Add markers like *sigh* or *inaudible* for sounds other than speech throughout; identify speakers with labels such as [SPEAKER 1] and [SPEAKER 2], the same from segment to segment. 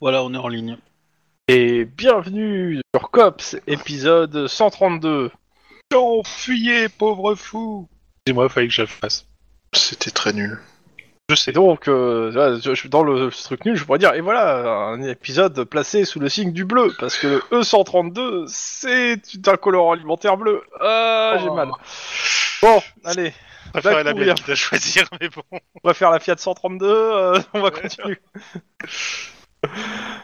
[SPEAKER 1] Voilà, on est en ligne.
[SPEAKER 2] Et bienvenue sur Cops, épisode 132.
[SPEAKER 1] Non, fuyez, pauvre fou
[SPEAKER 2] Excusez-moi, fallait que je le fasse.
[SPEAKER 3] C'était très nul.
[SPEAKER 2] Je sais
[SPEAKER 3] Oh,
[SPEAKER 2] donc, euh, là, je- je- dans le truc nul, je pourrais dire, et voilà, un épisode placé sous le signe du bleu, parce que le E132, c'est un colorant alimentaire bleu. Ah, j'ai
[SPEAKER 3] Oh.
[SPEAKER 2] mal. Bon, allez,
[SPEAKER 3] Je préférais la
[SPEAKER 2] courir.
[SPEAKER 3] *laughs* bière quitte à choisir, mais bon.
[SPEAKER 2] on va faire la Fiat 132, euh, on va
[SPEAKER 3] Ouais.
[SPEAKER 2] continuer.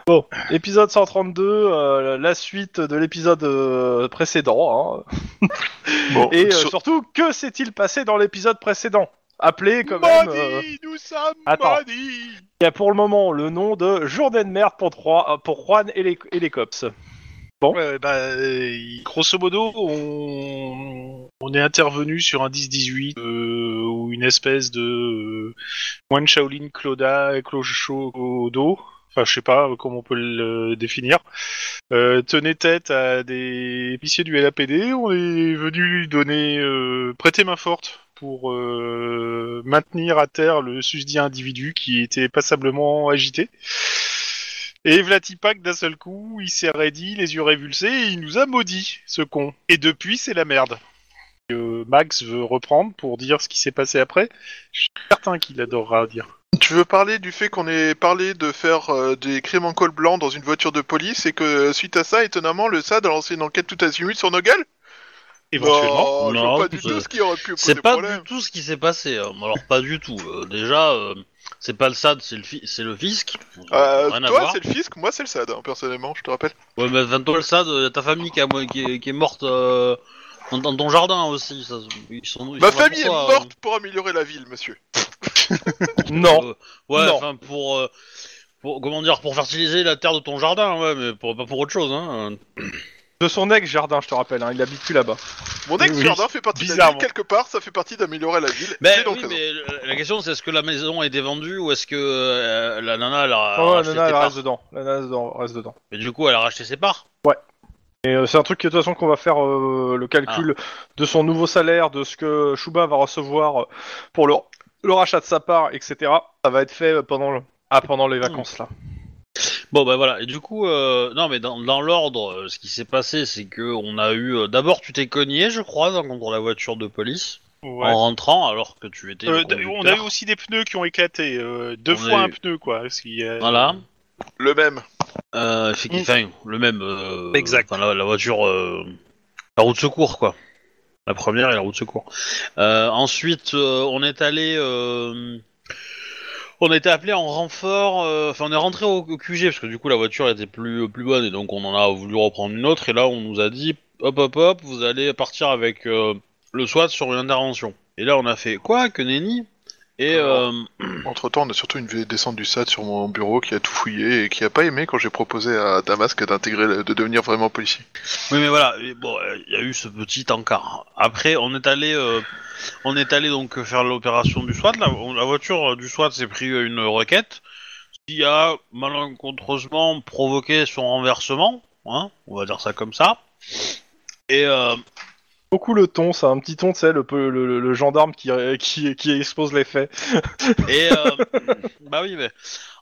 [SPEAKER 2] Bon, épisode 132, euh, la suite de l'épisode euh, précédent, hein,
[SPEAKER 3] bon
[SPEAKER 2] Et euh,
[SPEAKER 3] so-
[SPEAKER 2] surtout, que s'est-il passé dans l'épisode précédent Appelé comme
[SPEAKER 3] nous sommes
[SPEAKER 2] euh, Attends.
[SPEAKER 3] maudits
[SPEAKER 2] il y a pour le moment le nom de Journée de merde pour, trois, euh, pour Juan et les, et les cops.
[SPEAKER 3] Ouais, bah, euh, grosso modo, on, on est intervenu sur un 10-18 euh, ou une espèce de euh, Wan Shaolin Cloda Clochodo. Enfin, je sais pas comment on peut le définir. Euh, tenait tête à des policiers du LAPD. On est venu lui donner euh, prêter main forte pour euh, maintenir à terre le susdit individu qui était passablement agité. Et Vlatipak, d'un seul coup, il s'est raidi, les yeux révulsés, et il nous a maudit, ce con. Et depuis, c'est la merde. Euh, Max veut reprendre pour dire ce qui s'est passé après. Je suis certain qu'il adorera dire.
[SPEAKER 4] Tu veux parler du fait qu'on ait parlé de faire euh, des crimes en col blanc dans une voiture de police et que euh, suite à ça, étonnamment, le SAD a lancé une enquête tout azimut sur nos gueules
[SPEAKER 3] Éventuellement.
[SPEAKER 4] Non, Oh, je
[SPEAKER 1] Non,
[SPEAKER 4] vois pas du
[SPEAKER 1] c'est-
[SPEAKER 4] tout ce qui aurait pu poser
[SPEAKER 1] C'est pas
[SPEAKER 4] problème.
[SPEAKER 1] du tout ce qui s'est passé. hein. Alors, pas du tout. Euh, déjà, euh, c'est pas le SAD, c'est le, fi- c'est le fisc.
[SPEAKER 4] Euh,
[SPEAKER 1] Rien à
[SPEAKER 4] toi,
[SPEAKER 1] voir.
[SPEAKER 4] c'est le fisc, moi, c'est le SAD, hein, personnellement, je te rappelle.
[SPEAKER 1] Ouais, mais enfin, toi, le SAD, euh, ta famille qui, a- qui est, qui est morte euh, dans, dans ton jardin aussi. ça- ils sont- ils
[SPEAKER 4] Ma
[SPEAKER 1] sont là
[SPEAKER 4] famille est
[SPEAKER 1] pour toi, hein.
[SPEAKER 4] morte pour améliorer la ville, monsieur.
[SPEAKER 2] Non.
[SPEAKER 1] Euh, ouais,
[SPEAKER 2] Non.
[SPEAKER 1] enfin pour, euh, pour comment dire, pour fertiliser la terre de ton jardin, ouais, mais pour, pas pour autre chose, hein.
[SPEAKER 2] De son ex-jardin, je te rappelle, hein, il habite plus là-bas.
[SPEAKER 4] Mon ex-jardin fait partie de la
[SPEAKER 3] bizarrement.
[SPEAKER 4] ville, quelque part, ça fait partie d'améliorer la ville.
[SPEAKER 1] Mais
[SPEAKER 4] j'ai donc
[SPEAKER 1] oui,
[SPEAKER 4] raison.
[SPEAKER 1] mais euh, la question c'est est-ce que la maison a été vendue ou est-ce que euh, la nana elle a
[SPEAKER 2] non,
[SPEAKER 1] racheté
[SPEAKER 2] non,
[SPEAKER 1] ses
[SPEAKER 2] non, elle
[SPEAKER 1] parts
[SPEAKER 2] reste dedans. La nana dedans, reste dedans.
[SPEAKER 1] Et du coup, elle a racheté ses parts.
[SPEAKER 2] Et euh, c'est un truc que, de toute façon qu'on va faire euh, le calcul de son nouveau salaire, de ce que Chouba va recevoir euh, pour le, le rachat de sa part, etc. Ça va être fait euh, pendant, le- ah, pendant les vacances là.
[SPEAKER 1] Bon, bah voilà. Et du coup, euh, non, mais dans, dans l'ordre, euh, ce qui s'est passé, c'est que on a eu. euh, D'abord, tu t'es cogné, je crois, dans- contre la voiture de police en rentrant, alors que tu étais. le
[SPEAKER 3] Euh, d- on a
[SPEAKER 1] Oh, conducteur.
[SPEAKER 3] eu aussi des pneus qui ont éclaté. euh, deux
[SPEAKER 1] On
[SPEAKER 3] fois
[SPEAKER 1] a
[SPEAKER 3] un
[SPEAKER 1] eu-
[SPEAKER 3] pneu, quoi. Ce qui, euh,
[SPEAKER 1] Voilà.
[SPEAKER 4] Le *clears throat* même.
[SPEAKER 1] Euh, fait qu'il- enfin, le même. euh,
[SPEAKER 3] Exact.
[SPEAKER 1] Enfin, la, la voiture. euh, la roue de secours, quoi. La première et la roue de secours. Euh, ensuite, euh, on est allé. euh, on a été appelé en renfort. euh, Enfin, on est rentré au, au QG parce que du coup, la voiture était plus, plus bonne et donc on en a voulu reprendre une autre. Et là, on nous a dit hop, hop, hop, vous allez partir avec euh, le SWAT sur une intervention. Et là, on a fait quoi Que nenni Et.
[SPEAKER 4] Alors.
[SPEAKER 1] euh,
[SPEAKER 4] Entre temps, on a surtout une descente du SAD sur mon bureau qui a tout fouillé et qui a pas aimé quand j'ai proposé à Damasque d'intégrer, le- de devenir vraiment policier.
[SPEAKER 1] Oui, mais voilà, et bon, euh, il y a eu ce petit encart. Après, on est allé, euh, on est allé donc faire l'opération du SWAT. La, on- la voiture euh, du SWAT s'est pris euh, une requête qui a malencontreusement provoqué son renversement. Hein, on va dire ça comme ça. Et euh,
[SPEAKER 2] Beaucoup le ton, c'est un petit ton, tu sais, le, peu- le, le- le gendarme qui, euh, qui, qui expose les faits.
[SPEAKER 1] Et euh, bah oui, mais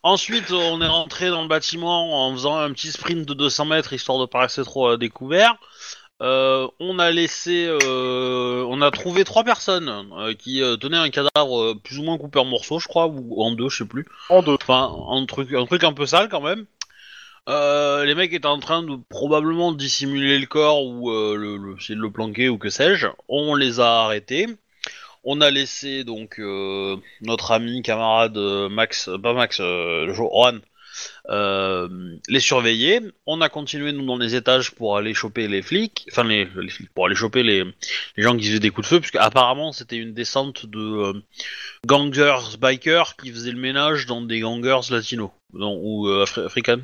[SPEAKER 1] ensuite on est rentré dans le bâtiment en faisant un petit sprint de 200 mètres histoire de pas rester trop à découvert. Euh, on a laissé, euh, on a trouvé trois personnes euh, qui euh, tenaient un cadavre euh, plus ou moins coupé en morceaux, je crois, ou en deux, je sais plus.
[SPEAKER 2] En deux.
[SPEAKER 1] Enfin, un truc, un truc un peu sale quand même. Euh, les mecs étaient en train de probablement dissimuler le corps ou euh, le, le- essayer de le planquer ou que sais-je. On les a arrêtés. On a laissé donc euh, notre ami, camarade euh, Max, euh, pas Max, euh, Jo- Juan, euh, les surveiller. On a continué nous dans les étages pour aller choper les flics, enfin les, les flics, pour aller choper les, les gens qui faisaient des coups de feu, puisque apparemment c'était une descente de euh, gangers bikers qui faisaient le ménage dans des gangers latinos non, ou euh, afri- africains.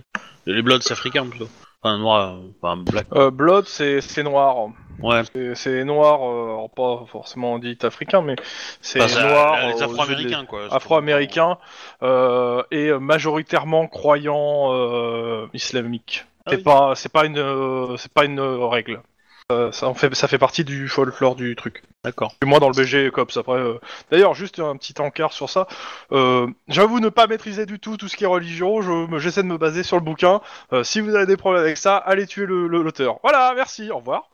[SPEAKER 1] Les Bloods africains plutôt. Enfin noir, euh, enfin black.
[SPEAKER 2] Euh, Blood, c'est c'est noir.
[SPEAKER 1] Ouais.
[SPEAKER 2] C'est- C'est noir, euh, alors pas forcément dit africain, mais c'est
[SPEAKER 1] Enfin, ça-
[SPEAKER 2] noir. euh, aux yeux
[SPEAKER 1] les
[SPEAKER 2] des-
[SPEAKER 1] Afro-américains quoi.
[SPEAKER 2] Afro-américain euh, et majoritairement croyant euh, islamique.
[SPEAKER 1] Ah
[SPEAKER 2] C'est
[SPEAKER 1] oui.
[SPEAKER 2] pas, c'est pas une, euh, c'est pas une euh, règle. Euh, ça, en fait, ça fait partie du folklore du truc.
[SPEAKER 1] D'accord.
[SPEAKER 2] Du moins dans le BG Cops. Après, euh, d'ailleurs, juste un petit encart sur ça. Euh, J'avoue ne pas maîtriser du tout tout ce qui est religion. Je me- J'essaie de me baser sur le bouquin. Euh, si vous avez des problèmes avec ça, allez tuer le- le- l'auteur. voilà, merci, au revoir.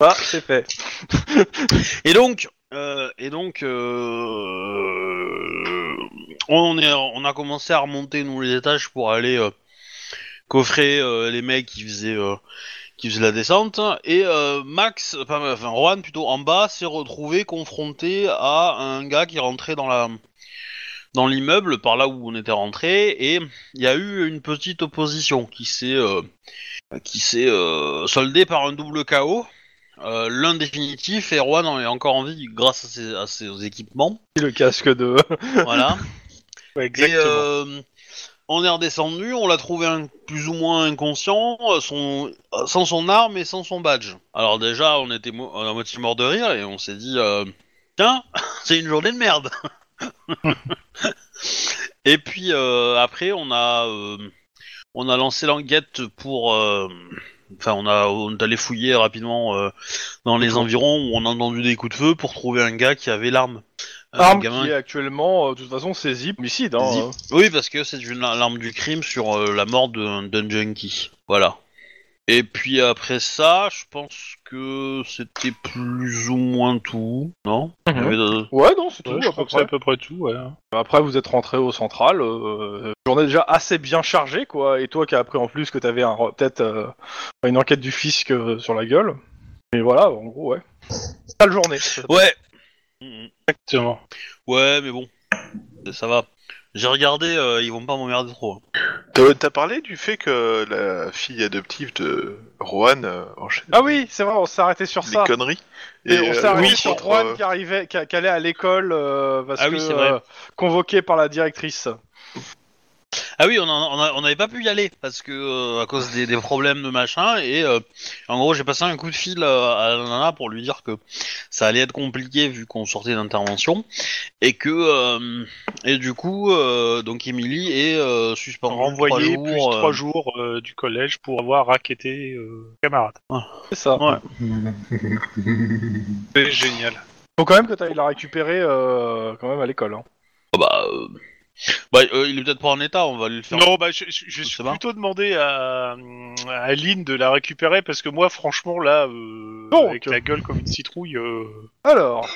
[SPEAKER 2] ah, c'est fait.
[SPEAKER 1] Et donc, euh, et donc, euh, on est, on a commencé à remonter nous les étages pour aller euh, coffrer euh, les mecs qui faisaient, euh, qui faisaient la descente. Et euh, Max, enfin, enfin Juan plutôt en bas s'est retrouvé confronté à un gars qui rentrait dans la dans l'immeuble par là où on était rentré et il y a eu une petite opposition qui s'est euh, qui s'est euh, soldée par un double KO. Euh, l'un définitif et Rouen en est encore en vie grâce à ses, à ses équipements.
[SPEAKER 2] Le casque de.
[SPEAKER 1] voilà. Et
[SPEAKER 3] exactement.
[SPEAKER 1] euh, on est redescendu, on l'a trouvé un- plus ou moins inconscient, euh, son, euh, sans son arme et sans son badge. Alors déjà, on était mo- à moitié mort de rire et on s'est dit, euh, tiens, *laughs* c'est une journée de merde. *laughs* et puis euh, après, on a, euh, on a lancé l'enquête pour, euh, enfin, on a, on est allé fouiller rapidement euh, dans
[SPEAKER 2] Mhm.
[SPEAKER 1] les environs où on a entendu des coups de feu pour trouver un gars qui avait l'arme.
[SPEAKER 3] Ah,
[SPEAKER 1] Un
[SPEAKER 2] Arme
[SPEAKER 1] gamin
[SPEAKER 2] qui est actuellement, euh, de toute façon, saisie. Homicide, hein.
[SPEAKER 1] Zip.
[SPEAKER 2] euh.
[SPEAKER 1] Oui, parce que c'est une l'arme du crime sur euh, la mort d'un d'un junkie. Voilà. Et puis après ça, je pense que c'était plus ou moins tout, non Il y
[SPEAKER 2] Mhm.
[SPEAKER 1] avait euh, de-
[SPEAKER 2] Ouais, non, c'est tout,
[SPEAKER 3] Ouais, je
[SPEAKER 2] à peu
[SPEAKER 3] crois que c'est à
[SPEAKER 2] près.
[SPEAKER 3] peu près tout. ouais.
[SPEAKER 2] Après, vous êtes rentré au central. Euh, journée déjà assez bien chargée, quoi. Et toi qui as appris en plus que t'avais un, peut-être euh, une enquête du fisc euh, sur la gueule. Mais voilà, en gros, ouais. Sale journée.
[SPEAKER 1] Ouais Mhm.
[SPEAKER 3] Exactement.
[SPEAKER 1] Ouais, mais bon, ça va. J'ai regardé, euh, ils vont pas m'emmerder trop. hein.
[SPEAKER 4] T'as t'as parlé du fait que la fille adoptive de Rohan euh, enchaîne
[SPEAKER 2] Ah oui, c'est vrai, on s'est arrêté sur
[SPEAKER 4] les
[SPEAKER 2] ça.
[SPEAKER 4] conneries.
[SPEAKER 2] Et, on s'est
[SPEAKER 4] euh,
[SPEAKER 2] arrêté
[SPEAKER 4] oui,
[SPEAKER 2] sur
[SPEAKER 4] contre,
[SPEAKER 2] Juan
[SPEAKER 4] euh,
[SPEAKER 2] qui arrivait, qui, a- qui allait à l'école euh, parce
[SPEAKER 1] Ah
[SPEAKER 2] que
[SPEAKER 1] oui, c'est vrai.
[SPEAKER 2] euh, convoqué par la directrice.
[SPEAKER 1] Ah oui, on en- on a- on n'avait pas pu y aller parce que euh, à cause des, des problèmes de machin et euh, en gros j'ai passé un coup de fil euh, à la nana pour lui dire que ça allait être compliqué vu qu'on sortait d'intervention et que euh, et du coup euh, donc Emily est euh, suspendue trois
[SPEAKER 3] Renvoyé
[SPEAKER 1] jours,
[SPEAKER 3] plus trois
[SPEAKER 1] euh,
[SPEAKER 3] jours euh, du collège pour avoir racketté euh, camarade.
[SPEAKER 2] C'est ça.
[SPEAKER 1] Ouais.
[SPEAKER 3] C'est génial.
[SPEAKER 2] Faut quand même que t'ailles la récupérer euh, quand même à l'école. hein.
[SPEAKER 1] ah bah, euh, bah, euh, il est peut-être pas en état, on va lui faire.
[SPEAKER 3] Non, bah, je, je, je
[SPEAKER 1] Ça
[SPEAKER 3] suis
[SPEAKER 1] va
[SPEAKER 3] plutôt demandé à, à Lynn de la récupérer parce que moi, franchement, là, euh,
[SPEAKER 2] Donc.
[SPEAKER 3] avec la gueule comme une citrouille, euh,
[SPEAKER 2] Alors,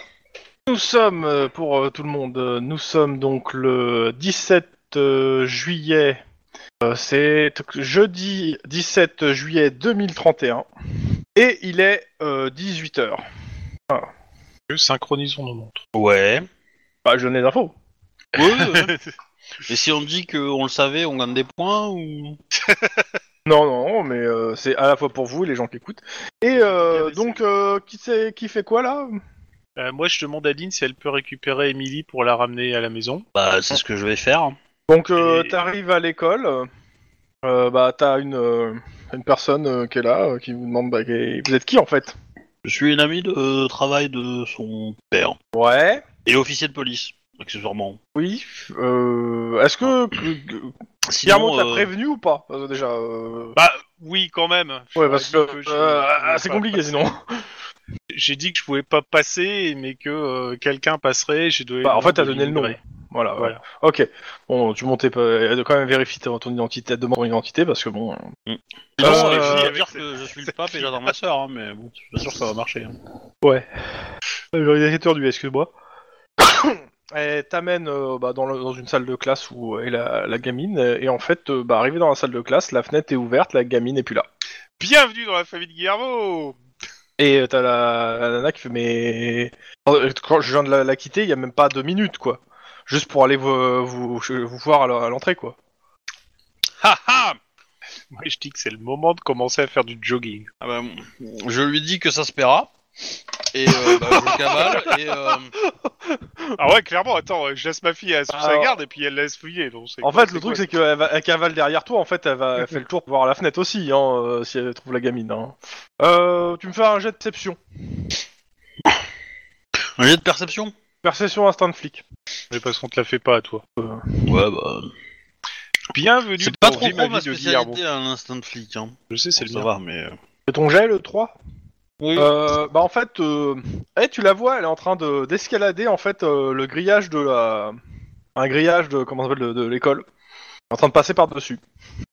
[SPEAKER 2] nous sommes, euh, pour euh, tout le monde, euh, nous sommes donc le 17 euh, juillet, euh, c'est jeudi 17 juillet 2031, et il est euh, 18h.
[SPEAKER 3] que synchronisons nos montres.
[SPEAKER 1] Ouais.
[SPEAKER 2] Bah, je n'ai d'infos.
[SPEAKER 1] Ouais, ouais. et si on dit qu'on le savait, on gagne des points ou
[SPEAKER 2] Non, non, mais euh, c'est à la fois pour vous et les gens qui écoutent. Et euh, donc, euh, qui, c'est- qui fait quoi là
[SPEAKER 3] Euh, moi, je demande à Lynn si elle peut récupérer Emily pour la ramener à la maison.
[SPEAKER 1] Bah c'est ce que je vais faire.
[SPEAKER 2] Donc, euh,
[SPEAKER 3] Et-
[SPEAKER 2] t'arrives à l'école, euh, bah, t'as une, euh, une personne euh, qui est là, euh, qui vous demande bah, qui- vous êtes qui en fait
[SPEAKER 1] Je suis une amie de euh, travail de son père.
[SPEAKER 2] Ouais.
[SPEAKER 1] Et officier de police, accessoirement.
[SPEAKER 2] Oui. euh, Est-ce
[SPEAKER 3] Ah.
[SPEAKER 2] que Guillermo
[SPEAKER 1] Sinon,
[SPEAKER 2] t'a
[SPEAKER 1] euh,
[SPEAKER 2] prévenu ou pas euh, déjà euh,
[SPEAKER 3] Bah, oui, quand même.
[SPEAKER 2] Ouais, parce que
[SPEAKER 3] j'aurais dit je-
[SPEAKER 2] euh,
[SPEAKER 3] je pouvais
[SPEAKER 2] ah, c'est
[SPEAKER 3] pas
[SPEAKER 2] compliqué
[SPEAKER 3] passer.
[SPEAKER 2] sinon. *laughs*
[SPEAKER 3] J'ai dit que je pouvais pas passer, mais que euh, quelqu'un passerait. J'ai donné.
[SPEAKER 2] Bah, en fait,
[SPEAKER 3] de
[SPEAKER 2] t'as donné le
[SPEAKER 3] Lynn
[SPEAKER 2] nom.
[SPEAKER 3] Gray.
[SPEAKER 2] Voilà.
[SPEAKER 3] Voilà.
[SPEAKER 2] Ok. Bon, tu montais pas. elle doit quand même vérifier ton ton identité, elle demande ton identité parce que bon.
[SPEAKER 1] sinon,
[SPEAKER 2] euh,
[SPEAKER 1] on aurait fini à
[SPEAKER 3] avec
[SPEAKER 1] dire
[SPEAKER 3] ses-
[SPEAKER 1] que je suis le pape et j'adore ma sœur, hein, mais bon, je suis pas sûr que ça va marcher. hein.
[SPEAKER 2] Euh, J'aurais été tordu, excuse-moi. *coughs* Elle t'amène euh, bah, dans, le- dans une salle de classe où est la, la gamine, et en fait, euh, bah, arrivé dans la salle de classe, la fenêtre est ouverte, la gamine est plus là.
[SPEAKER 3] Bienvenue dans la famille de Guillermo.
[SPEAKER 2] Et euh, t'as la, la nana qui fait mais Euh, quand je viens de la, la quitter, il y a même pas deux minutes quoi, juste pour aller vous, vous, vous voir à la- à l'entrée quoi.
[SPEAKER 1] *laughs* Ha ha
[SPEAKER 3] Moi, je dis que c'est le moment de commencer à faire du jogging.
[SPEAKER 1] Ah bah, Je lui dis que ça se paiera. Et euh, bah, je le *laughs* cavale. Et, euh,
[SPEAKER 3] Ah ouais, clairement. Attends, je laisse ma fille à sous sa
[SPEAKER 2] Alors-
[SPEAKER 3] garde et puis elle laisse fouiller. donc c'est
[SPEAKER 2] En
[SPEAKER 3] quoi-
[SPEAKER 2] fait, le
[SPEAKER 3] quoi
[SPEAKER 2] truc c'est qu'elle va- elle cavale derrière toi, en fait, elle
[SPEAKER 3] *laughs*
[SPEAKER 2] va elle fait le tour pour voir la fenêtre aussi, hein, euh, si elle trouve la gamine. hein. Euh, tu me fais un jet de perception,
[SPEAKER 1] un jet de perception
[SPEAKER 2] perception instinct de flic.
[SPEAKER 3] Mais parce qu'on te la fait pas à toi.
[SPEAKER 1] Ouais, bah.
[SPEAKER 3] Bienvenue
[SPEAKER 1] C'est pas
[SPEAKER 3] dans
[SPEAKER 1] trop
[SPEAKER 3] Vie, ma
[SPEAKER 1] gros ma
[SPEAKER 3] vie de Guillermo.
[SPEAKER 1] spécialité à l'instant de flic. Hein.
[SPEAKER 3] Je sais, c'est le
[SPEAKER 1] Ça
[SPEAKER 3] mien.
[SPEAKER 1] va, mais. euh,
[SPEAKER 2] C'est ton jet, le 3
[SPEAKER 1] Oui.
[SPEAKER 2] Euh, bah en fait, euh, eh, tu la vois, elle est en train de d'escalader en fait euh, le grillage de la, un grillage de comment ça s'appelle de, de l'école, Elle est en train de passer par dessus.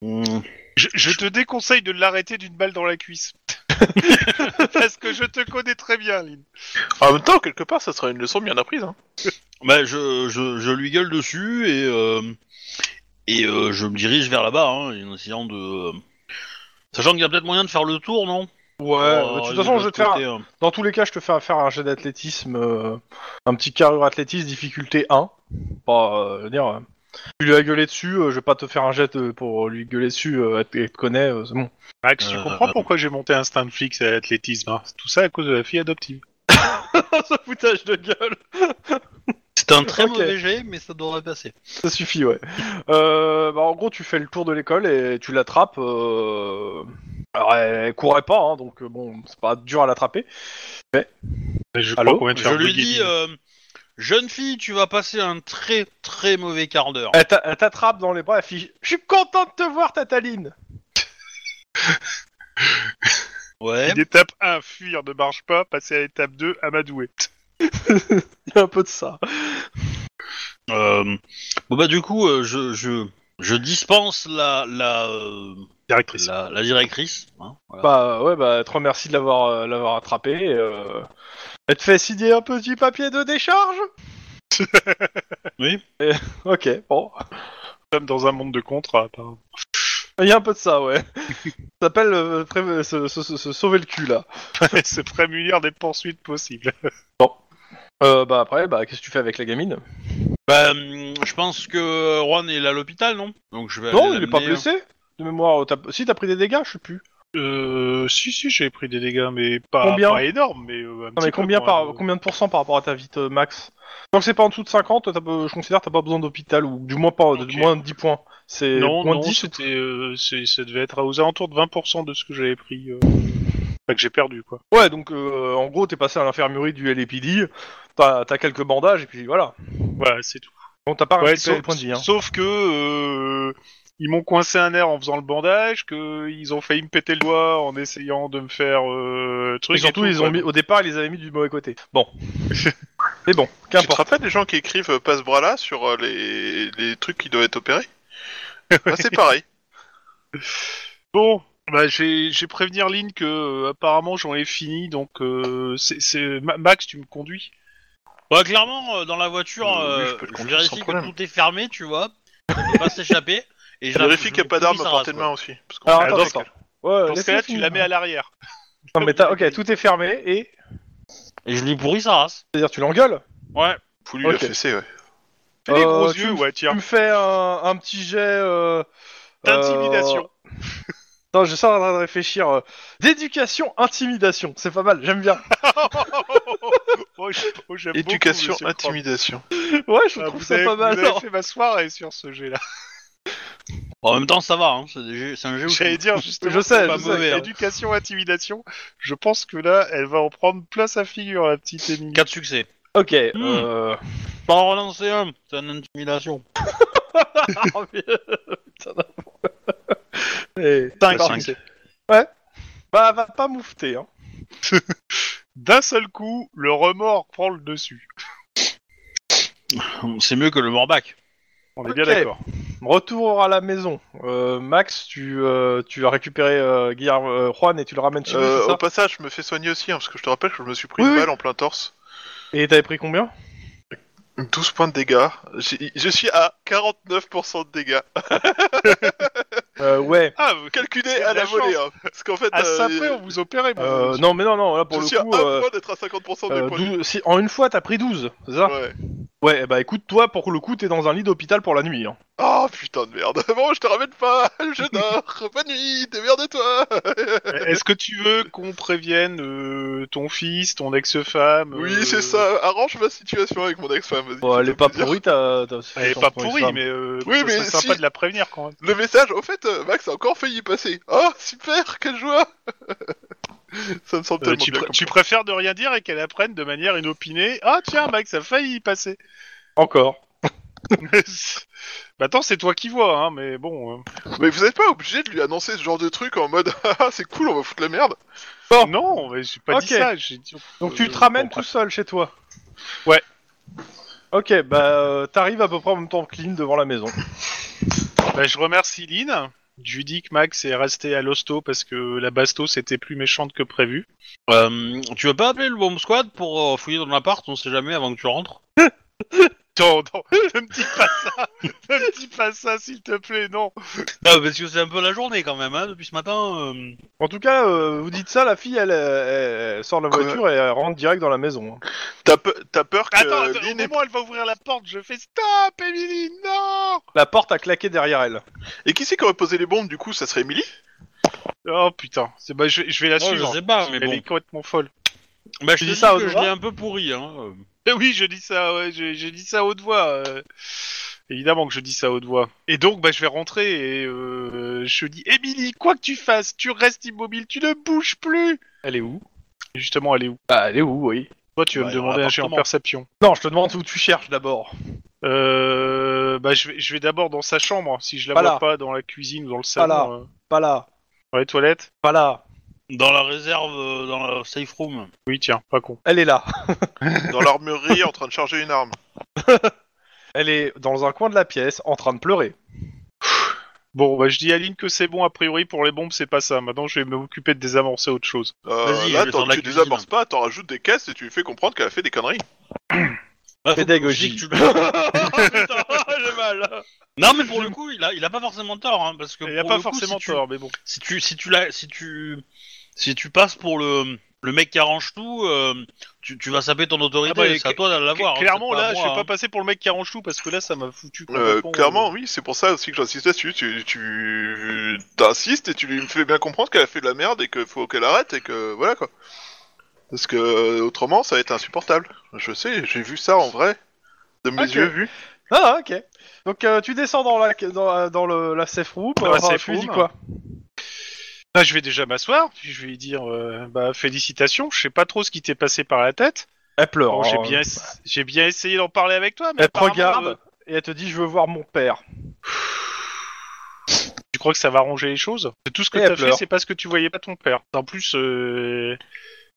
[SPEAKER 1] Euh, hmm.
[SPEAKER 3] Je, je te déconseille de l'arrêter d'une balle dans la cuisse. *laughs* Parce que je te connais très bien, Lynn.
[SPEAKER 4] En même temps, quelque part, ça sera une leçon bien apprise. Hein.
[SPEAKER 1] Bah, je, je, je lui gueule dessus et, euh, et euh, je me dirige vers là-bas hein, en essayant de. Sachant qu'il y a peut-être moyen de faire le tour, non
[SPEAKER 2] Ouais.
[SPEAKER 1] Euh,
[SPEAKER 2] de toute façon, je vais te faire.
[SPEAKER 1] côté, hein.
[SPEAKER 2] Dans tous les cas, je te fais faire un jet d'athlétisme, euh, un petit carrure athlétisme difficulté 1. Pas, euh, je veux dire, euh, tu lui as gueulé dessus, euh, je vais pas te faire un jet euh, pour lui gueuler dessus. Euh, elle te- elle te connaît, euh, c'est bon.
[SPEAKER 3] Max,
[SPEAKER 1] Euh,
[SPEAKER 3] tu comprends pourquoi j'ai monté un stand flic à l'athlétisme hein Tout ça à cause de la fille adoptive.
[SPEAKER 2] *laughs* Ce foutage de gueule.
[SPEAKER 1] C'était un très
[SPEAKER 2] Ok.
[SPEAKER 1] mauvais jet, mais ça devrait passer.
[SPEAKER 2] Ça suffit, ouais. Euh, bah, en gros, tu fais le tour de l'école et tu l'attrapes. euh, Alors, elle courait pas, hein, donc euh, bon, c'est pas dur à l'attraper.
[SPEAKER 3] Mais je
[SPEAKER 2] Allô
[SPEAKER 3] crois qu'on vient de
[SPEAKER 1] Je
[SPEAKER 3] faire
[SPEAKER 1] lui
[SPEAKER 3] bugger
[SPEAKER 1] dis
[SPEAKER 3] Lynn.
[SPEAKER 1] euh, Jeune fille, tu vas passer un très très mauvais quart
[SPEAKER 4] Euh,
[SPEAKER 1] d'heure.
[SPEAKER 2] Elle t'a- elle t'attrape dans les bras, elle fiche. Je suis content de te voir, Tataline
[SPEAKER 1] Ouais.
[SPEAKER 3] L'étape 1, fuir, ne marche pas. Passer à l'étape 2, amadouer.
[SPEAKER 2] Il y a un peu de ça.
[SPEAKER 1] Euh, Bon, bah, du coup, euh, je, je, je dispense la, la, euh,
[SPEAKER 3] Directrice.
[SPEAKER 1] la, la directrice. hein, voilà.
[SPEAKER 2] Bah ouais, bah elle te remercie de l'avoir euh, l'avoir attrapé. et, euh, Elle te fait signer un petit papier
[SPEAKER 3] *laughs*
[SPEAKER 2] de décharge
[SPEAKER 1] Oui.
[SPEAKER 2] Et- Ok, bon.
[SPEAKER 3] Nous sommes dans un monde de contrats, apparemment. *laughs*
[SPEAKER 2] Il y a un peu de ça, ouais. ça s'appelle euh, pré- se- se- se- se sauver le cul, là.
[SPEAKER 3] se prémunir des poursuites possibles.
[SPEAKER 2] Euh, bah après, bah qu'est-ce que tu fais avec la gamine
[SPEAKER 1] Bah, hum, je pense que Juan est là à l'hôpital, non Donc je
[SPEAKER 3] Euh,
[SPEAKER 1] vais.
[SPEAKER 2] Non,
[SPEAKER 1] aller
[SPEAKER 2] il est pas
[SPEAKER 1] l'amener.
[SPEAKER 2] blessé de mémoire. euh, t'as- Si t'as pris des dégâts, je sais plus.
[SPEAKER 3] Euh, si, si, j'ai pris des dégâts, mais pas,
[SPEAKER 2] Combien
[SPEAKER 3] pas énormes. Mais, euh, un
[SPEAKER 2] Non,
[SPEAKER 3] petit
[SPEAKER 2] mais
[SPEAKER 3] peu,
[SPEAKER 2] combien
[SPEAKER 3] quoi.
[SPEAKER 2] par combien de pourcents par rapport à ta vie euh, max Tant que c'est pas en dessous de 50, t'as pas- je considère que t'as pas besoin d'hôpital ou du moins pas de
[SPEAKER 3] Ok.
[SPEAKER 2] moins de 10 points. C'est
[SPEAKER 3] Non,
[SPEAKER 2] moins
[SPEAKER 3] non,
[SPEAKER 2] de 10
[SPEAKER 3] c'était, euh, c'est- ça devait être aux alentours de 20% de ce que j'avais pris. euh, Enfin, que j'ai perdu, quoi.
[SPEAKER 2] Ouais, donc euh, en gros, t'es passé à l'infirmerie du LAPD, t'as t'as quelques bandages et puis voilà.
[SPEAKER 3] Voilà, c'est tout.
[SPEAKER 2] Donc t'as pas
[SPEAKER 3] Ouais,
[SPEAKER 2] récupéré
[SPEAKER 3] sauf,
[SPEAKER 2] le point de vie. Hein.
[SPEAKER 3] sauf que euh, ils m'ont coincé un air en faisant le bandage, que ils ont failli me péter le doigt en essayant de me faire euh,
[SPEAKER 2] Et
[SPEAKER 3] truc.
[SPEAKER 2] surtout,
[SPEAKER 3] et tout,
[SPEAKER 2] ils ont
[SPEAKER 3] quoi.
[SPEAKER 2] mis, au départ, ils les avaient mis du mauvais côté.
[SPEAKER 3] *laughs*
[SPEAKER 2] Bon. Mais bon,
[SPEAKER 4] Tu te
[SPEAKER 2] qu'importe.
[SPEAKER 4] rappelles des gens qui écrivent euh, passe bras là sur euh, les... les trucs qui doivent être *laughs* opérés Bah, C'est pareil.
[SPEAKER 3] Bon, bah, j'ai j'ai prévenir Lynn que euh, apparemment j'en ai fini, donc euh, c'est c'est- Ma- Max, tu me conduis.
[SPEAKER 1] Ouais, clairement, euh, dans la voiture,
[SPEAKER 4] Euh, oui,
[SPEAKER 1] euh,
[SPEAKER 4] je peux le
[SPEAKER 1] je
[SPEAKER 4] conduire sans
[SPEAKER 1] vérifie que
[SPEAKER 4] problème.
[SPEAKER 1] tout est fermé, tu vois. On peut pas *laughs* s'échapper. Et je
[SPEAKER 4] Je vérifie
[SPEAKER 1] je
[SPEAKER 4] qu'il n'y a pas d'arme
[SPEAKER 1] pousse
[SPEAKER 4] à
[SPEAKER 1] sa
[SPEAKER 4] portée
[SPEAKER 1] race,
[SPEAKER 4] de main aussi. Parce qu'on-
[SPEAKER 2] Alors
[SPEAKER 3] Ah,
[SPEAKER 2] attends,
[SPEAKER 3] dans
[SPEAKER 2] attends.
[SPEAKER 3] ce cas-
[SPEAKER 2] Ouais,
[SPEAKER 3] Dans ce
[SPEAKER 2] Euh, laisse-le
[SPEAKER 3] cas-là, tu
[SPEAKER 2] finir.
[SPEAKER 3] la mets à l'arrière.
[SPEAKER 2] Non, mais t'as- ok, tout est fermé et
[SPEAKER 1] quoi. Et je lui pourris sa race.
[SPEAKER 2] c'est-à-dire tu l'engueules.
[SPEAKER 4] Faut lui
[SPEAKER 2] Ok.
[SPEAKER 4] la fesser, ouais.
[SPEAKER 3] Fais les
[SPEAKER 2] Euh,
[SPEAKER 3] gros
[SPEAKER 2] tu
[SPEAKER 3] yeux,
[SPEAKER 2] me-
[SPEAKER 3] ouais,
[SPEAKER 2] Tu
[SPEAKER 3] *laughs* tiens.
[SPEAKER 2] me fais un, un petit jet. Euh,
[SPEAKER 3] D'intimidation.
[SPEAKER 2] euh, *laughs* Non, je suis en train de réfléchir. euh, D'éducation, intimidation. C'est pas mal, j'aime bien. *laughs*
[SPEAKER 3] Oh, j- oh, j'aime beaucoup,
[SPEAKER 4] Éducation,
[SPEAKER 3] monsieur Crump.
[SPEAKER 4] intimidation.
[SPEAKER 2] Ouais, je
[SPEAKER 3] Ah,
[SPEAKER 2] trouve
[SPEAKER 3] vous
[SPEAKER 2] ça
[SPEAKER 3] avez-
[SPEAKER 2] pas mal.
[SPEAKER 3] Vous avez
[SPEAKER 2] non.
[SPEAKER 3] fait ma soirée sur ce jet-là.
[SPEAKER 1] En même temps, ça va, hein. c'est des jeux- c'est un jeu
[SPEAKER 3] *laughs*
[SPEAKER 1] où
[SPEAKER 3] J'allais dire justement.
[SPEAKER 2] Je sais,
[SPEAKER 3] c'est pas
[SPEAKER 2] je
[SPEAKER 1] sais.
[SPEAKER 3] mauvais, hein. Éducation, intimidation. Je pense que là, elle va en prendre plein sa figure, la petite Émilie.
[SPEAKER 1] 4 succès.
[SPEAKER 2] Ok.
[SPEAKER 1] Hmm.
[SPEAKER 3] *laughs*
[SPEAKER 2] euh,
[SPEAKER 1] Je peux en relancer un, c'est une intimidation.
[SPEAKER 3] Ah,
[SPEAKER 2] oh, mais- putain, n'importe quoi. Et-
[SPEAKER 3] Cinq,
[SPEAKER 1] Cinq.
[SPEAKER 3] succès.
[SPEAKER 2] Bah, va pas moufter. Hein.
[SPEAKER 3] D'un seul coup, le remords prend le dessus.
[SPEAKER 1] C'est mieux que le Morbac.
[SPEAKER 3] On est
[SPEAKER 2] Ok.
[SPEAKER 3] bien d'accord.
[SPEAKER 2] Retour à la maison. Euh, Max, tu, euh, tu as récupéré euh, Guillermo- euh, Juan et tu le ramènes chez lui,
[SPEAKER 4] Euh,
[SPEAKER 2] c'est
[SPEAKER 4] au
[SPEAKER 2] ça
[SPEAKER 4] passage, je me fais soigner aussi, hein, parce que je te rappelle que je me suis pris
[SPEAKER 2] Oui,
[SPEAKER 4] une
[SPEAKER 2] oui.
[SPEAKER 4] balle en plein torse.
[SPEAKER 2] Et t'avais pris combien
[SPEAKER 4] 12 points de dégâts. J'ai- Je suis à 49% de dégâts.
[SPEAKER 2] euh, Ouais.
[SPEAKER 3] Ah,
[SPEAKER 4] Calculé
[SPEAKER 3] de la
[SPEAKER 4] à la volée, hein. Parce qu'en fait,
[SPEAKER 3] à ça
[SPEAKER 4] euh,
[SPEAKER 3] près, on vous opérait. mon
[SPEAKER 2] Euh,
[SPEAKER 3] monsieur.
[SPEAKER 2] non, mais non, non, là pour
[SPEAKER 4] je
[SPEAKER 2] le
[SPEAKER 4] suis
[SPEAKER 2] coup.
[SPEAKER 4] à un
[SPEAKER 2] euh,
[SPEAKER 4] point d'être à 50% des
[SPEAKER 2] Euh,
[SPEAKER 4] points de vie.
[SPEAKER 2] douze- si, en une fois, t'as pris 12, c'est ça
[SPEAKER 4] Ouais.
[SPEAKER 2] Ouais, eh bah écoute, toi, pour le coup, t'es dans un lit d'hôpital pour la nuit. Hein.
[SPEAKER 4] Oh putain de merde. *laughs* Bon, je te ramène pas. Je dors. Bonne nuit. Démerde-toi.
[SPEAKER 3] *laughs*
[SPEAKER 2] euh,
[SPEAKER 3] Est-ce que tu veux qu'on prévienne euh, ton fils, ton ex-femme euh,
[SPEAKER 4] Oui, c'est ça. Arrange ma situation avec mon ex-femme. vas-y,
[SPEAKER 2] Bon,
[SPEAKER 4] ça
[SPEAKER 2] elle
[SPEAKER 4] fait
[SPEAKER 2] est pas
[SPEAKER 4] plaisir.
[SPEAKER 2] pourrie, t'as.
[SPEAKER 3] Elle est pas pourrie, mais euh,
[SPEAKER 4] Oui,
[SPEAKER 3] ça
[SPEAKER 4] mais
[SPEAKER 3] serait sympa
[SPEAKER 4] si.
[SPEAKER 3] de la prévenir quand même.
[SPEAKER 4] Le message, au fait, euh, Max a encore failli y passer. Oh, super, quelle joie *laughs* Ça me semble
[SPEAKER 3] Euh,
[SPEAKER 4] tellement
[SPEAKER 3] tu,
[SPEAKER 4] bien.
[SPEAKER 3] pr-
[SPEAKER 4] comme
[SPEAKER 3] tu préfères de *laughs* rien dire et qu'elle apprenne de manière inopinée. Ah tiens, Max, ça a failli y passer.
[SPEAKER 2] Encore.
[SPEAKER 3] bah attends, c'est toi qui vois, hein, mais bon. euh,
[SPEAKER 4] Mais vous n'êtes pas obligé de lui annoncer ce genre de truc en mode *laughs* Ah, ah, c'est cool, on va foutre la merde.
[SPEAKER 2] Bon.
[SPEAKER 3] Non, mais j'ai pas dit
[SPEAKER 2] Ok.
[SPEAKER 3] ça. j'ai dit-
[SPEAKER 2] Donc
[SPEAKER 3] Euh,
[SPEAKER 2] tu te ramènes
[SPEAKER 3] bon,
[SPEAKER 2] tout seul chez toi
[SPEAKER 3] Ouais.
[SPEAKER 2] Ok, bah euh, t'arrives à peu près en même temps que Lynn devant la maison.
[SPEAKER 3] Bah, je remercie Lynn. Je lui dis que Max est resté à l'hosto parce que la bastos était plus méchante que prévu.
[SPEAKER 1] Euh, tu veux pas appeler le bomb squad pour euh, fouiller dans l'appart On sait jamais avant que tu rentres.
[SPEAKER 3] Non, non, *laughs* ne me dis pas ça Ne me dis pas ça, s'il te plaît, non
[SPEAKER 1] Ah, parce que c'est un peu la journée quand même, hein, depuis ce matin. euh.
[SPEAKER 2] En tout cas, euh, vous dites ça, la fille, elle, euh, elle sort de la
[SPEAKER 4] Quoi
[SPEAKER 2] voiture et elle rentre direct dans la maison. hein.
[SPEAKER 4] T'as pe- t'as peur que
[SPEAKER 3] Attends, attends,
[SPEAKER 4] Lynn
[SPEAKER 3] au
[SPEAKER 4] ait-
[SPEAKER 3] moment où elle va ouvrir la porte, je fais Stop, Emily, non
[SPEAKER 2] La porte a claqué derrière elle.
[SPEAKER 4] Et qui c'est qui aurait posé les bombes du coup Ça serait Emily
[SPEAKER 3] Oh putain, c'est bah, je, vais- je vais la
[SPEAKER 1] Oh,
[SPEAKER 3] suivre.
[SPEAKER 1] je sais pas, mais
[SPEAKER 3] elle
[SPEAKER 1] bon.
[SPEAKER 3] est complètement folle.
[SPEAKER 1] Bah,
[SPEAKER 2] Tu
[SPEAKER 1] je te
[SPEAKER 2] dis
[SPEAKER 1] dis
[SPEAKER 2] ça au
[SPEAKER 1] que je
[SPEAKER 2] devoir
[SPEAKER 1] l'ai un peu pourri. Hein. euh.
[SPEAKER 3] Eh *laughs* oui, je dis ça, ouais, je, je dis ça à haute voix. euh. Évidemment que je dis ça à haute voix. Et donc, bah, je vais rentrer et euh, je dis Émilie, quoi que tu fasses, tu restes immobile, tu ne bouges plus Elle est où Justement, elle est où
[SPEAKER 2] Bah, elle est où, oui
[SPEAKER 3] Toi, tu vas
[SPEAKER 1] Bah,
[SPEAKER 3] me
[SPEAKER 1] dans
[SPEAKER 3] demander un jet en
[SPEAKER 1] l'appartement.
[SPEAKER 3] perception.
[SPEAKER 2] Non, je te demande où tu cherches d'abord.
[SPEAKER 3] Euh, bah, je vais, je vais d'abord dans sa chambre, si je la
[SPEAKER 2] Pas
[SPEAKER 3] vois
[SPEAKER 2] là.
[SPEAKER 3] pas dans la cuisine ou dans le
[SPEAKER 2] Pas
[SPEAKER 3] salon.
[SPEAKER 2] là.
[SPEAKER 3] euh.
[SPEAKER 2] Pas là,
[SPEAKER 3] Dans les toilettes
[SPEAKER 2] pas là.
[SPEAKER 1] Dans la réserve, euh, dans la safe room.
[SPEAKER 3] Oui, tiens, pas con.
[SPEAKER 2] Elle est là.
[SPEAKER 4] Dans l'armurerie en train de charger une arme.
[SPEAKER 2] Elle est dans un coin de la pièce en train de pleurer.
[SPEAKER 3] Bon, bah, je dis à Aline que c'est bon, a priori, pour les bombes, c'est pas ça. Maintenant, je vais m'occuper de désamorcer autre chose.
[SPEAKER 4] Euh,
[SPEAKER 1] Vas-y, je
[SPEAKER 4] là,
[SPEAKER 1] vais
[SPEAKER 4] tant
[SPEAKER 1] faire de
[SPEAKER 4] que
[SPEAKER 1] la
[SPEAKER 4] tu
[SPEAKER 1] cuisine.
[SPEAKER 4] désamorces pas, t'en rajoutes des caisses et tu lui fais comprendre qu'elle a fait des conneries.
[SPEAKER 1] Ah, faut que-
[SPEAKER 2] Pédagogie.
[SPEAKER 1] je dis que tu- Oh, putain, *laughs* j'ai mal. Non, mais pour le coup, il a, il a pas forcément tort. Hein, parce que
[SPEAKER 3] Il n'y a
[SPEAKER 1] pour
[SPEAKER 3] pas
[SPEAKER 1] le coup,
[SPEAKER 3] forcément
[SPEAKER 1] si tu-
[SPEAKER 3] tort, mais bon.
[SPEAKER 1] si tu si tu la- si tu si tu passes pour le le mec qui arrange tout, euh, tu, tu vas saper ton autorité.
[SPEAKER 3] Ah bah,
[SPEAKER 1] c'est à
[SPEAKER 3] cl-
[SPEAKER 1] toi de l'avoir. hein,
[SPEAKER 3] clairement,
[SPEAKER 1] c'est pas
[SPEAKER 3] là,
[SPEAKER 1] à moi,
[SPEAKER 3] je vais pas
[SPEAKER 1] hein.
[SPEAKER 3] passer pour le mec qui arrange tout parce que là, ça m'a foutu.
[SPEAKER 4] Euh,
[SPEAKER 3] complètement,
[SPEAKER 4] clairement,
[SPEAKER 3] euh.
[SPEAKER 4] oui, c'est pour ça aussi que j'insiste là-dessus. Tu, tu t'insistes et tu lui fais bien comprendre qu'elle a fait de la merde et qu'il faut qu'elle arrête et que voilà quoi. Parce que euh, autrement, ça va être insupportable. Je sais, j'ai vu ça en vrai, de mes
[SPEAKER 2] Ok.
[SPEAKER 4] yeux vus.
[SPEAKER 2] Ah, ok. Donc euh, tu descends dans la dans, la- dans le, la safe room.
[SPEAKER 3] Dans la
[SPEAKER 2] enfin,
[SPEAKER 3] safe
[SPEAKER 2] tu lui dis
[SPEAKER 3] room.
[SPEAKER 2] quoi
[SPEAKER 3] Là, je vais déjà m'asseoir. Puis je vais lui dire, euh, bah, félicitations. Je sais pas trop ce qui t'est passé par la tête.
[SPEAKER 2] Elle pleure.
[SPEAKER 3] Bon, Oh, j'ai
[SPEAKER 2] hein.
[SPEAKER 3] bien, ess- j'ai bien essayé d'en parler avec toi, mais
[SPEAKER 2] Elle te
[SPEAKER 3] apparemment,
[SPEAKER 2] regarde
[SPEAKER 3] euh,
[SPEAKER 2] et elle te dit je veux voir mon père.
[SPEAKER 3] tu crois que ça va arranger les choses C'est Tout ce que
[SPEAKER 2] Et elle
[SPEAKER 3] t'as fait,
[SPEAKER 2] pleure.
[SPEAKER 3] c'est parce que tu voyais pas ton père. En plus, euh,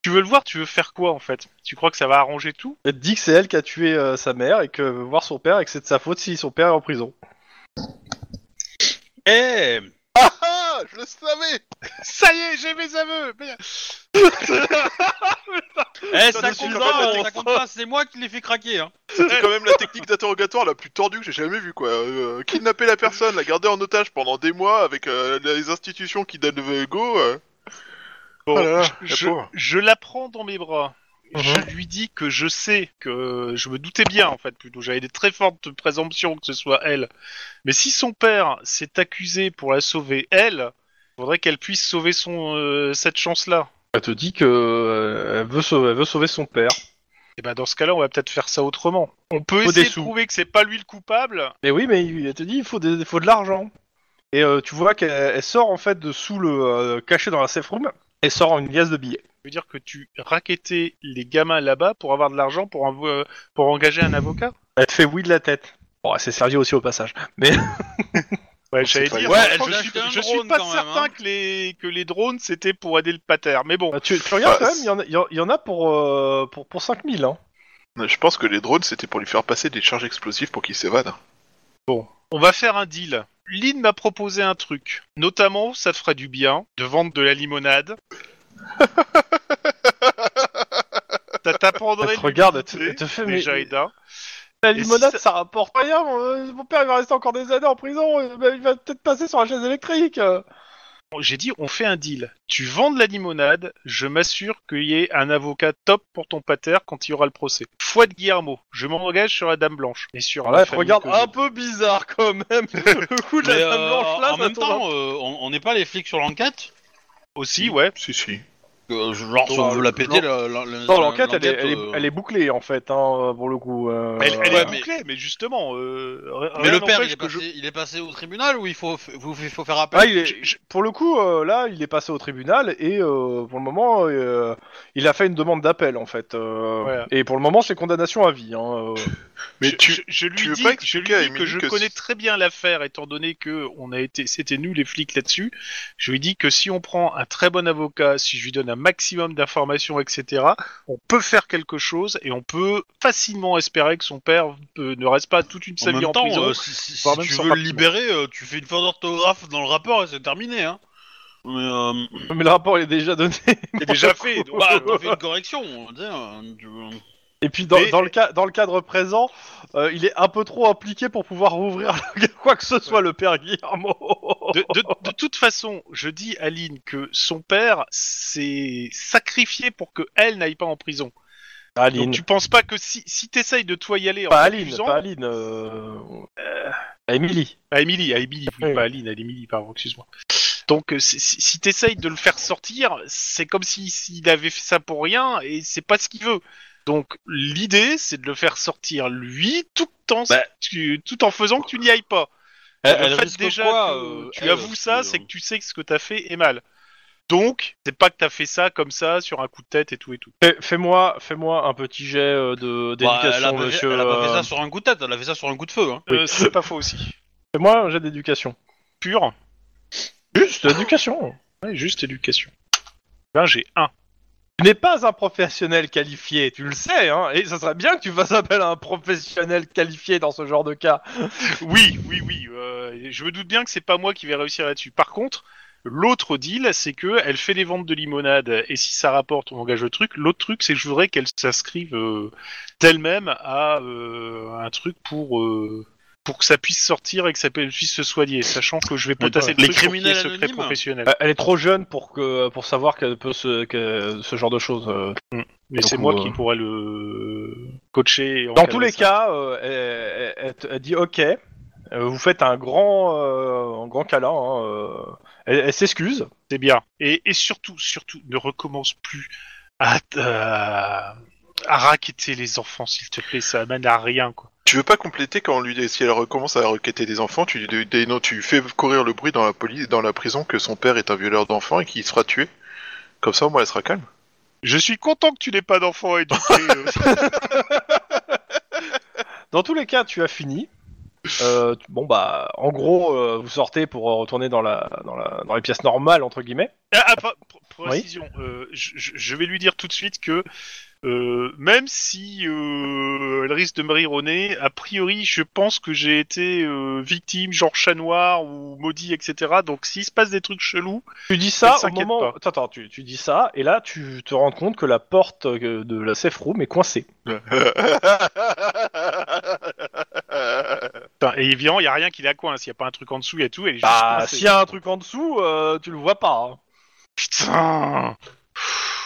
[SPEAKER 3] tu veux le voir, tu veux faire quoi en fait Tu crois que ça va arranger tout
[SPEAKER 2] Elle te dit que c'est elle qui a tué euh, sa mère et que veut voir son père et que c'est de sa faute si son père est en prison.
[SPEAKER 1] Eh,
[SPEAKER 4] Ah, je le savais.
[SPEAKER 3] Ça y est, j'ai mes aveux. Merde.
[SPEAKER 1] eh,
[SPEAKER 4] Ça
[SPEAKER 1] ça
[SPEAKER 4] déçoit
[SPEAKER 1] compte
[SPEAKER 4] quand même la
[SPEAKER 1] pas,
[SPEAKER 4] technique.
[SPEAKER 1] ça compte pas. C'est moi qui l'ai fait craquer. Hein.
[SPEAKER 4] C'était quand même la technique d'interrogatoire la plus tordue que j'ai jamais vue quoi. Euh, kidnapper la personne, la garder en otage pendant des mois avec euh, les institutions qui donnent le go. euh.
[SPEAKER 3] Bon,
[SPEAKER 4] Oh là là, la
[SPEAKER 3] je,
[SPEAKER 4] pauvre.
[SPEAKER 3] je la prends dans mes bras.
[SPEAKER 2] Mhm.
[SPEAKER 3] Je lui dis que je sais que je me doutais bien en fait plutôt. J'avais des très fortes présomptions que ce soit elle. Mais si son père s'est accusé pour la sauver elle, faudrait qu'elle puisse sauver son euh, cette chance là.
[SPEAKER 2] Elle te dit que euh, elle veut sauver, elle veut sauver son père.
[SPEAKER 3] Et ben dans ce cas-là, on va peut-être faire ça autrement. On peut
[SPEAKER 2] Faut
[SPEAKER 3] essayer
[SPEAKER 2] des
[SPEAKER 3] de
[SPEAKER 2] sous.
[SPEAKER 3] prouver que c'est pas lui le coupable.
[SPEAKER 2] Mais oui, mais il- elle te dit il faut, des- il faut de l'argent. Et euh, tu vois qu'elle elle sort en fait de sous le euh, caché dans la safe room et sort une liasse de billets.
[SPEAKER 3] Je veux dire que tu raquettais les gamins là-bas pour avoir de l'argent pour un vo- euh, pour engager un avocat.
[SPEAKER 2] Elle te fait oui de la tête. Bon, elle s'est servie aussi au passage. Mais
[SPEAKER 3] Ouais, j'allais
[SPEAKER 4] pas
[SPEAKER 3] dire.
[SPEAKER 1] grave.
[SPEAKER 3] je crois
[SPEAKER 1] Ouais, elle
[SPEAKER 3] que
[SPEAKER 1] a
[SPEAKER 3] je suis,
[SPEAKER 1] acheté un
[SPEAKER 3] je suis
[SPEAKER 1] drone
[SPEAKER 3] pas
[SPEAKER 1] quand même,
[SPEAKER 3] certain
[SPEAKER 1] hein.
[SPEAKER 3] que les que les drones c'était pour aider le pater, mais bon.
[SPEAKER 2] euh, tu, tu regardes
[SPEAKER 4] Ouais,
[SPEAKER 2] quand même, il y en a- il y, en- il y en a pour, euh, pour, pour 5000. Hein.
[SPEAKER 4] Je pense que les drones c'était pour lui faire passer des charges explosives pour qu'il s'évade.
[SPEAKER 3] On va faire un deal. Lynn m'a proposé un truc. Notamment, ça te ferait du bien de vendre de la
[SPEAKER 2] *laughs*
[SPEAKER 3] limonade. ça t'apprendrait
[SPEAKER 2] Elle te
[SPEAKER 3] de
[SPEAKER 2] regarde, elle te,
[SPEAKER 3] l'humilité,
[SPEAKER 2] elle te fait mais,
[SPEAKER 3] déjà, Aida.
[SPEAKER 2] la
[SPEAKER 3] et si
[SPEAKER 2] limonade
[SPEAKER 3] ça-
[SPEAKER 2] ça... rapporte rien. Mon, euh, mon père il va rester encore des années en prison. euh, bah, il va peut-être passer sur la chaise électrique. euh.
[SPEAKER 3] J'ai dit, on fait un deal. Tu vends de la limonade, je m'assure qu'il y ait un avocat top pour ton pater quand il y aura le procès. Foi de Guillermo, je m'engage sur la Dame Blanche. Et sur
[SPEAKER 2] Alors là,
[SPEAKER 3] la
[SPEAKER 2] elle te
[SPEAKER 3] famille
[SPEAKER 2] regarde
[SPEAKER 3] que
[SPEAKER 2] un peu bizarre quand même. *laughs* le coup de la
[SPEAKER 1] Mais,
[SPEAKER 2] dame
[SPEAKER 1] euh,
[SPEAKER 2] blanche là,
[SPEAKER 1] en
[SPEAKER 2] ça
[SPEAKER 3] hein.
[SPEAKER 1] même
[SPEAKER 2] tourne un
[SPEAKER 1] temps, euh, on on n'est pas les flics sur l'enquête.
[SPEAKER 3] Aussi, ouais.
[SPEAKER 4] Si si.
[SPEAKER 1] Euh, genre, si
[SPEAKER 2] Non,
[SPEAKER 1] on veut la
[SPEAKER 2] non.
[SPEAKER 1] péter, la- la- la-
[SPEAKER 2] Non, l'enquête, elle, est-
[SPEAKER 1] l'enquête,
[SPEAKER 2] elle est-
[SPEAKER 1] euh,
[SPEAKER 2] elle est bouclée en fait, hein, pour le coup. euh,
[SPEAKER 3] Elle, elle
[SPEAKER 1] ouais,
[SPEAKER 3] est
[SPEAKER 1] mais-
[SPEAKER 3] bouclée, mais, justement. euh, rien
[SPEAKER 1] Mais le père,
[SPEAKER 3] n'empêche
[SPEAKER 1] il est,
[SPEAKER 3] que
[SPEAKER 1] passé,
[SPEAKER 3] je-
[SPEAKER 1] il est passé au tribunal ou il faut, f- vous- il faut faire appel
[SPEAKER 2] Ah, il est- pour le coup, euh, là, il est passé au tribunal et euh, pour le moment, euh, il a fait une demande d'appel en fait. euh,
[SPEAKER 3] Voilà.
[SPEAKER 2] Et pour le moment, c'est condamnation à vie. hein, euh. *laughs*
[SPEAKER 4] Mais
[SPEAKER 3] je,
[SPEAKER 4] tu-
[SPEAKER 3] je- je lui
[SPEAKER 4] tu veux
[SPEAKER 3] dis,
[SPEAKER 4] pas
[SPEAKER 3] je lui
[SPEAKER 4] expliquer à
[SPEAKER 3] dis
[SPEAKER 4] Émilie
[SPEAKER 3] que je
[SPEAKER 4] que
[SPEAKER 3] connais
[SPEAKER 4] c'est-
[SPEAKER 3] très bien l'affaire, étant donné que on a été, c'était nous les flics là-dessus. Je lui dis que si on prend un très bon avocat, si je lui donne un maximum d'informations, etc., on peut faire quelque chose et on peut facilement espérer que son père euh, ne reste pas toute une
[SPEAKER 1] En
[SPEAKER 3] sa vie
[SPEAKER 1] même
[SPEAKER 3] en
[SPEAKER 1] temps,
[SPEAKER 3] prison.
[SPEAKER 1] euh, si, si-
[SPEAKER 3] voire
[SPEAKER 1] si
[SPEAKER 3] même
[SPEAKER 1] tu
[SPEAKER 3] sans
[SPEAKER 1] veux le
[SPEAKER 3] papier.
[SPEAKER 1] libérer, euh, tu fais une faute d'orthographe dans le rapport et c'est terminé. Hein. Mais, euh,
[SPEAKER 2] Mais le rapport est déjà donné.
[SPEAKER 3] *laughs* C'est déjà fait.
[SPEAKER 1] *laughs*
[SPEAKER 3] donc,
[SPEAKER 1] bah,
[SPEAKER 3] euh,
[SPEAKER 1] t'as fait une correction. on va dire, euh, tu-
[SPEAKER 2] Et puis dans,
[SPEAKER 3] Mais-
[SPEAKER 2] dans le, cas, dans le cadre présent, euh, il est un peu trop impliqué pour pouvoir rouvrir *laughs* le- quoi que ce soit le père Guillermo.
[SPEAKER 3] de, de- de toute façon, je dis à Lynn que son père s'est sacrifié pour que elle n'aille pas en prison.
[SPEAKER 2] Aline.
[SPEAKER 3] Donc tu penses pas que si, si t'essayes de toi y aller en
[SPEAKER 2] Pas Aline,
[SPEAKER 3] t'accusant- Ah,
[SPEAKER 2] pas Aline. Euh... Emily.
[SPEAKER 3] À Emily, à Emily, oui,
[SPEAKER 2] Oui.
[SPEAKER 3] pas à Lynn, à Emily, pardon, excuse-moi. Donc, euh, si, si si t'essayes de le faire sortir, c'est comme si- s'il avait fait ça pour rien et c'est pas ce qu'il veut. Donc, l'idée, c'est de le faire sortir lui, tout en,
[SPEAKER 1] Bah.
[SPEAKER 3] tu- tout en faisant que tu n'y ailles pas.
[SPEAKER 1] Elle-
[SPEAKER 3] le
[SPEAKER 1] elle
[SPEAKER 3] fait
[SPEAKER 1] risque
[SPEAKER 3] déjà
[SPEAKER 1] quoi,
[SPEAKER 3] que
[SPEAKER 1] euh,
[SPEAKER 3] tu
[SPEAKER 1] elle,
[SPEAKER 3] avoues ça,
[SPEAKER 1] si, euh,
[SPEAKER 3] c'est que tu sais que ce que t'as fait est mal. Donc, c'est pas que t'as fait ça comme ça, sur un coup de tête et tout et tout.
[SPEAKER 2] Fais- Fais-moi fais-moi un petit jet euh, de
[SPEAKER 1] Bah, elle, a
[SPEAKER 2] d'éducation,
[SPEAKER 1] pas fait-
[SPEAKER 2] monsieur.
[SPEAKER 1] elle a pas fait
[SPEAKER 2] euh,
[SPEAKER 1] ça sur un coup de tête, elle a fait ça sur un coup de feu. Hein.
[SPEAKER 3] Euh, c'est pas faux aussi.
[SPEAKER 2] Fais-moi un jet d'éducation.
[SPEAKER 3] Pur,
[SPEAKER 2] Juste d'éducation.
[SPEAKER 3] ouais, juste éducation. Ben, j'ai un.
[SPEAKER 2] Tu n'es pas un professionnel qualifié, tu le sais, hein, et ça serait bien que tu fasses appel à un professionnel qualifié dans ce genre de cas.
[SPEAKER 3] Oui, oui, oui. euh, je me doute bien que c'est pas moi qui vais réussir là-dessus. Par contre, l'autre deal, c'est que elle fait des ventes de limonade et si ça rapporte, on engage le truc. L'autre truc, c'est que je voudrais qu'elle s'inscrive euh, d'elle-même à euh, un truc pour euh, pour que ça puisse sortir et que ça puisse se soigner, sachant que je vais potasser le
[SPEAKER 1] Les
[SPEAKER 3] truc pour qu'il y ait
[SPEAKER 1] criminels
[SPEAKER 3] secret
[SPEAKER 1] anonymes
[SPEAKER 3] professionnel.
[SPEAKER 2] Euh, Elle est trop jeune pour que pour savoir qu'elle peut ce que ce genre de choses. euh.
[SPEAKER 3] Mais
[SPEAKER 2] donc,
[SPEAKER 3] c'est moi
[SPEAKER 2] euh,
[SPEAKER 3] qui pourrais le coacher. et
[SPEAKER 2] Dans
[SPEAKER 3] encadrer
[SPEAKER 2] tous les
[SPEAKER 3] ça.
[SPEAKER 2] cas, euh, elle, elle- elle te- elle dit OK. euh, vous faites un grand euh, un grand câlin. hein, euh. Elle, elle s'excuse.
[SPEAKER 3] C'est bien. Et, et surtout, surtout, ne recommence plus à, euh, à, à raqueter les enfants, s'il te plaît. Ça amène à rien, quoi.
[SPEAKER 4] Tu veux pas compléter quand on lui dit- si elle recommence à requêter des enfants, tu, lui dis- non, tu fais courir le bruit dans la police, dans la prison que son père est un violeur d'enfants et qu'il sera tué. Comme ça, au moins, elle sera calme.
[SPEAKER 3] Je suis content que tu n'aies pas d'enfants éduqués.
[SPEAKER 2] *laughs*
[SPEAKER 3] euh.
[SPEAKER 2] Dans tous les cas, tu as fini. Euh, tu- bon bah, en gros, euh, vous sortez pour euh, retourner dans la dans la dans les pièces normales entre guillemets.
[SPEAKER 3] Ah, ah, pas- pr-
[SPEAKER 2] Oui.
[SPEAKER 3] précision. euh, je, je- je vais lui dire tout de suite que euh, même si euh, elle risque de me rire au nez, a priori, je pense que j'ai été euh, victime, genre chat noir ou maudit, etc. Donc s'il se passe des trucs chelous,
[SPEAKER 2] Tu dis ça
[SPEAKER 3] Ne
[SPEAKER 2] au
[SPEAKER 3] s'inquiète
[SPEAKER 2] moment.
[SPEAKER 3] pas.
[SPEAKER 2] Attends, attends, tu, tu dis ça, et là, tu te rends compte que la porte euh, de la safe room est coincée.
[SPEAKER 3] Putain, et évidemment, il n'y a rien qui la coince. Il n'y a pas un truc en dessous, il y a tout. Elle est
[SPEAKER 2] Bah,
[SPEAKER 3] juste coincée.
[SPEAKER 2] s'il y a un truc en dessous, euh, tu le vois pas. hein.
[SPEAKER 3] Putain
[SPEAKER 2] Ah,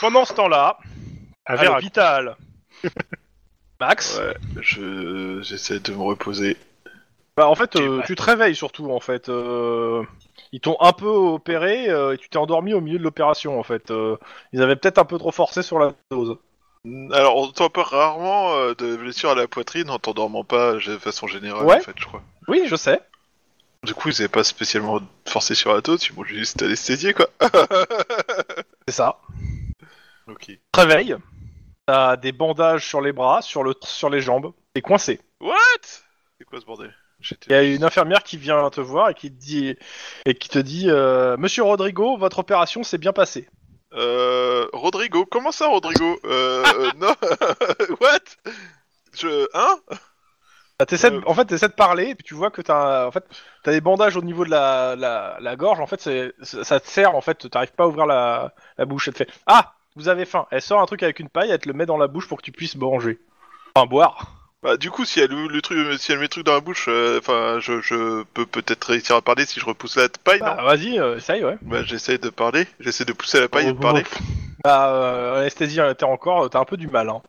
[SPEAKER 2] Pendant ce temps-là, à
[SPEAKER 3] Avera-
[SPEAKER 2] l'hôpital. *laughs* Max,
[SPEAKER 4] Ouais, je, j'essaie de me reposer.
[SPEAKER 2] bah en fait,
[SPEAKER 3] Ok,
[SPEAKER 2] euh,
[SPEAKER 3] bah.
[SPEAKER 2] tu te réveilles surtout en fait. euh, ils t'ont un peu opéré euh, et tu t'es endormi au milieu de l'opération en fait. euh, ils avaient peut-être un peu trop forcé sur la dose.
[SPEAKER 4] Alors, on t'empare rarement euh, de blessures à la poitrine en t'endormant pas euh, de façon générale,
[SPEAKER 2] Ouais.
[SPEAKER 4] en fait, je crois.
[SPEAKER 2] Oui, je sais.
[SPEAKER 4] Du coup, ils avaient pas spécialement forcé sur la dose, ils m'ont juste anesthésié, quoi.
[SPEAKER 2] C'est ça.
[SPEAKER 4] Ok.
[SPEAKER 2] Tu te réveilles. T'as des bandages sur les bras, sur le, sur les jambes. T'es coincé.
[SPEAKER 4] C'est quoi ce bordel J'étais-
[SPEAKER 2] Il y a une infirmière qui vient te voir et qui te dit, et qui te dit euh, Monsieur Rodrigo, votre opération s'est bien passée.
[SPEAKER 4] Euh, Rodrigo, comment ça, Rodrigo euh,
[SPEAKER 2] *laughs*
[SPEAKER 4] euh, non *laughs* What Je... Hein
[SPEAKER 2] Ah, t'essaies de-
[SPEAKER 4] Euh.
[SPEAKER 2] En fait, tu essaies de parler, et puis tu vois que tu as, en fait, t'as des bandages au niveau de la, la, la gorge. En fait, c'est- ça ça te sert, en fait, t'arrives pas à ouvrir la, la bouche. Elle te fait Ah, vous avez faim. Elle sort un truc avec une paille, elle te le met dans la bouche pour que tu puisses manger. Enfin, boire.
[SPEAKER 4] Bah, du coup, si elle, ouvre le truc, si elle met le truc dans la bouche, euh, enfin, je, je peux peut-être réussir à parler si je repousse la paille,
[SPEAKER 2] Bah,
[SPEAKER 4] non
[SPEAKER 2] vas-y, euh, essaye, ouais.
[SPEAKER 4] Bah, j'essaie de parler, j'essaie de pousser la paille et de
[SPEAKER 2] Oh,
[SPEAKER 4] parler.
[SPEAKER 2] Bah, euh, anesthésie, euh, t'es encore, t'as un peu du mal. Hein.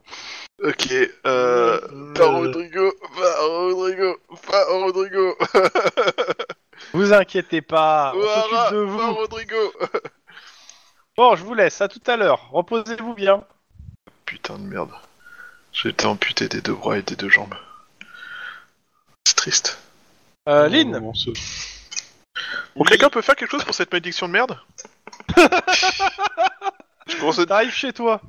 [SPEAKER 4] Ok, euh... Pas Rodrigo, pas Rodrigo, pas Rodrigo,
[SPEAKER 2] Vous inquiétez pas, on
[SPEAKER 4] Ouara,
[SPEAKER 2] s'occupe de
[SPEAKER 4] pas
[SPEAKER 2] vous.
[SPEAKER 4] Rodrigo.
[SPEAKER 2] Bon, je vous laisse, à tout à l'heure. Reposez-vous bien.
[SPEAKER 4] Putain de merde. J'ai été amputé des deux bras et des deux jambes. C'est triste.
[SPEAKER 2] Euh, Lynn
[SPEAKER 3] Bon, ce-
[SPEAKER 4] Donc quelqu'un peut faire quelque chose pour cette malédiction de *laughs* merde Je commence à...
[SPEAKER 2] T'arrives chez toi.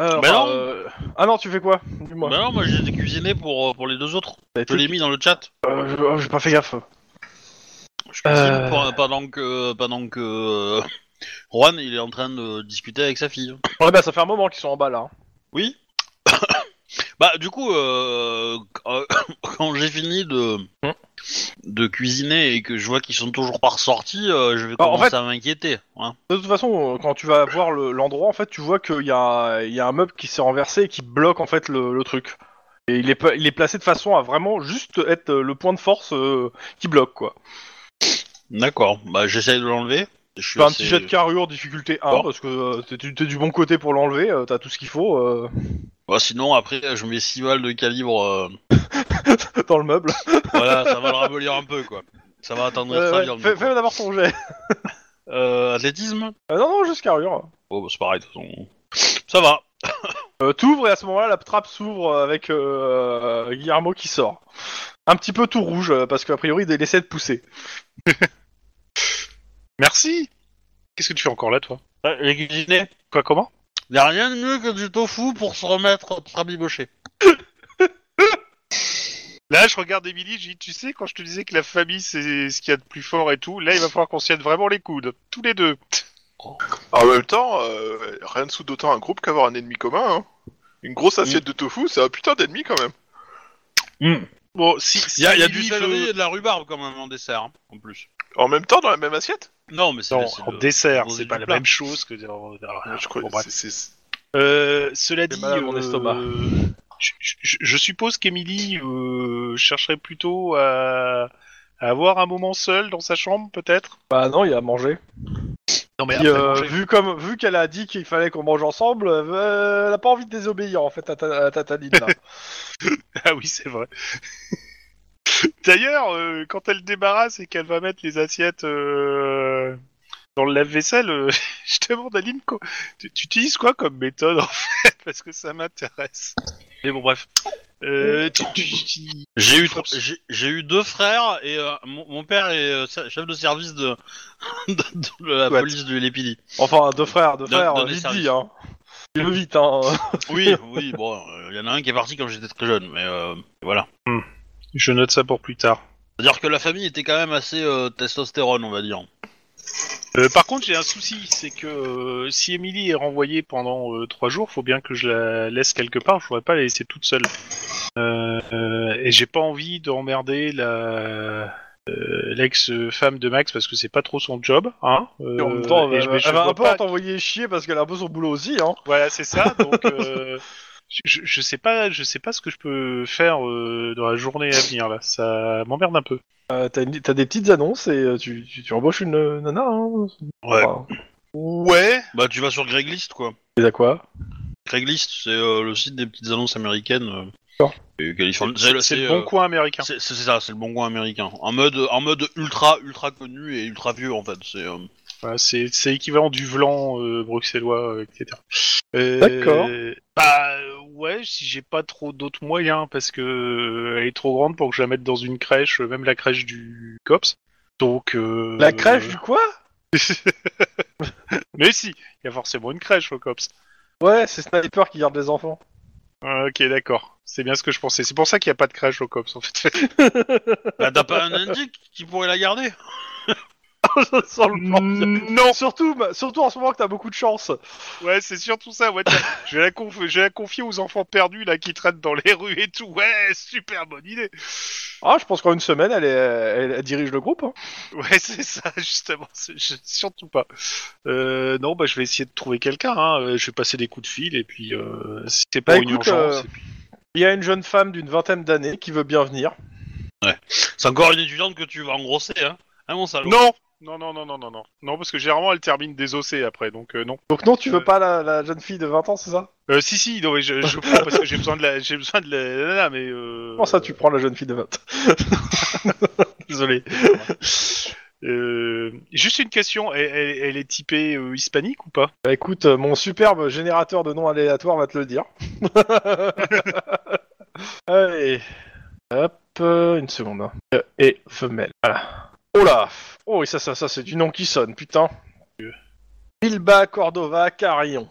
[SPEAKER 2] Euh,
[SPEAKER 1] Bah
[SPEAKER 2] enfin,
[SPEAKER 1] non.
[SPEAKER 2] euh, Ah non, tu fais quoi Dis-moi.
[SPEAKER 1] Bah non, moi j'ai cuisiné pour, euh, pour les deux autres.
[SPEAKER 2] T'as
[SPEAKER 1] Je
[SPEAKER 2] été-
[SPEAKER 1] l'ai mis dans le chat.
[SPEAKER 2] bah, Euh, je- oh, J'ai pas fait gaffe.
[SPEAKER 1] Je cuisine
[SPEAKER 2] Euh.
[SPEAKER 1] pour- pendant que, pendant que euh, Juan il est en train de discuter avec sa fille.
[SPEAKER 2] Ouais, bah ça fait un moment qu'ils sont en bas là.
[SPEAKER 1] Oui. *coughs* bah du coup, euh, *coughs* euh, quand j'ai fini de
[SPEAKER 2] Hmm.
[SPEAKER 1] de cuisiner et que je vois qu'ils sont toujours pas ressortis, euh, je vais
[SPEAKER 2] Bah, en
[SPEAKER 1] commencer
[SPEAKER 2] fait-
[SPEAKER 1] à m'inquiéter. hein.
[SPEAKER 2] De toute façon, euh, quand tu vas voir le- l'endroit, en fait, tu vois qu'il y, a- il y a un meuble qui s'est renversé et qui bloque en fait le, le truc. Et il est, pla- il est placé de façon à vraiment juste être euh, le point de force euh, qui bloque quoi.
[SPEAKER 1] D'accord. Bah j'essaie de l'enlever. Je suis
[SPEAKER 2] Tu fais un
[SPEAKER 1] assez-
[SPEAKER 2] petit jet de carrure, difficulté 1,
[SPEAKER 1] Bon.
[SPEAKER 2] parce que euh, t'es du t'es du bon côté pour l'enlever, euh, t'as tout ce qu'il faut euh, *laughs*
[SPEAKER 1] Bah, sinon après je mets 6 balles de calibre. euh,
[SPEAKER 2] dans le meuble.
[SPEAKER 1] voilà, ça va le ramollir un peu quoi. Ça va attendre
[SPEAKER 2] Euh,
[SPEAKER 1] ça.
[SPEAKER 2] ouais,
[SPEAKER 1] bien le
[SPEAKER 2] fais
[SPEAKER 1] coup.
[SPEAKER 2] fais d'abord ton jet.
[SPEAKER 1] Euh, athlétisme.
[SPEAKER 2] Euh, non, non, juste carrure.
[SPEAKER 1] Oh, bah, c'est pareil, de toute façon. Ça va.
[SPEAKER 2] Euh, T'ouvres et à ce moment-là, la trappe s'ouvre avec euh, Guillermo qui sort. Un petit peu tout rouge, euh, parce qu'a priori, il essaie de pousser.
[SPEAKER 3] Merci Qu'est-ce que tu fais encore là, toi
[SPEAKER 1] Euh, Les cuisinés.
[SPEAKER 3] Quoi, comment
[SPEAKER 1] Y a rien de mieux que du tofu pour se remettre rabiboché.
[SPEAKER 3] Là, je regarde Emily, je dis, tu sais, quand je te disais que la famille, c'est ce qu'il y a de plus fort et tout, là, il va falloir qu'on s'y aide vraiment les coudes. Tous les deux.
[SPEAKER 4] En même temps, euh, rien ne soude autant un groupe qu'avoir un ennemi commun. Hein. Une grosse assiette de tofu, c'est un putain d'ennemi quand même.
[SPEAKER 3] Bon, si... si
[SPEAKER 1] Y a, y a du
[SPEAKER 3] Emily
[SPEAKER 1] céleri
[SPEAKER 3] veut-
[SPEAKER 1] et de la rhubarbe quand même en dessert, hein, en plus.
[SPEAKER 4] En même temps, dans la même assiette
[SPEAKER 1] Non, mais c'est
[SPEAKER 3] Non,
[SPEAKER 1] c'est
[SPEAKER 3] en
[SPEAKER 1] le-
[SPEAKER 3] dessert,
[SPEAKER 1] c'est
[SPEAKER 3] c'est
[SPEAKER 1] du
[SPEAKER 3] pas Euh, la
[SPEAKER 1] plat.
[SPEAKER 3] même chose que... alors, alors,
[SPEAKER 4] Je crois
[SPEAKER 3] bon, bref.
[SPEAKER 4] c'est- c'est-
[SPEAKER 3] Euh, cela
[SPEAKER 2] J'ai
[SPEAKER 3] dit,
[SPEAKER 2] mal à mon
[SPEAKER 3] euh,
[SPEAKER 2] estomac.
[SPEAKER 3] je, je- je suppose qu'Emily euh, chercherait plutôt à, à avoir un moment seul dans sa chambre, peut-être.
[SPEAKER 2] Bah non, il a mangé.
[SPEAKER 3] Non mais
[SPEAKER 2] Puis,
[SPEAKER 3] après,
[SPEAKER 2] euh,
[SPEAKER 3] manger.
[SPEAKER 2] vu comme vu qu'elle a dit qu'il fallait qu'on mange ensemble, euh, elle a pas envie de désobéir en fait à ta, à ta Taline, là.
[SPEAKER 3] ah oui, c'est vrai. D'ailleurs, euh, quand elle débarrasse et qu'elle va mettre les assiettes euh, dans le lave-vaisselle, euh, je demande à Lynn, co- tu, tu utilises quoi comme méthode en fait Parce que ça m'intéresse. Mais bon, bref. Euh, tu- tu- tu-
[SPEAKER 1] J'ai eu, trois- j'ai j'ai eu deux frères et euh, mon, mon père est euh, ser- chef de service de, *laughs* de- de la
[SPEAKER 3] What
[SPEAKER 1] police de l'épidie.
[SPEAKER 2] Enfin, deux frères, deux
[SPEAKER 1] Donne-
[SPEAKER 2] frères,
[SPEAKER 1] donne les
[SPEAKER 2] vite
[SPEAKER 1] services.
[SPEAKER 2] dit, hein. Dis-le vite, hein.
[SPEAKER 1] Oui, oui, bon, il y en a un qui est parti quand j'étais très jeune, mais euh, voilà.
[SPEAKER 3] Je note ça pour plus tard.
[SPEAKER 1] C'est-à-dire que la famille était quand même assez euh, testostérone, on va dire.
[SPEAKER 3] Euh, par contre, j'ai un souci, c'est que euh, si Emily est renvoyée pendant euh, trois jours, faut bien que je la laisse quelque part. Je pourrais pas la laisser toute seule. Euh, euh, et j'ai pas envie d'emmerder la euh, l'ex-femme de Max parce que c'est pas trop son job, hein.
[SPEAKER 2] Et en même
[SPEAKER 3] Euh,
[SPEAKER 2] temps,
[SPEAKER 3] et
[SPEAKER 2] elle,
[SPEAKER 3] je-
[SPEAKER 2] va-
[SPEAKER 3] mais je
[SPEAKER 2] elle va
[SPEAKER 3] vois
[SPEAKER 2] un peu
[SPEAKER 3] pas-
[SPEAKER 2] t'envoyer chier parce qu'elle a un peu son boulot aussi, hein.
[SPEAKER 3] Voilà, c'est ça.
[SPEAKER 2] *laughs*
[SPEAKER 3] Donc, euh, je, je- je sais pas, je sais pas ce que je peux faire euh, dans la journée à venir là. Ça m'emmerde un peu.
[SPEAKER 2] Euh, T'as une- t'as des petites annonces et euh, tu, tu, tu embauches une euh, nana, hein.
[SPEAKER 1] Ouais.
[SPEAKER 2] Enfin,
[SPEAKER 3] Ouais.
[SPEAKER 1] Bah, tu vas sur Craigslist, quoi.
[SPEAKER 2] et à quoi
[SPEAKER 1] Craigslist, c'est euh, le site des petites annonces américaines. euh,
[SPEAKER 2] D'accord.
[SPEAKER 1] et californiennes.
[SPEAKER 3] C'est c'est le bon
[SPEAKER 1] euh,
[SPEAKER 3] coin américain.
[SPEAKER 1] C'est c'est ça, c'est le bon coin américain. En mode, en mode ultra, ultra connu et ultra vieux en fait. C'est
[SPEAKER 3] *laughs*
[SPEAKER 1] euh,
[SPEAKER 3] Voilà, c'est c'est l'équivalent du Vlan euh, bruxellois, euh, etc. Euh,
[SPEAKER 2] D'accord.
[SPEAKER 3] Bah euh, ouais, si j'ai pas trop d'autres moyens, parce que euh, elle est trop grande pour que je la mette dans une crèche, euh, même la crèche du COPS. Donc. euh,
[SPEAKER 2] La crèche du quoi
[SPEAKER 3] Mais si, il y a forcément une crèche au COPS.
[SPEAKER 2] Ouais, c'est Sniper qui garde les enfants. *laughs*
[SPEAKER 3] Ah, ok, d'accord. C'est bien ce que je pensais. C'est pour ça qu'il n'y a pas de crèche au COPS, en fait. *laughs*
[SPEAKER 1] Bah, t'as pas un indique qui pourrait la garder
[SPEAKER 2] Ça sent le plan.
[SPEAKER 3] Mm, non
[SPEAKER 2] Surtout, surtout en ce moment que t'as beaucoup de chance.
[SPEAKER 3] Ouais, c'est surtout ça, ouais, tiens, je, vais la conf- je vais la confier aux enfants perdus, là, qui traînent dans les rues et tout. Ouais, super bonne idée
[SPEAKER 2] Ah, je pense qu'en une semaine, elle, est- elle- elle dirige le groupe. hein.
[SPEAKER 3] Ouais, *laughs* c'est ça, justement. c'est- je- surtout pas. Euh, non, bah, je vais essayer de trouver quelqu'un. Hein. euh, Je vais passer des coups de fil et puis euh, si c'est pas
[SPEAKER 2] Bah,
[SPEAKER 3] une
[SPEAKER 2] écoute,
[SPEAKER 3] urgence.
[SPEAKER 2] euh,
[SPEAKER 3] et puis-
[SPEAKER 2] Il y a une jeune femme d'une vingtaine d'années qui veut bien venir.
[SPEAKER 1] C'est encore une étudiante que tu vas engrosser, hein Hein, mon salaud
[SPEAKER 3] Non, non, non, non, non, non, non, non, parce que généralement elle termine désossée après, donc euh, non.
[SPEAKER 2] Donc non, tu veux
[SPEAKER 3] Euh.
[SPEAKER 2] pas la, la jeune fille de 20 ans, c'est ça
[SPEAKER 3] Euh, si, si, non, mais je, je prends parce que j'ai besoin de la, j'ai besoin de la, la- la- la, mais. Euh,
[SPEAKER 2] Comment ça, *laughs* tu prends la jeune fille de 20
[SPEAKER 3] Désolé. Euh, juste une question, elle, elle- elle est typée euh, hispanique ou pas
[SPEAKER 2] Bah écoute, euh, mon superbe générateur de noms aléatoires va te le
[SPEAKER 3] *laughs*
[SPEAKER 2] dire. *laughs* Allez, hop, euh, une seconde. hein. Euh, Et femelle, voilà. Oh là Oh, oui, ça, ça, ça, c'est du nom qui sonne, putain. Bilba, Cordova, Carillon.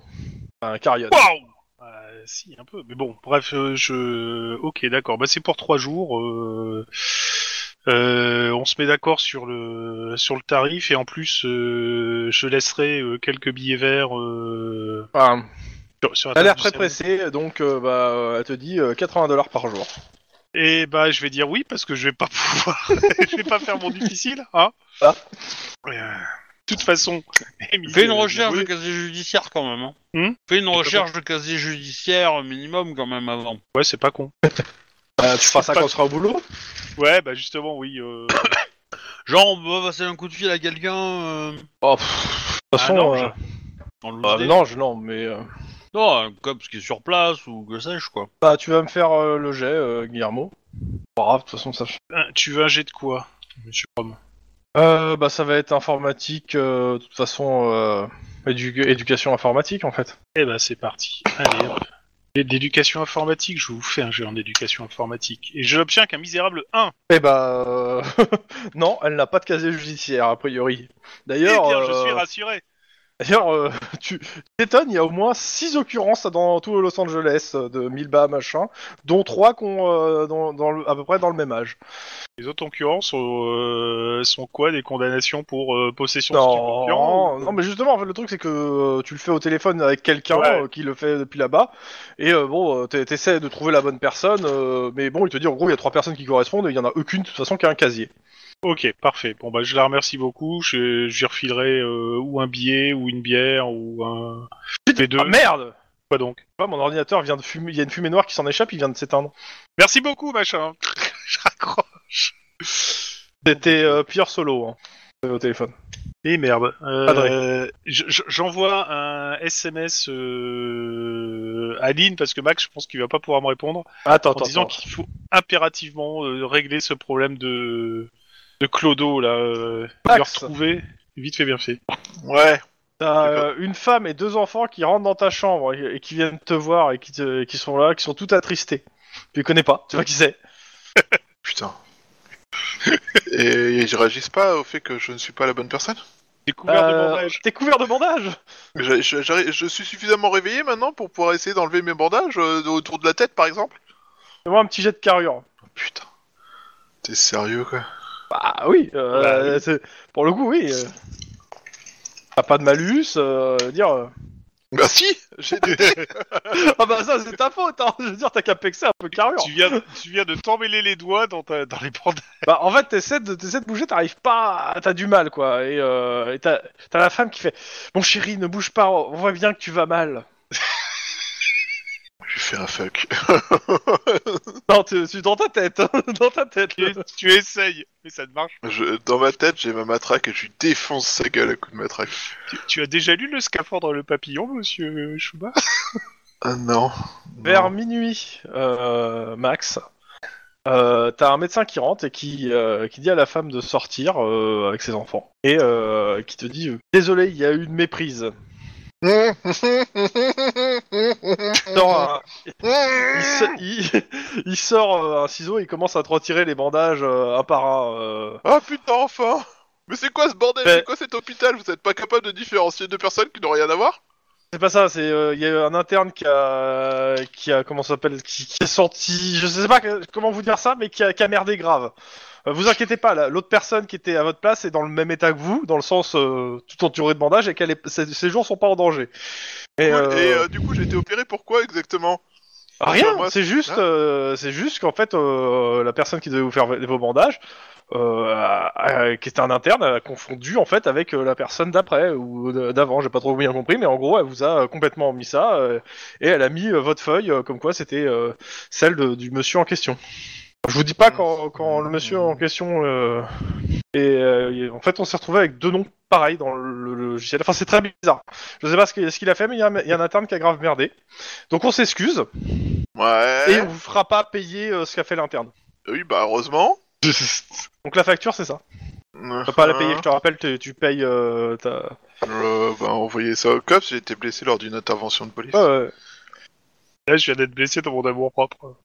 [SPEAKER 2] Enfin, Carillon.
[SPEAKER 3] Waouh Euh, Si, un peu. Mais bon, bref, euh, je. Ok, d'accord. Bah, c'est pour trois jours. euh, euh, on se met d'accord sur le sur le tarif et en plus, euh, je laisserai euh, quelques billets verts. Euh...
[SPEAKER 2] Enfin,
[SPEAKER 3] sur- sur la
[SPEAKER 2] elle a l'air
[SPEAKER 3] table
[SPEAKER 2] très
[SPEAKER 3] du salon.
[SPEAKER 2] pressée, donc euh, bah, euh, elle te dit euh, 80 dollars par jour.
[SPEAKER 3] Et bah, je vais dire oui parce que je vais pas *laughs* pouvoir. je vais pas faire mon difficile, hein
[SPEAKER 2] Ah.
[SPEAKER 3] Euh, De toute façon, Émilie,
[SPEAKER 1] Fais une
[SPEAKER 3] euh,
[SPEAKER 1] recherche
[SPEAKER 3] oui.
[SPEAKER 1] de casier judiciaire quand même. Hein.
[SPEAKER 3] Hmm
[SPEAKER 1] Fais une recherche de casier judiciaire minimum quand même avant.
[SPEAKER 3] Ouais, c'est pas con.
[SPEAKER 2] Euh, tu feras ça quand on sera au boulot
[SPEAKER 3] Ouais, bah justement, oui. euh, *coughs*
[SPEAKER 1] Genre, on va passer un coup de fil à quelqu'un. euh,
[SPEAKER 2] Oh, pff, de toute
[SPEAKER 3] Ah
[SPEAKER 2] façon,
[SPEAKER 3] non,
[SPEAKER 2] euh,
[SPEAKER 3] je-
[SPEAKER 1] dans le
[SPEAKER 4] Ah,
[SPEAKER 2] bah,
[SPEAKER 1] dé.
[SPEAKER 2] non, je, non, mais... euh,
[SPEAKER 1] Non, un copse qui est sur place ou que sais-je quoi.
[SPEAKER 2] Bah, tu vas me faire euh, le jet, euh, Guillermo. Pas grave, de toute façon, ça...
[SPEAKER 3] hein, tu veux un jet de quoi, monsieur Rome
[SPEAKER 2] Euh, bah, ça va être informatique, euh, de toute façon, euh, édu- éducation informatique, en fait.
[SPEAKER 3] Eh ben c'est parti. Allez hop. Et D'éducation informatique, je vous fais un jeu en éducation informatique. Et je n'obtiens qu'un misérable 1.
[SPEAKER 2] Eh bah, euh, *laughs* non, elle n'a pas de casier judiciaire, a priori.
[SPEAKER 3] Eh bien,
[SPEAKER 2] D'ailleurs,
[SPEAKER 3] je
[SPEAKER 2] euh,
[SPEAKER 3] suis rassuré.
[SPEAKER 2] d'ailleurs, euh, *laughs* tu tu t'étonnes, il y a au moins 6 occurrences dans tout Los Angeles euh, de Milba, machin, dont 3 qui ont euh, dans, dans le- à peu près dans le même âge.
[SPEAKER 3] Les autres concurrents sont, euh, sont quoi Des condamnations pour euh, possession de
[SPEAKER 2] Non,
[SPEAKER 3] stupéfiants
[SPEAKER 2] non, mais justement, en fait, le truc, c'est que euh, tu le fais au téléphone avec quelqu'un
[SPEAKER 3] Ouais.
[SPEAKER 2] euh, qui le fait depuis là-bas, et euh, bon, euh, t'es- t'essaies de trouver la bonne personne, euh, mais bon, il te dit, en gros, il y a trois personnes qui correspondent, et il y en a aucune, de toute façon, qui a un casier.
[SPEAKER 3] Ok, parfait. Bon, bah, je la remercie beaucoup. Je, je lui refilerai euh, ou un billet, ou une bière, ou un... Les deux.
[SPEAKER 2] Ah, merde
[SPEAKER 3] Quoi donc
[SPEAKER 2] Je sais pas, mon ordinateur vient de fumer, il y a une fumée noire qui s'en échappe, il vient de s'éteindre.
[SPEAKER 3] Merci beaucoup, machin. *laughs* je raccroche.
[SPEAKER 2] C'était euh, Pierre Solo, hein, au téléphone.
[SPEAKER 3] Et Eh, merde.
[SPEAKER 2] Pas de
[SPEAKER 3] Euh, je- je- J'envoie un SMS euh, à Lynn parce que Max, je pense qu'il va pas pouvoir me répondre
[SPEAKER 2] Attends,
[SPEAKER 3] en
[SPEAKER 2] attends,
[SPEAKER 3] disant
[SPEAKER 2] attends.
[SPEAKER 3] qu'il faut impérativement euh, régler ce problème de de Clodo là, euh, le
[SPEAKER 2] Max. Euh,
[SPEAKER 3] retrouver vite fait bien fait.
[SPEAKER 4] Ouais.
[SPEAKER 2] T'as
[SPEAKER 4] D'accord.
[SPEAKER 2] euh, une femme et deux enfants qui rentrent dans ta chambre, et, et qui viennent te voir, et qui, te- qui sont là, qui sont toutes attristées. Tu les connais pas, tu vois qui c'est
[SPEAKER 4] Putain. Et ils réagissent pas au fait que je ne suis pas la bonne personne
[SPEAKER 3] Découvert de
[SPEAKER 2] Euh,
[SPEAKER 3] bandage.
[SPEAKER 2] T'es couvert de bandages
[SPEAKER 4] je, je- j'arrive- je suis suffisamment réveillé maintenant pour pouvoir essayer d'enlever mes bandages euh, autour de la tête, par exemple
[SPEAKER 2] Fais-moi un petit jet de carrure.
[SPEAKER 4] Oh, Putain. T'es sérieux, quoi
[SPEAKER 2] Bah oui, euh,
[SPEAKER 3] Bah oui.
[SPEAKER 2] c'est- pour le coup, oui. euh. T'as pas de malus, euh, je veux dire. euh.
[SPEAKER 4] Bah si J'ai des...
[SPEAKER 2] Ah bah ça, c'est ta faute, hein. Je veux dire, t'as qu'à pexer un peu carrure.
[SPEAKER 3] Tu viens, tu viens de t'emmêler les doigts dans, ta, dans les bandages.
[SPEAKER 2] Bah en fait, t'essaies de, t'essaies de bouger, t'arrives pas, t'as du mal, quoi. Et euh, et t'as t'as la femme qui fait Mon chéri, ne bouge pas, on voit bien que tu vas mal.
[SPEAKER 4] J'ai fait un fuck.
[SPEAKER 2] Non, tu tu- dans ta tête, hein, *laughs* dans ta tête.
[SPEAKER 3] Tu, tu essayes, mais ça ne marche.
[SPEAKER 4] Je- dans ma tête, j'ai ma matraque et je lui défonce sa gueule à coup de matraque.
[SPEAKER 3] Tu, tu as déjà lu le scaphandre le papillon, monsieur Chouba
[SPEAKER 4] Ah non.
[SPEAKER 2] Vers
[SPEAKER 4] Non.
[SPEAKER 2] minuit, euh, Max, euh, t'as un médecin qui rentre et qui, euh, qui dit à la femme de sortir euh, avec ses enfants. Et euh, qui te dit euh, Désolé, il y a eu une méprise. Sort un- il, se- il- il sort euh, un ciseau et il commence à te retirer les bandages euh, un par un. euh.
[SPEAKER 4] Ah putain, enfin Mais c'est quoi ce bordel
[SPEAKER 2] Mais-
[SPEAKER 4] C'est quoi cet hôpital Vous êtes pas capable de différencier deux personnes qui n'ont rien à voir
[SPEAKER 2] C'est pas ça, c'est euh, il y a un interne qui a qui a comment ça s'appelle qui, qui est sorti, je sais pas que- comment vous dire ça, mais qui a, qui a merdé grave. Euh, vous inquiétez pas, là, l'autre personne qui était à votre place est dans le même état que vous, dans le sens euh, tout entouré de bandages et qu'elle est- ses, ses jours sont pas en danger. Et,
[SPEAKER 4] Cool.
[SPEAKER 2] euh,
[SPEAKER 4] Et euh, du coup, j'ai été opéré pour quoi exactement
[SPEAKER 2] Ah, Rien,
[SPEAKER 4] Enfin, moi,
[SPEAKER 2] c'est juste,
[SPEAKER 4] hein
[SPEAKER 2] euh, c'est juste qu'en fait, euh, la personne qui devait vous faire vos bandages, euh, a- a- qui était un interne, elle a confondu en fait avec euh, la personne d'après ou d- d'avant. J'ai pas trop bien compris, mais en gros, elle vous a euh, complètement mis ça euh, et elle a mis euh, votre feuille euh, comme quoi c'était euh, celle de- du monsieur en question. Je vous dis pas quand, quand le monsieur en question euh, et euh, en fait, on s'est retrouvé avec deux noms pareils dans le, le logiciel. Enfin, c'est très bizarre. Je sais pas ce que- ce qu'il a fait, mais il y, a un- il y a un interne qui a grave merdé. Donc on s'excuse. Et
[SPEAKER 4] Ouais.
[SPEAKER 2] on vous fera pas payer euh, ce qu'a fait l'interne.
[SPEAKER 4] Oui, bah heureusement.
[SPEAKER 2] Donc la facture, c'est ça. T'as pas à la
[SPEAKER 4] Ah.
[SPEAKER 2] payer, je te rappelle, tu, tu payes. euh, ta-
[SPEAKER 4] Euh, bah, envoyez ça au cops, j'ai été blessé lors d'une intervention de police.
[SPEAKER 2] Ouais, ouais.
[SPEAKER 3] Là, je viens d'être blessé dans mon amour propre.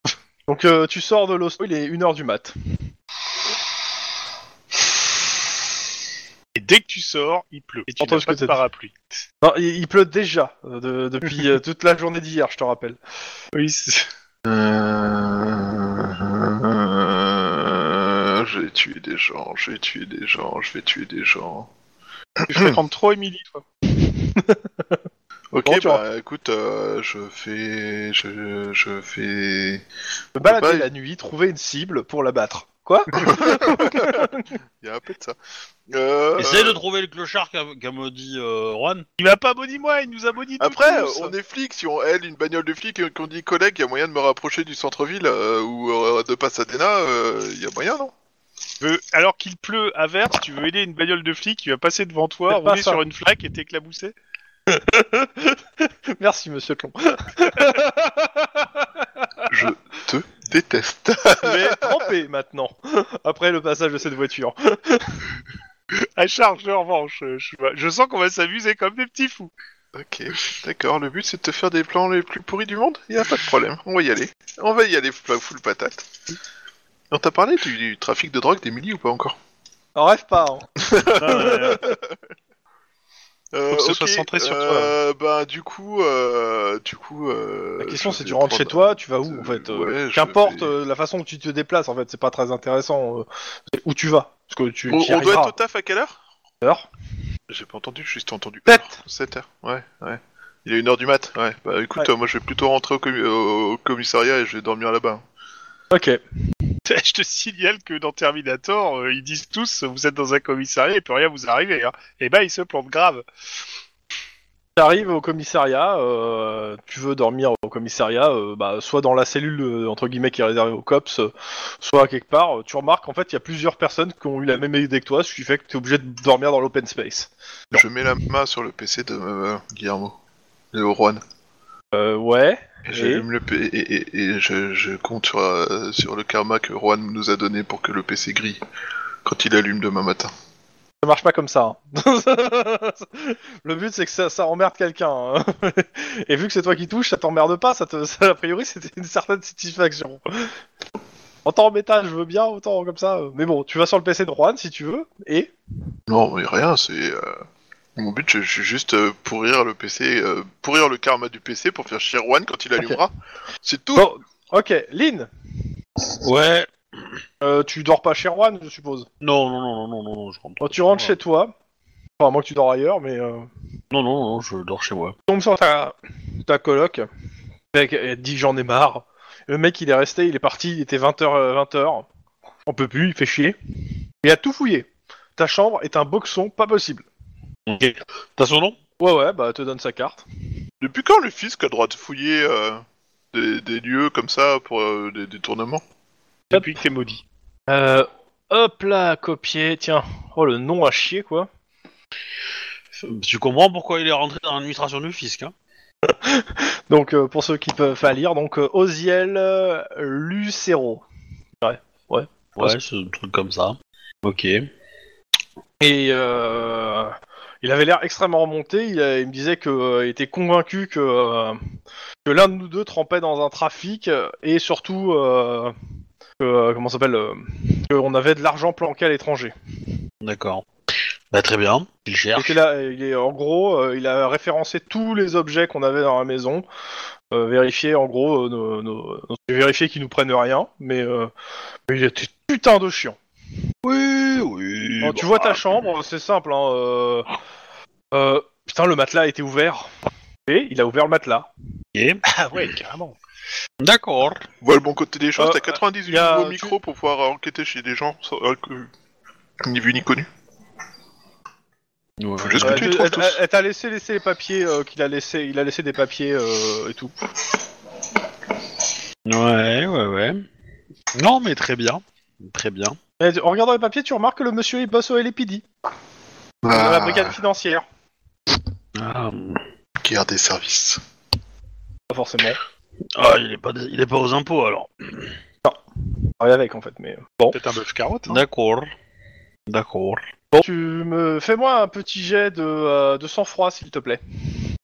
[SPEAKER 2] Donc euh, tu sors de l'hosto, il est 1h du mat.
[SPEAKER 3] Et dès que tu sors, il pleut. Et tu
[SPEAKER 2] Entends
[SPEAKER 3] n'as
[SPEAKER 2] ce
[SPEAKER 3] pas
[SPEAKER 2] que
[SPEAKER 3] de
[SPEAKER 2] t'as dit.
[SPEAKER 3] parapluie.
[SPEAKER 2] Non, il, il pleut déjà, euh, de- depuis euh, toute la journée d'hier, je te rappelle.
[SPEAKER 3] Oui, c'est-
[SPEAKER 4] Euh, J'ai tué des gens, j'ai tué des gens, je vais tuer des gens.
[SPEAKER 3] tu
[SPEAKER 4] *laughs*
[SPEAKER 3] fréquentes trop Émilie, toi.
[SPEAKER 4] Ok,
[SPEAKER 2] Bon, tu
[SPEAKER 4] bah écoute, euh, je fais. Je, je fais.
[SPEAKER 2] Me balader
[SPEAKER 4] Bah,
[SPEAKER 2] la nuit, trouver une cible pour la battre.
[SPEAKER 4] *laughs*
[SPEAKER 2] Quoi
[SPEAKER 4] Il y a un peu de ça. Euh,
[SPEAKER 1] Essaye de
[SPEAKER 4] euh,
[SPEAKER 1] trouver le clochard qu'a qu'a me dit euh, Juan.
[SPEAKER 3] Il m'a pas maudit moi, il nous a maudit
[SPEAKER 4] Après,
[SPEAKER 3] tous.
[SPEAKER 4] on est flic, si on aile une bagnole de flic et qu'on dit collègue, il y a moyen de me rapprocher du centre-ville euh, ou euh, de Pasadena, il y a moyen, non
[SPEAKER 3] Tu veux- Alors qu'il pleut à vert, tu veux aider une bagnole de flic, il va passer devant toi,
[SPEAKER 2] Faites pas
[SPEAKER 3] rouler
[SPEAKER 2] ça.
[SPEAKER 3] sur une flaque et *laughs* t'éclabousser.
[SPEAKER 2] Merci, monsieur Tlon.
[SPEAKER 4] Je te déteste.
[SPEAKER 2] Mais *laughs* trempé maintenant, *laughs* après le passage de cette voiture.
[SPEAKER 3] À charge de revanche, euh, je, je sens qu'on va s'amuser comme des petits fous.
[SPEAKER 4] ok, d'accord, le but c'est de te faire des plans les plus pourris du monde Il y a pas de problème, on va y aller. On va y aller full full patate. On t'a parlé du, du trafic de drogue d'Emilie ou pas encore
[SPEAKER 2] En rêve pas, hein.
[SPEAKER 4] euh,
[SPEAKER 3] Faut que ce
[SPEAKER 4] ok,
[SPEAKER 3] soit centré sur
[SPEAKER 4] euh, Bah du coup, euh, du coup. euh,
[SPEAKER 2] La question
[SPEAKER 4] je
[SPEAKER 2] c'est
[SPEAKER 4] vais
[SPEAKER 2] tu rentres
[SPEAKER 4] prendre-
[SPEAKER 2] chez toi, tu vas où
[SPEAKER 4] Euh,
[SPEAKER 2] en fait euh,
[SPEAKER 4] ouais, je
[SPEAKER 2] Qu'importe
[SPEAKER 4] vais-
[SPEAKER 2] euh, la façon que tu te déplaces en fait, c'est pas très intéressant euh, c'est où tu vas. Parce que tu
[SPEAKER 4] On,
[SPEAKER 2] t'y
[SPEAKER 4] on doit
[SPEAKER 2] arriveras.
[SPEAKER 4] être au taf à quelle heure
[SPEAKER 2] Heure.
[SPEAKER 4] J'ai pas entendu, j'ai juste entendu.
[SPEAKER 2] Sept.
[SPEAKER 4] 7h, ouais, ouais. Il est 1h du mat, ouais. Bah écoute,
[SPEAKER 2] Ouais.
[SPEAKER 4] euh, moi je vais plutôt rentrer au, commu- au- au commissariat et je vais dormir là-bas.
[SPEAKER 2] Ok.
[SPEAKER 3] *laughs* Je te signale que dans Terminator, euh, ils disent tous vous êtes dans un commissariat et peut rien vous arriver. Hein. Et ben ils se plantent grave.
[SPEAKER 2] T'arrives au commissariat, euh, tu veux dormir au commissariat, euh, bah, soit dans la cellule euh, entre guillemets qui est réservée aux cops, euh, soit quelque part. euh, tu remarques en fait il y a plusieurs personnes qui ont eu la même idée que toi, ce qui fait que t'es obligé de dormir dans l'open space. Non.
[SPEAKER 4] Je mets la main sur le PC de euh, Guillermo, de Juan.
[SPEAKER 2] Euh, ouais.
[SPEAKER 4] Et,
[SPEAKER 2] Et
[SPEAKER 4] j'allume le P- et, et- et je, je compte sur, euh, sur le karma que Juan nous a donné pour que le PC grille quand il allume demain matin.
[SPEAKER 2] ça marche pas comme ça. hein. *laughs* le but c'est que ça, ça emmerde quelqu'un. hein. *laughs* Et vu que c'est toi qui touches, ça t'emmerde pas. Ça te, *laughs* ça, a priori c'était une certaine satisfaction. Autant en métal, je veux bien, autant comme ça. euh. Mais bon, tu vas sur le PC de Juan si tu veux. Et
[SPEAKER 4] Non, mais rien, c'est. euh, Mon but, je, je suis juste euh, pourrir le PC, euh, pourrir le karma du PC pour faire chier Juan quand il allumera. C'est tout!
[SPEAKER 2] bon, ok, Lynn.
[SPEAKER 1] Ouais.
[SPEAKER 2] Euh, tu dors pas chez Juan, je suppose.
[SPEAKER 1] Non, non, non, non, non, non, je rentre.
[SPEAKER 2] Quand tu rentres chez toi, enfin, à moins que tu dors ailleurs, mais euh,
[SPEAKER 1] Non, non, non, je dors chez moi.
[SPEAKER 2] tu tombes sur ta, ta coloc. Le mec, elle te dit j'en ai marre. Le mec, il est resté, il est parti, il était 20h. 20h. On peut plus, il fait chier. Il a tout fouillé. Ta chambre est un boxon, pas possible.
[SPEAKER 1] Ok. T'as son nom
[SPEAKER 2] Ouais, ouais, bah, elle te donne sa carte.
[SPEAKER 4] Depuis quand le fisc a le droit de fouiller euh, des, des lieux comme ça pour euh, des détournements
[SPEAKER 3] Depuis que t'es maudit.
[SPEAKER 2] Euh, hop là, copier, tiens. Oh, le nom à chier, quoi.
[SPEAKER 1] Tu comprends pourquoi il est rentré dans l'administration du fisc, hein
[SPEAKER 2] Donc, euh, pour ceux qui peuvent pas lire, donc, euh, Osiel euh, Lucero.
[SPEAKER 1] Ouais, c'est un truc comme ça. Ok.
[SPEAKER 2] Et euh, il avait l'air extrêmement remonté. Il, a- il me disait qu'il était convaincu que, euh, que l'un de nous deux trempait dans un trafic euh, et surtout euh, que, euh, comment ça s'appelle euh, qu'on avait de l'argent planqué à l'étranger.
[SPEAKER 1] D'accord. Bah très bien, il
[SPEAKER 2] Il
[SPEAKER 1] cherche.
[SPEAKER 2] était là, il est en gros, euh, il a référencé tous les objets qu'on avait dans la maison, euh, vérifié en gros, euh, nos, nos- nos- vérifié qu'ils nous prennent rien, mais, euh, mais il était putain de chiant.
[SPEAKER 1] Oui, oui.
[SPEAKER 2] Alors, tu vois ta chambre, c'est simple. Hein, euh, euh, Putain, le matelas était ouvert. Et il a ouvert le matelas.
[SPEAKER 3] Ah ouais, carrément.
[SPEAKER 1] D'accord.
[SPEAKER 4] Voilà le bon côté des choses,
[SPEAKER 2] Euh,
[SPEAKER 4] t'as 98
[SPEAKER 2] y a-
[SPEAKER 4] nouveaux micros pour pouvoir euh, enquêter chez des gens sans, euh, que- ni vu ni connu. Faut juste que
[SPEAKER 2] Euh,
[SPEAKER 4] tu
[SPEAKER 2] elle
[SPEAKER 4] les
[SPEAKER 2] te-
[SPEAKER 4] trouves
[SPEAKER 2] elle-
[SPEAKER 4] tous.
[SPEAKER 2] elle- elle t'a laissé laisser les papiers euh, qu'il a laissé. Il a laissé des papiers euh, et tout.
[SPEAKER 1] Ouais, ouais, ouais. Non, mais très bien. Très bien.
[SPEAKER 2] Et Eh, en regardant les papiers, tu remarques que le monsieur il bosse au LPD, dans la
[SPEAKER 4] Ah,
[SPEAKER 2] brigade financière.
[SPEAKER 1] Ah,
[SPEAKER 4] guerre des services.
[SPEAKER 2] Pas forcément.
[SPEAKER 1] ah, il, est pas, il est pas aux impôts alors.
[SPEAKER 2] Rien avec en fait, mais euh, bon.
[SPEAKER 3] Peut-être un bœuf carotte. hein.
[SPEAKER 1] D'accord. D'accord.
[SPEAKER 2] Bon, tu me fais-moi un petit jet de, euh, de sang-froid, s'il te plaît.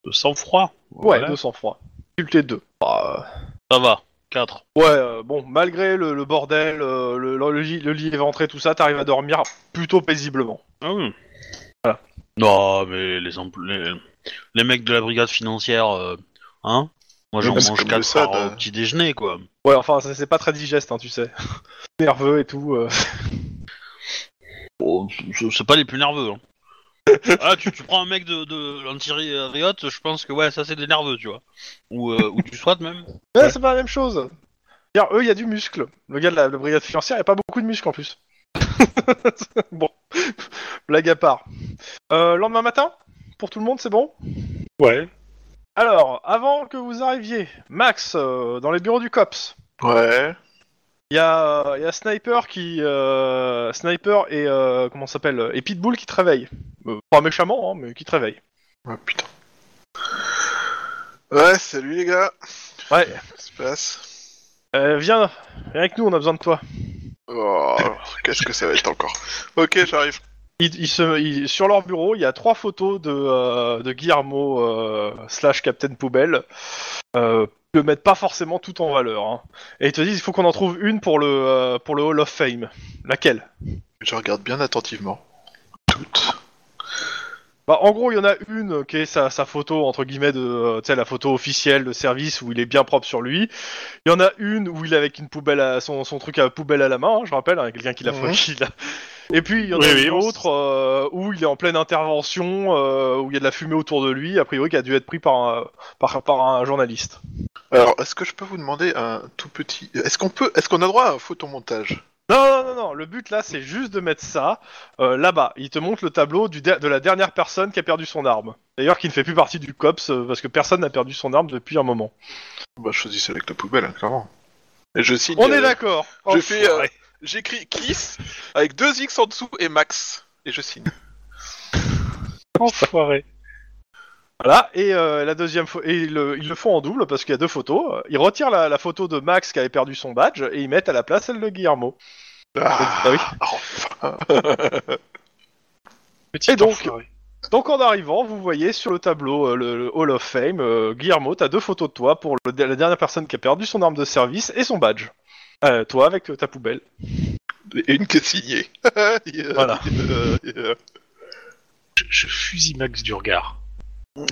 [SPEAKER 1] De sang-froid
[SPEAKER 2] Ouais,
[SPEAKER 1] Voilà.
[SPEAKER 2] de sang-froid. Difficulté 2. Bah,
[SPEAKER 1] Ça va. 4.
[SPEAKER 2] euh, ouais, euh, bon, malgré le, le bordel, euh, le, le, lit- le lit éventré, tout ça, t'arrives à dormir plutôt paisiblement.
[SPEAKER 1] Ah oui. Non, mais les, empl- les, les mecs de la brigade financière, euh, hein Moi, j'en
[SPEAKER 4] Oui, parce
[SPEAKER 1] mange
[SPEAKER 4] que
[SPEAKER 1] 4
[SPEAKER 4] ça,
[SPEAKER 1] par
[SPEAKER 4] bah-
[SPEAKER 1] euh, petit déjeuner, quoi.
[SPEAKER 2] Ouais, enfin, ça, c'est pas très digeste, hein, tu sais. *laughs* Nerveux et tout. euh.
[SPEAKER 1] Bon, c'est- c'est pas les plus nerveux. *laughs* Hein. ah, tu, tu prends un mec de, de l'anti-riot, je pense que ouais, ça c'est des nerveux, tu vois. Ou, euh, ou du SWAT même.
[SPEAKER 2] Ouais, c'est pas la même chose. Dire, eux, il y a du muscle. Le gars de la, la brigade financière, il n'y a pas beaucoup de muscle en plus. *laughs* bon, *laughs* blague à part. Euh, lendemain matin, pour tout le monde, c'est bon
[SPEAKER 3] Ouais.
[SPEAKER 2] Alors, avant que vous arriviez, Max, euh, dans les bureaux du COPS,
[SPEAKER 4] Ouais.
[SPEAKER 2] il y, a euh, il y a Sniper qui. euh, Sniper et. euh, comment ça s'appelle Et Pitbull qui te réveillent. Euh, pas méchamment, hein, mais qui te réveillent.
[SPEAKER 4] Ah putain. Ouais, salut les gars.
[SPEAKER 2] Ouais,
[SPEAKER 4] Qu'est-ce qui se passe
[SPEAKER 2] euh, viens, viens avec nous, on a besoin de toi.
[SPEAKER 4] Oh, qu'est-ce que ça va être encore Ok, j'arrive.
[SPEAKER 2] Ils- ils se- ils- sur leur bureau, il y a trois photos de, euh, de Guillermo euh, slash Captain Poubelle. Euh, ils le mettent pas forcément tout en valeur. hein. Et ils te disent il faut qu'on en trouve une pour le, euh, pour le Hall of Fame. Laquelle
[SPEAKER 4] Je regarde bien attentivement. Toutes.
[SPEAKER 2] bah, En gros, il y en a une qui est sa, sa photo, entre guillemets, de, euh, tu sais, la photo officielle de service où il est bien propre sur lui. Il y en a une où il est avec une poubelle à, son, son truc à poubelle à la main, hein, je rappelle, hein, quelqu'un qui l'a
[SPEAKER 4] Mhm.
[SPEAKER 2] franchi là. Et puis il y en
[SPEAKER 3] Oui,
[SPEAKER 2] a
[SPEAKER 3] oui,
[SPEAKER 2] une
[SPEAKER 3] on s-
[SPEAKER 2] autre euh, où il est en pleine intervention, euh, où il y a de la fumée autour de lui, a priori qui a dû être pris par un, par, par un journaliste.
[SPEAKER 4] Alors, est-ce que je peux vous demander un tout petit. Est-ce qu'on peut. Est-ce qu'on a droit à un photomontage
[SPEAKER 2] Non, non, non, non, le but là c'est juste de mettre ça euh, là-bas. Il te montre le tableau du der- de la dernière personne qui a perdu son arme. D'ailleurs qui ne fait plus partie du COPS euh, parce que personne n'a perdu son arme depuis un moment.
[SPEAKER 4] Bah, je choisis celle avec la poubelle, hein, clairement. Et je signe.
[SPEAKER 2] On
[SPEAKER 4] euh,
[SPEAKER 2] est d'accord
[SPEAKER 4] je fais, euh,
[SPEAKER 2] Enfoiré.
[SPEAKER 4] J'écris Kiss avec deux X en dessous et Max. Et je signe.
[SPEAKER 3] Enfoiré.
[SPEAKER 2] Voilà, et euh, la deuxième pho- et le- ils le font en double parce qu'il y a deux photos. Ils retirent la, la photo de Max qui avait perdu son badge et ils mettent à la place celle de Guillermo.
[SPEAKER 4] Ah,
[SPEAKER 2] Ah oui.
[SPEAKER 4] Enfin
[SPEAKER 3] Petit
[SPEAKER 2] Et donc-
[SPEAKER 3] enfoiré.
[SPEAKER 2] Donc en arrivant, vous voyez sur le tableau euh, le, le Hall of Fame, euh, Guillermo, t'as deux photos de toi pour le- la dernière personne qui a perdu son arme de service et son badge. Euh, toi avec euh, ta poubelle.
[SPEAKER 4] Et une qui est signée. *laughs* Yeah,
[SPEAKER 2] Voilà.
[SPEAKER 4] yeah, yeah.
[SPEAKER 3] Je, je fusille Max du regard.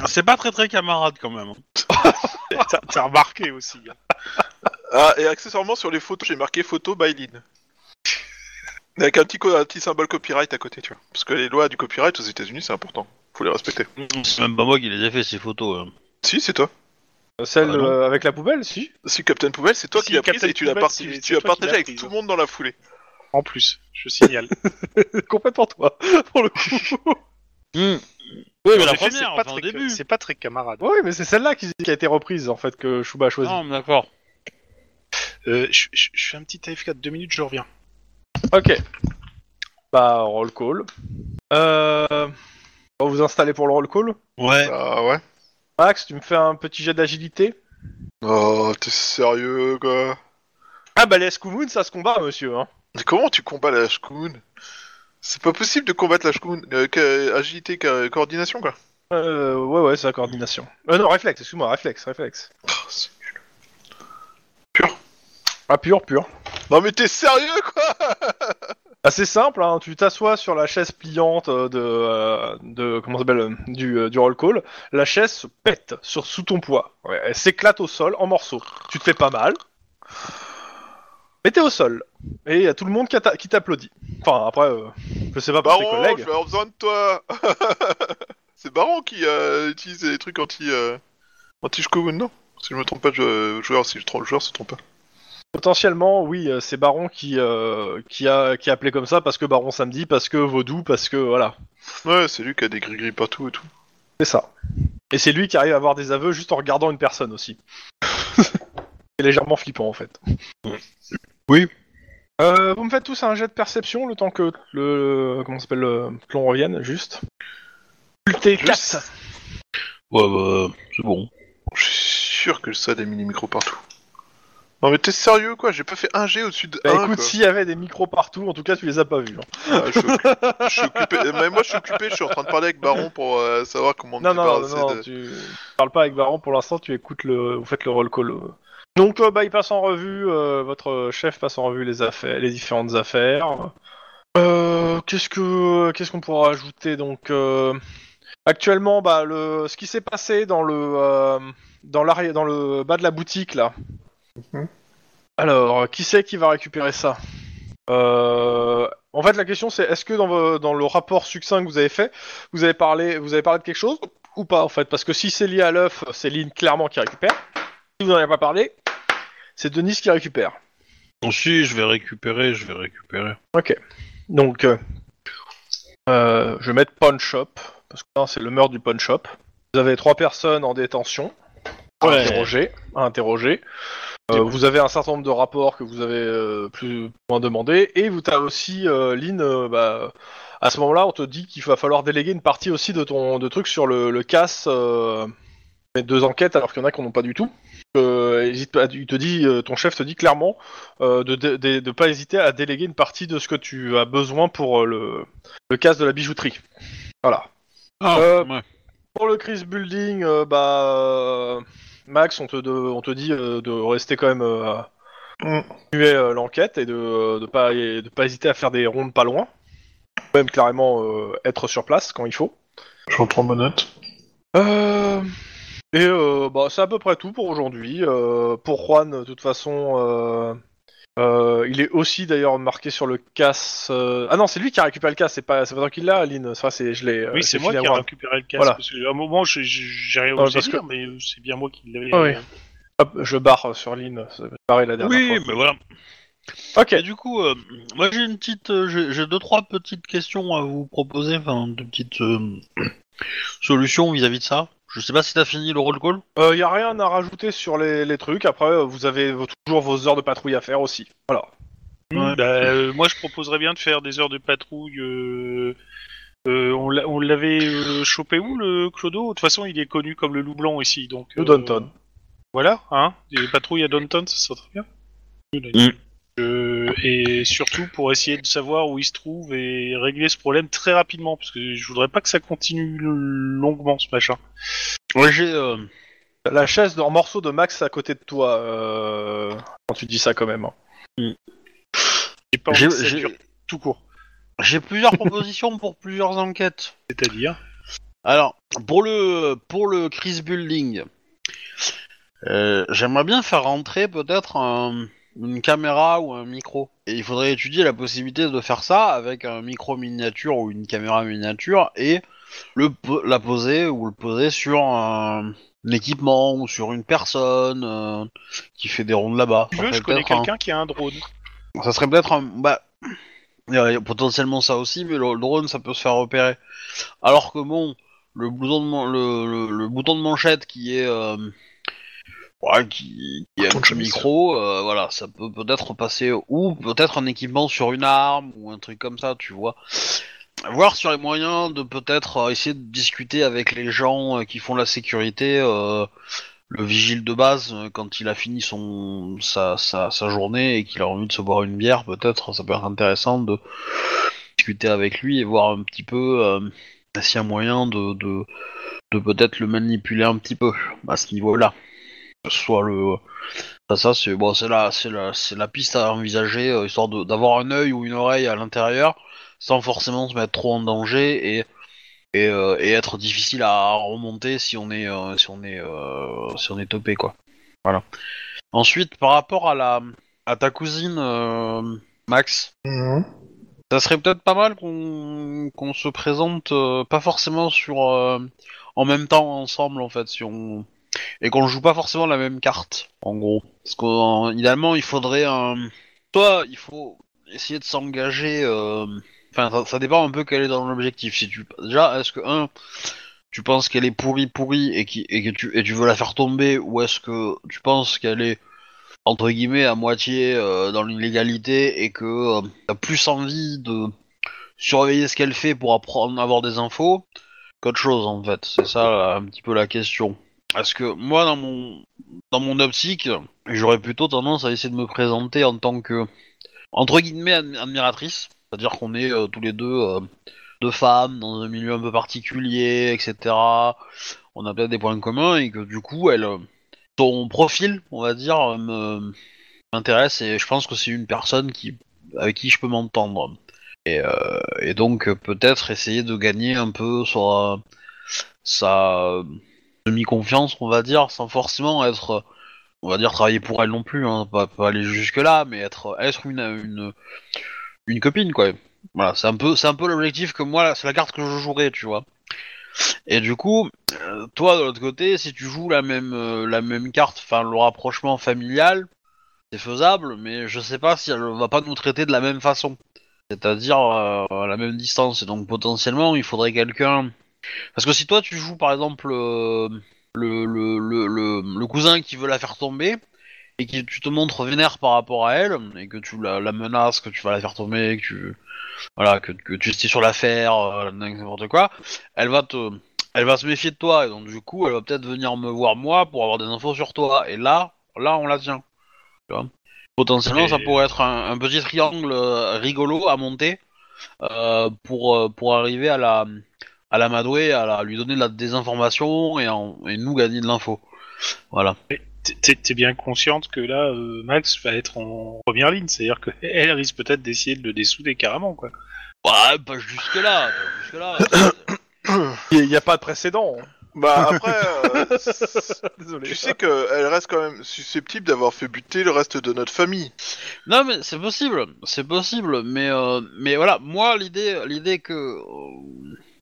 [SPEAKER 1] C'est pas très très camarade quand même.
[SPEAKER 3] T'as- T'as remarqué aussi. hein.
[SPEAKER 4] Ah, et accessoirement, sur les photos, j'ai marqué photo by Lynn. Avec un petit, co- un petit symbole copyright à côté, tu vois. Parce que les lois du copyright aux États-Unis, c'est important. Faut les respecter.
[SPEAKER 1] C'est
[SPEAKER 3] Mm.
[SPEAKER 1] même pas moi qui les ai fait ces photos. hein.
[SPEAKER 4] Si, c'est toi.
[SPEAKER 2] Euh, Celle
[SPEAKER 1] Ah non.
[SPEAKER 2] euh, avec la poubelle, si *laughs*
[SPEAKER 4] Si Captain Poubelle, c'est toi
[SPEAKER 3] Si,
[SPEAKER 4] qui l'as prise
[SPEAKER 3] Captain
[SPEAKER 4] et tu l'as
[SPEAKER 3] Poubelle,
[SPEAKER 4] parti-
[SPEAKER 3] c'est-
[SPEAKER 4] tu
[SPEAKER 3] c'est
[SPEAKER 4] l'as
[SPEAKER 3] toi qui
[SPEAKER 4] partagé
[SPEAKER 3] l'as
[SPEAKER 4] avec
[SPEAKER 3] prise,
[SPEAKER 4] tout
[SPEAKER 3] hein.
[SPEAKER 4] le monde dans la foulée.
[SPEAKER 3] En plus, je signale.
[SPEAKER 2] Complètement toi, pour le coup.
[SPEAKER 1] Hmm, Oui,
[SPEAKER 3] En
[SPEAKER 1] mais la
[SPEAKER 3] effet,
[SPEAKER 1] première,
[SPEAKER 3] c'est pas,
[SPEAKER 1] enfin, au
[SPEAKER 3] très-
[SPEAKER 1] début.
[SPEAKER 3] c'est pas très camarade.
[SPEAKER 2] oui, mais c'est celle-là qui, qui a été reprise en fait que Chouba a choisi.
[SPEAKER 1] Non, mais d'accord.
[SPEAKER 3] Euh, je, je- je fais un petit AFK de deux minutes, je reviens.
[SPEAKER 2] Ok. Bah, roll call. Euh... On va vous installer pour le roll call.
[SPEAKER 1] Ouais.
[SPEAKER 4] Ah ouais
[SPEAKER 2] Max, tu me fais un petit jet d'agilité
[SPEAKER 4] Oh, t'es sérieux, quoi
[SPEAKER 2] Ah bah les Skoumoun, ça se combat, monsieur. Hein.
[SPEAKER 4] Mais comment tu combats la Shkoun C'est pas possible de combattre la Shkoun. Euh, qu'à- agilité, qu'à-
[SPEAKER 2] *laughs*
[SPEAKER 4] coordination, quoi.
[SPEAKER 2] Euh, ouais, ouais, c'est la coordination. Euh, non, réflexe, excuse-moi, réflexe, réflexe.
[SPEAKER 4] Oh, c'est-
[SPEAKER 2] Ah, pur, pur.
[SPEAKER 4] non mais t'es sérieux, quoi
[SPEAKER 2] Assez simple, hein, tu t'assois sur la chaise pliante euh, de, euh, de comment ça s'appelle, euh, du, euh, du roll call, la chaise se pète sur, sous ton poids, Ouais, elle s'éclate au sol en morceaux. Tu te fais pas mal, mais t'es au sol, et il y a tout le monde qui, atta- qui t'applaudit. Enfin, après, euh, je sais pas pour tes
[SPEAKER 4] Baron, je
[SPEAKER 2] collègues.
[SPEAKER 4] vais avoir besoin de toi *laughs* C'est Baron qui euh, utilise des trucs anti... euh, anti Shkoun, non Si je me trompe pas, je, joueur, si je trompe, le joueur se trompe pas.
[SPEAKER 2] Potentiellement, oui, euh, c'est Baron qui, euh, qui, a, qui a appelé comme ça, parce que Baron samedi, parce que Vaudou, parce que voilà,
[SPEAKER 4] Ouais, c'est lui qui a des gris-gris partout et tout.
[SPEAKER 2] c'est ça. Et c'est lui qui arrive à avoir des aveux juste en regardant une personne aussi. *laughs* c'est légèrement flippant en fait. Euh, vous me faites tous un jet de perception le temps que le. Comment ça s'appelle le plomb revienne, juste. Difficulté
[SPEAKER 4] Juste.
[SPEAKER 2] 4.
[SPEAKER 1] Ouais, bah, c'est bon.
[SPEAKER 4] Je suis sûr que ça a des mini-micros partout. Non mais t'es sérieux quoi, j'ai pas fait un G au-dessus de
[SPEAKER 2] Bah
[SPEAKER 4] 1,
[SPEAKER 2] écoute,
[SPEAKER 4] quoi.
[SPEAKER 2] s'il y avait des micros partout, en tout cas, tu les as pas vus. hein.
[SPEAKER 4] Ah, je, suis occu- je suis occupé, même moi je suis occupé, je suis en train de parler avec Baron pour euh, savoir comment me
[SPEAKER 2] Non, non, non,
[SPEAKER 4] débarrasser
[SPEAKER 2] non,
[SPEAKER 4] de...
[SPEAKER 2] tu tu parles pas avec Baron pour l'instant, tu écoutes le. Vous faites le roll call. euh. Donc, euh, bah, il passe en revue, euh, votre chef passe en revue les affaires, les différentes affaires. Euh, qu'est-ce que, qu'est-ce qu'on pourra ajouter donc euh, Actuellement, bah, le, ce qui s'est passé dans le, euh, dans l'arrière, dans le bas de la boutique là. Alors, qui c'est qui va récupérer ça Euh, En fait, la question c'est, est-ce que dans, vo- dans le rapport succinct que vous avez fait, vous avez parlé, vous avez parlé de quelque chose ou pas en fait Parce que si c'est lié à l'œuf, c'est Lynn clairement qui récupère. Si vous n'en avez pas parlé, c'est Denise qui récupère.
[SPEAKER 1] Si, je vais récupérer, je vais récupérer.
[SPEAKER 2] Donc, euh, euh, je vais mettre pawn shop parce que là, c'est le meurtre du pawn shop. Vous avez trois personnes en détention à
[SPEAKER 1] Ouais.
[SPEAKER 2] interroger. à interroger. Euh, vous avez un certain nombre de rapports que vous avez euh, plus ou moins demandé et vous t'as aussi euh, Lynn. euh, bah, à ce moment-là, on te dit qu'il va falloir déléguer une partie aussi de ton de trucs sur le, le casse. euh, les deux enquêtes alors qu'il y en a qui n'en ont pas du tout. Euh, hésite pas, il te dit, euh, ton chef te dit clairement euh, de ne pas hésiter à déléguer une partie de ce que tu as besoin pour euh, le, le casse de la bijouterie. Voilà.
[SPEAKER 1] Ah,
[SPEAKER 2] Euh,
[SPEAKER 1] ouais.
[SPEAKER 2] Pour le Chris Building, euh, bah, euh, Max, on te, de- on te dit euh, de rester quand même euh, à
[SPEAKER 4] Mm.
[SPEAKER 2] continuer, euh, l'enquête et de ne pas, et de pas hésiter à faire des rondes pas loin. Même clairement euh, être sur place quand il faut.
[SPEAKER 4] Je reprends ma note.
[SPEAKER 2] Euh, Et euh, bah, c'est à peu près tout pour aujourd'hui. Euh, pour Juan, de toute façon, euh, euh, il est aussi d'ailleurs marqué sur le casse. euh, Ah non, c'est lui qui a récupéré le casse, c'est pas, c'est pas toi qui l'a, Aline. Ça, c'est, je l'ai. euh,
[SPEAKER 3] Oui, c'est
[SPEAKER 2] j'ai
[SPEAKER 3] moi
[SPEAKER 2] filé à
[SPEAKER 3] qui ai
[SPEAKER 2] Juan.
[SPEAKER 3] récupéré le casque.
[SPEAKER 2] Voilà.
[SPEAKER 3] Parce qu'à un moment, je- je- j'ai rien
[SPEAKER 2] Non,
[SPEAKER 3] osé
[SPEAKER 2] Ah, parce
[SPEAKER 3] dire, mais euh, c'est bien moi qui l'avais. euh,
[SPEAKER 2] Ah oui. Hop, je barre euh, sur Aline. ça m'a barré la dernière
[SPEAKER 1] Oui,
[SPEAKER 2] fois.
[SPEAKER 1] mais voilà.
[SPEAKER 2] Ok.
[SPEAKER 1] Et du coup, euh, moi j'ai une petite, euh, j'ai j'ai deux trois petites questions à vous proposer, enfin deux petites euh, *clears throat* solutions vis-à-vis de ça. Je sais pas si t'as fini le roll call.
[SPEAKER 2] Il y a rien à rajouter sur les, les trucs. Après, euh, vous avez vos- toujours vos heures de patrouille à faire aussi. Voilà.
[SPEAKER 1] Ouais.
[SPEAKER 3] Bah, euh, moi, je proposerais bien de faire des heures de patrouille. euh, euh, on l'a- on l'avait euh, chopé où, le Clodo De toute façon, il est connu comme le loup blanc ici. donc.
[SPEAKER 2] Nous,
[SPEAKER 3] euh,
[SPEAKER 2] Danton.
[SPEAKER 3] Voilà, hein. Des patrouilles à Downton, ça serait très bien.
[SPEAKER 2] Mmh.
[SPEAKER 3] Euh, et surtout pour essayer de savoir où il se trouve et régler ce problème très rapidement, parce que je voudrais pas que ça continue longuement ce machin.
[SPEAKER 1] Ouais, j'ai, euh,
[SPEAKER 2] La chaise en morceaux de Max à côté de toi. euh, Quand tu dis ça, quand même. hein.
[SPEAKER 3] J'ai pas envie
[SPEAKER 1] j'ai-
[SPEAKER 3] que ça
[SPEAKER 1] j'ai-
[SPEAKER 3] dure tout court.
[SPEAKER 1] j'ai plusieurs propositions pour plusieurs enquêtes.
[SPEAKER 3] C'est-à-dire
[SPEAKER 1] Alors, pour le, pour le Chris Building, euh, j'aimerais bien faire rentrer peut-être un- une caméra ou un micro. Et il faudrait étudier la possibilité de faire ça avec un micro miniature ou une caméra miniature et le, po- la poser ou le poser sur un, un équipement ou sur une personne euh, qui fait des rondes là-bas.
[SPEAKER 3] Tu
[SPEAKER 1] Ça
[SPEAKER 3] veux,
[SPEAKER 1] serait
[SPEAKER 3] je connais
[SPEAKER 1] peut-être un-
[SPEAKER 3] quelqu'un qui a un drone.
[SPEAKER 1] ça serait peut-être un. Bah, il y a potentiellement ça aussi, mais le le drone ça peut se faire repérer. Alors que bon, le bouton de, man- le, le- le bouton de manchette qui est. euh, ouais, qui, qui est
[SPEAKER 4] Bouton de
[SPEAKER 1] un
[SPEAKER 4] chemise.
[SPEAKER 1] micro, euh, voilà, ça peut peut-être passer. Ou peut-être un équipement sur une arme ou un truc comme ça, tu vois. Voir sur les moyens de peut-être euh, essayer de discuter avec les gens euh, qui font la sécurité. euh, le vigile de base, euh, quand il a fini son sa, sa, sa journée et qu'il a envie de se boire une bière, peut-être ça peut être intéressant de discuter avec lui et voir un petit peu euh, s'il y a moyen de, de, de peut-être le manipuler un petit peu à ce niveau-là. Que ce Soit le ça, ça c'est bon, c'est la c'est la c'est la piste à envisager euh, histoire de- d'avoir un œil ou une oreille à l'intérieur sans forcément se mettre trop en danger et et, euh, et être difficile à remonter si on est euh, si on est euh, si on est topé quoi. Voilà. Ensuite, par rapport à la à ta cousine euh, Max, ça serait peut-être pas mal qu'on qu'on se présente euh, pas forcément sur euh, en même temps ensemble en fait si on et qu'on joue pas forcément la même carte en gros parce qu'idéalement il faudrait un toi il faut essayer de s'engager euh, Enfin, ça, ça dépend un peu quel est dans l'objectif. Si tu déjà, est-ce que un, tu penses qu'elle est pourrie pourrie et qui et que tu et tu veux la faire tomber, ou est-ce que tu penses qu'elle est entre guillemets à moitié euh, dans l'illégalité et que euh, t'as plus envie de surveiller ce qu'elle fait pour apprendre avoir des infos qu'autre chose en fait. C'est ça là, un petit peu la question. Parce que moi, dans mon, dans mon optique, j'aurais plutôt tendance à essayer de me présenter en tant que, entre guillemets, admi- admiratrice. C'est-à-dire qu'on est euh, tous les deux euh, deux femmes dans un milieu un peu particulier, etc. On a peut-être des points communs et que du coup, elle, euh, son profil, on va dire, euh, me- m'intéresse et je pense que c'est une personne qui, avec qui je peux m'entendre. Et, euh, et donc, euh, peut-être essayer de gagner un peu sur euh, sa euh, demi-confiance, on va dire, sans forcément être, euh, on va dire, travailler pour elle non plus, hein, pas, pas aller jusque-là, mais être, être une, une, une copine, quoi. Voilà, c'est un peu, c'est un peu l'objectif que moi, c'est la carte que je jouerais, tu vois. Et du coup, euh, toi de l'autre côté, si tu joues la même, euh, la même carte, enfin le rapprochement familial, c'est faisable, mais je sais pas si elle va pas nous traiter de la même façon, c'est-à-dire euh, à la même distance. Et donc potentiellement, il faudrait quelqu'un. Parce que si toi tu joues par exemple euh, le, le, le, le, le cousin qui veut la faire tomber. Et que tu te montres vénère par rapport à elle, et que tu la, la menaces, que tu vas la faire tomber, que tu, voilà, que, que tu es sur l'affaire, euh, n'importe quoi, elle va te, elle va se méfier de toi, et donc du coup, elle va peut-être venir me voir moi pour avoir des infos sur toi. Et là, là, on la tient. Tu vois Potentiellement,
[SPEAKER 3] Et-
[SPEAKER 1] ça pourrait être un, un petit triangle euh, rigolo à monter euh, pour euh, pour arriver à la à la madouer, à, la- à lui donner de la désinformation et, en- et nous gagner de l'info. Voilà.
[SPEAKER 3] T'es- T'es t'es bien consciente que là, euh, Max va être en première ligne, c'est-à-dire *laughs* qu'elle risque peut-être d'essayer de le dessouder carrément, quoi.
[SPEAKER 1] Bah, pas jusque là, pas jusque là.
[SPEAKER 2] Il n'y a pas de précédent.
[SPEAKER 1] *laughs*
[SPEAKER 2] hein. *laughs*
[SPEAKER 4] Bah après, euh, c-
[SPEAKER 2] Désolé.
[SPEAKER 4] tu sais qu'elle reste quand même susceptible d'avoir fait buter le reste de notre famille.
[SPEAKER 1] Non mais c'est possible, c'est possible, mais euh, mais voilà, moi l'idée l'idée que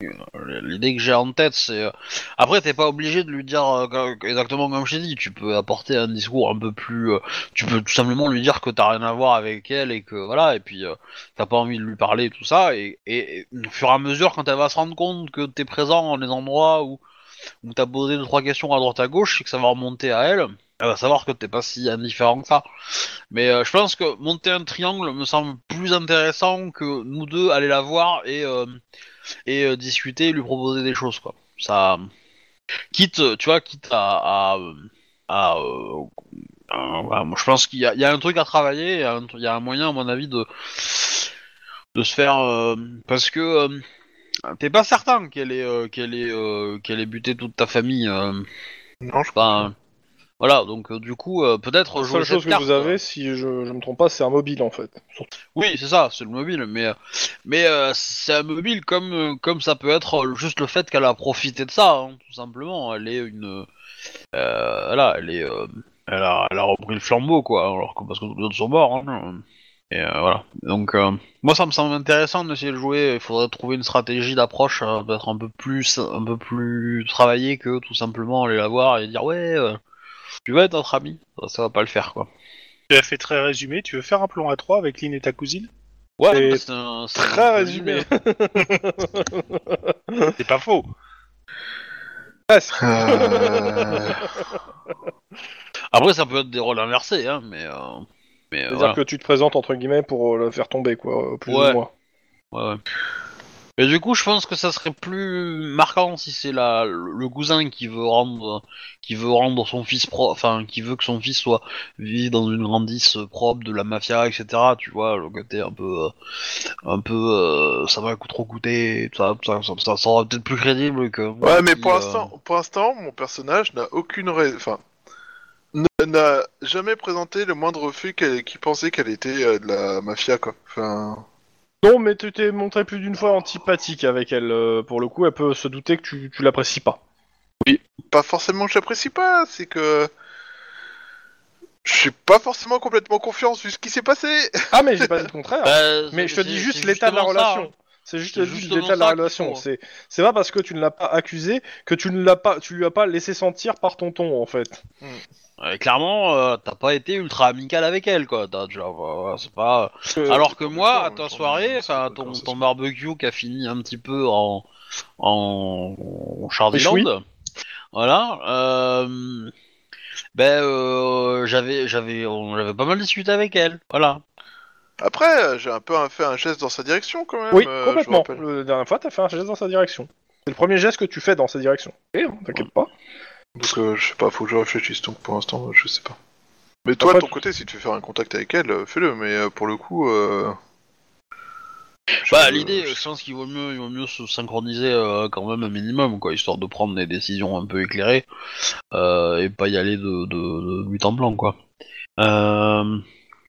[SPEAKER 1] euh, l'idée que j'ai en tête c'est euh, après t'es pas obligé de lui dire euh, comme- exactement comme je t'ai dit, tu peux apporter un discours un peu plus, euh, tu peux tout simplement lui dire que t'as rien à voir avec elle et que voilà et puis euh, t'as pas envie de lui parler et tout ça et, et, et au fur et à mesure quand elle va se rendre compte que t'es présent dans les endroits où où t'as posé deux trois questions à droite à gauche et que ça va remonter à elle, elle va savoir que t'es pas si indifférent que ça. Mais euh, je pense que monter un triangle me semble plus intéressant que nous deux aller la voir et, euh, et euh, discuter et lui proposer des choses, quoi. Ça. Quitte, euh, tu vois, quitte à. à, euh, à, euh, à- voilà, moi, je pense qu'il y, a- il y a un truc à travailler, il y a un tru- il y, a un moyen, à mon avis, de. de se faire. euh, parce que. euh, T'es pas certain qu'elle ait, euh, qu'elle ait, euh, qu'elle ait buté toute ta famille. euh,
[SPEAKER 4] Non, je
[SPEAKER 1] enfin, voilà, donc euh, du coup, euh, peut-être
[SPEAKER 2] La
[SPEAKER 1] jouer
[SPEAKER 2] seule chose
[SPEAKER 1] cette
[SPEAKER 2] que
[SPEAKER 1] carte.
[SPEAKER 2] vous avez, si je, je me trompe pas, c'est un mobile en fait.
[SPEAKER 1] Oui, c'est ça, c'est le mobile, mais euh, mais euh, c'est un mobile comme euh, comme ça peut être euh, juste le fait qu'elle a profité de ça, hein, tout simplement. Elle est une euh, voilà, elle est euh, elle, a, elle a repris le flambeau quoi, alors que parce que tous les autres sont morts. hein, et euh, voilà. Donc euh, moi ça me semble intéressant d'essayer de jouer. Il faudrait trouver une stratégie d'approche euh, peut-être un peu plus un peu plus travaillée que tout simplement aller la voir et dire ouais euh, tu vas être notre ami. Ça, ça va pas le faire quoi.
[SPEAKER 3] Tu as fait très résumé, tu veux faire un plan à 3 avec Lynn et ta cousine
[SPEAKER 2] C'est
[SPEAKER 1] c'est un- c'est un-
[SPEAKER 2] Très résumé.
[SPEAKER 3] C'est pas faux
[SPEAKER 2] Presque.
[SPEAKER 4] Euh,
[SPEAKER 1] *laughs* Après, ça peut être des rôles inversés, hein, mais. euh, mais euh,
[SPEAKER 2] C'est-à-dire
[SPEAKER 1] voilà.
[SPEAKER 2] que tu te présentes entre guillemets pour euh, le faire tomber quoi, euh, plus
[SPEAKER 1] Ouais.
[SPEAKER 2] ou moins.
[SPEAKER 1] Ouais, ouais. Et du coup, je pense que ça serait plus marquant si c'est la le cousin qui veut rendre qui veut rendre son fils pro, enfin qui veut que son fils soit vive dans une grandisse propre de la mafia, etc. Tu vois, le côté un peu euh, un peu euh, ça va trop coûter, ça ça, ça, ça sera peut-être plus crédible que.
[SPEAKER 4] Ouais, mais
[SPEAKER 1] qui,
[SPEAKER 4] pour
[SPEAKER 1] euh,
[SPEAKER 4] l'instant, pour l'instant, mon personnage n'a aucune raison. Enfin, n- n'a jamais présenté le moindre fait qu'elle- qu'il pensait qu'elle était euh, de la mafia, quoi. Enfin,
[SPEAKER 2] Non, mais tu t'es montré plus d'une fois antipathique avec elle. euh, pour le coup, elle peut se douter que tu, tu l'apprécies
[SPEAKER 1] *laughs*
[SPEAKER 2] pas.
[SPEAKER 4] pas forcément que j'apprécie pas, c'est que. Je suis pas forcément complètement confiant sur ce qui s'est passé.
[SPEAKER 2] Ah, mais j'ai pas dit le contraire.
[SPEAKER 1] bah,
[SPEAKER 2] mais je te
[SPEAKER 1] c'est-
[SPEAKER 2] dis
[SPEAKER 1] c'est-
[SPEAKER 2] juste
[SPEAKER 1] c'est
[SPEAKER 2] l'état de la
[SPEAKER 1] justement ça,
[SPEAKER 2] relation.
[SPEAKER 1] hein.
[SPEAKER 2] C'est juste
[SPEAKER 1] C'est
[SPEAKER 2] juste
[SPEAKER 1] justement
[SPEAKER 2] l'état de la
[SPEAKER 1] ça qu'il
[SPEAKER 2] relation.
[SPEAKER 1] faut.
[SPEAKER 2] C'est c'est pas parce que tu ne l'as pas accusé que tu ne l'as pas tu lui as pas laissé sentir par ton ton en fait.
[SPEAKER 1] Ouais, clairement, euh, t'as pas été ultra amical avec elle, quoi. T'as déjà, voilà, c'est pas.
[SPEAKER 2] Euh,
[SPEAKER 1] Alors que
[SPEAKER 4] Encore une
[SPEAKER 1] moi,
[SPEAKER 4] fois,
[SPEAKER 1] à
[SPEAKER 4] on
[SPEAKER 1] ta
[SPEAKER 4] est
[SPEAKER 1] soirée,
[SPEAKER 4] dans-
[SPEAKER 1] enfin,
[SPEAKER 4] dans-
[SPEAKER 1] ton,
[SPEAKER 4] dans-
[SPEAKER 1] ton barbecue qui a fini un petit peu en, en, en Chardiland,
[SPEAKER 2] Échoui.
[SPEAKER 1] voilà, euh, ben, euh, j'avais, j'avais, on avait pas mal discuté avec elle, voilà.
[SPEAKER 4] Après, euh, j'ai un peu un- fait un geste dans sa direction quand même.
[SPEAKER 2] oui,
[SPEAKER 4] euh, je
[SPEAKER 2] complètement.
[SPEAKER 4] rappelle.
[SPEAKER 2] Le- La dernière fois, t'as fait un geste dans sa direction. C'est le premier geste que tu fais dans sa direction. Eh, hein, t'inquiète pas.
[SPEAKER 4] Donc, euh, je sais pas, faut que je réfléchisse. Donc, pour l'instant, euh, je sais pas. Mais toi,
[SPEAKER 2] Après,
[SPEAKER 4] de ton côté, si tu veux faire un contact avec elle, euh, fais-le. Mais euh, pour le coup. euh, je-
[SPEAKER 1] Bah, l'idée,
[SPEAKER 4] je-
[SPEAKER 1] je pense qu'il vaut mieux, il vaut mieux se synchroniser euh, quand même un minimum, quoi, histoire de prendre des décisions un peu éclairées euh, et pas y aller de, de, de but en blanc, quoi. Euh,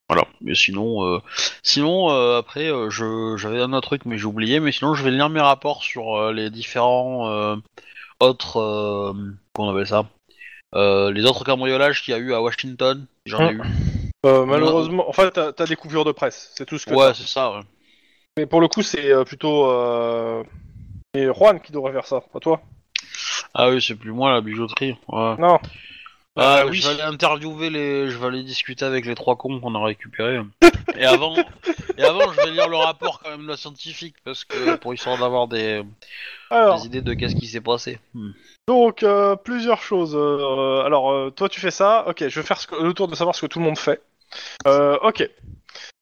[SPEAKER 1] voilà. Mais sinon, euh, sinon euh, après, euh, je, j'avais un autre truc, mais j'ai oublié. Mais sinon, je vais lire mes rapports sur euh, les différents euh, autres, euh, qu'on appelle ça, Euh, les autres cambriolages qu'il y a eu à Washington. J'en ai eu.
[SPEAKER 2] Euh, malheureusement, en fait, t'as t'as des coupures de presse, c'est tout ce que
[SPEAKER 1] Ouais, c'est ça. ouais.
[SPEAKER 2] Mais pour le coup, c'est euh, plutôt. Euh... C'est Juan qui devrait faire ça, pas toi.
[SPEAKER 1] Ah oui, c'est plus moi la bijouterie. Ouais.
[SPEAKER 2] Non.
[SPEAKER 1] Ah,
[SPEAKER 3] Euh, oui.
[SPEAKER 1] Je vais aller interviewer les. Je vais aller discuter avec les trois cons qu'on a récupérés. *laughs* Et avant, et avant, je vais lire le rapport quand même de la scientifique parce que pour histoire d'avoir des,
[SPEAKER 2] Alors,
[SPEAKER 1] des idées de qu'est-ce qui s'est passé. Hmm.
[SPEAKER 2] donc, euh, plusieurs choses. Euh, alors, euh, toi, tu fais ça. Ok, je vais faire ce que- le tour de savoir ce que tout le monde fait. Euh, ok.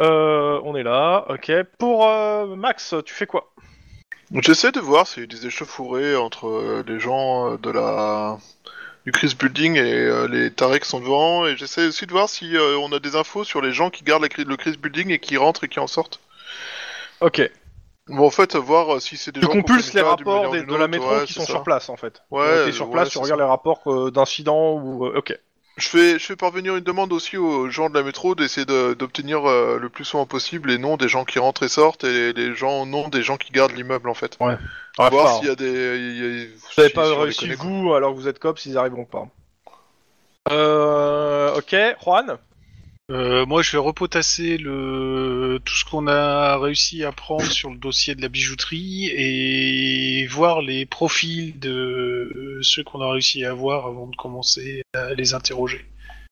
[SPEAKER 2] Euh, on est là. Ok. Pour euh, Max, tu fais quoi
[SPEAKER 4] J'essaie de voir s'il y a eu des échauffourées entre euh, les gens euh, de la du Chris Building et euh, les tarés qui sont devant, et j'essaie aussi de voir si euh, on a des infos sur les gens qui gardent la cri- le Chris Building et qui rentrent et qui en sortent.
[SPEAKER 2] Ok.
[SPEAKER 4] Bon, en fait, voir euh, si c'est des
[SPEAKER 2] Tu
[SPEAKER 4] gens qu'on
[SPEAKER 2] compulses les
[SPEAKER 4] connaît pas d'une
[SPEAKER 2] rapports
[SPEAKER 4] manière ou
[SPEAKER 2] des-
[SPEAKER 4] d'une
[SPEAKER 2] de la
[SPEAKER 4] autre,
[SPEAKER 2] métro
[SPEAKER 4] ouais,
[SPEAKER 2] qui
[SPEAKER 4] c'est
[SPEAKER 2] sont
[SPEAKER 4] ça.
[SPEAKER 2] sur place, en fait.
[SPEAKER 4] Ouais,
[SPEAKER 2] T'es sur
[SPEAKER 4] ouais,
[SPEAKER 2] place,
[SPEAKER 4] c'est
[SPEAKER 2] tu
[SPEAKER 4] ça.
[SPEAKER 2] regardes les rapports euh, d'incidents ou. euh, ok.
[SPEAKER 4] Je fais, je fais parvenir une demande aussi aux gens de la métro d'essayer de- d'obtenir euh, le plus souvent possible les noms des gens qui rentrent et sortent et les gens noms des gens qui gardent l'immeuble en fait.
[SPEAKER 2] Ah,
[SPEAKER 4] voir
[SPEAKER 2] pas,
[SPEAKER 4] s'il y a des. il y a-
[SPEAKER 2] Vous n'avez
[SPEAKER 4] si- si
[SPEAKER 2] pas
[SPEAKER 4] on les
[SPEAKER 2] réussi,
[SPEAKER 4] connaît, quoi.
[SPEAKER 2] vous, alors que vous êtes cops, ils arriveront pas. Euh, ok, Juan
[SPEAKER 3] Euh, moi, je vais repotasser le... tout ce qu'on a réussi à prendre sur le dossier de la bijouterie et voir les profils de euh, ceux qu'on a réussi à voir avant de commencer à les interroger.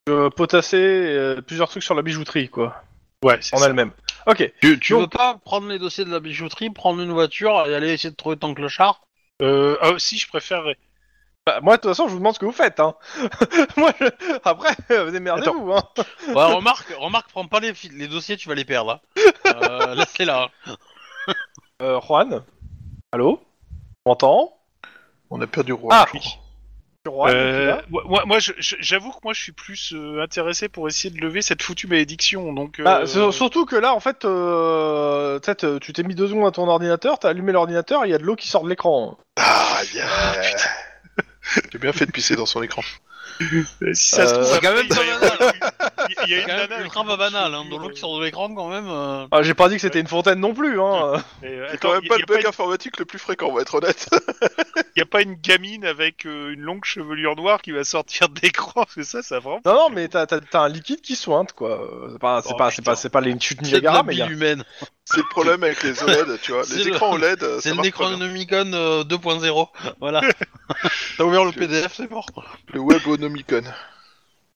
[SPEAKER 2] euh, potasser euh, plusieurs trucs sur la bijouterie, quoi,
[SPEAKER 3] Ouais, c'est
[SPEAKER 2] en
[SPEAKER 3] ça.
[SPEAKER 2] elle-même. Ok,
[SPEAKER 1] Tu, tu
[SPEAKER 2] Donc-
[SPEAKER 1] veux pas prendre les dossiers de la bijouterie, prendre une voiture et aller essayer de trouver ton clochard
[SPEAKER 3] Euh, ah, si, je préférerais.
[SPEAKER 2] bah, moi, de toute façon, je vous demande ce que vous faites, hein. *laughs* moi, je- après, *laughs* vous démerdez-vous, hein.
[SPEAKER 1] Ouais, remarque, remarque, prends pas les, fil- les dossiers, tu vas les perdre. Hein. Euh, laisse-les là.
[SPEAKER 2] Euh, Juan Allô Tu m'entends
[SPEAKER 4] On a perdu roi.
[SPEAKER 2] Ah
[SPEAKER 4] je crois.
[SPEAKER 2] Sur Juan, tu
[SPEAKER 3] Euh,
[SPEAKER 2] l'as
[SPEAKER 3] moi- moi, moi je- je- j'avoue que moi, je suis plus euh, intéressé pour essayer de lever cette foutue malédiction. Donc, euh,
[SPEAKER 2] Bah, c'est- surtout que là, en fait, euh, tu sais, te- tu t'es mis deux secondes à ton ordinateur, t'as allumé l'ordinateur, il y a de l'eau qui sort de l'écran.
[SPEAKER 4] Ah, yeah. *laughs* J'ai bien fait de pisser dans son écran.
[SPEAKER 3] si ça se
[SPEAKER 2] euh,
[SPEAKER 3] trouve,
[SPEAKER 1] c'est quand
[SPEAKER 3] après,
[SPEAKER 1] même pas
[SPEAKER 3] il va y avoir- il y a
[SPEAKER 1] C'est
[SPEAKER 3] une
[SPEAKER 1] quand même
[SPEAKER 3] nana
[SPEAKER 1] ultra
[SPEAKER 3] qui-
[SPEAKER 1] pas banal, hein, dans l'eau qui sort de l'écran quand même. euh.
[SPEAKER 2] Ah, j'ai pas dit que c'était une fontaine non plus, hein.
[SPEAKER 3] Mais, euh,
[SPEAKER 4] C'est
[SPEAKER 3] attends,
[SPEAKER 4] quand même
[SPEAKER 3] il y a-
[SPEAKER 4] pas
[SPEAKER 3] il y
[SPEAKER 4] le
[SPEAKER 3] a pas
[SPEAKER 4] bug informatique le plus fréquent, on va être honnête. *laughs*
[SPEAKER 3] Il n'y a pas une gamine avec euh, une longue chevelure noire qui va sortir *laughs* de l'écran, parce que ça, ça vraiment.
[SPEAKER 2] Non, non, mais t'as, t'as- t'as un liquide qui sointe, quoi. Euh, C'est pas, c'est
[SPEAKER 3] Oh,
[SPEAKER 2] pas, c'est
[SPEAKER 3] putain.
[SPEAKER 2] pas, c'est pas les chutes
[SPEAKER 1] C'est de la
[SPEAKER 2] Niagara, mais il y
[SPEAKER 1] bile
[SPEAKER 2] a...
[SPEAKER 1] humaine.
[SPEAKER 4] C'est le problème avec les OLED, tu vois.
[SPEAKER 1] C'est
[SPEAKER 4] Les
[SPEAKER 1] le-
[SPEAKER 4] écrans OLED, euh,
[SPEAKER 1] C'est le
[SPEAKER 4] ça marche pas bien.
[SPEAKER 1] Necronomicon euh, 2.0. *laughs* Voilà. T'as ouvert le PDF, c'est mort.
[SPEAKER 4] Le Webonomicon.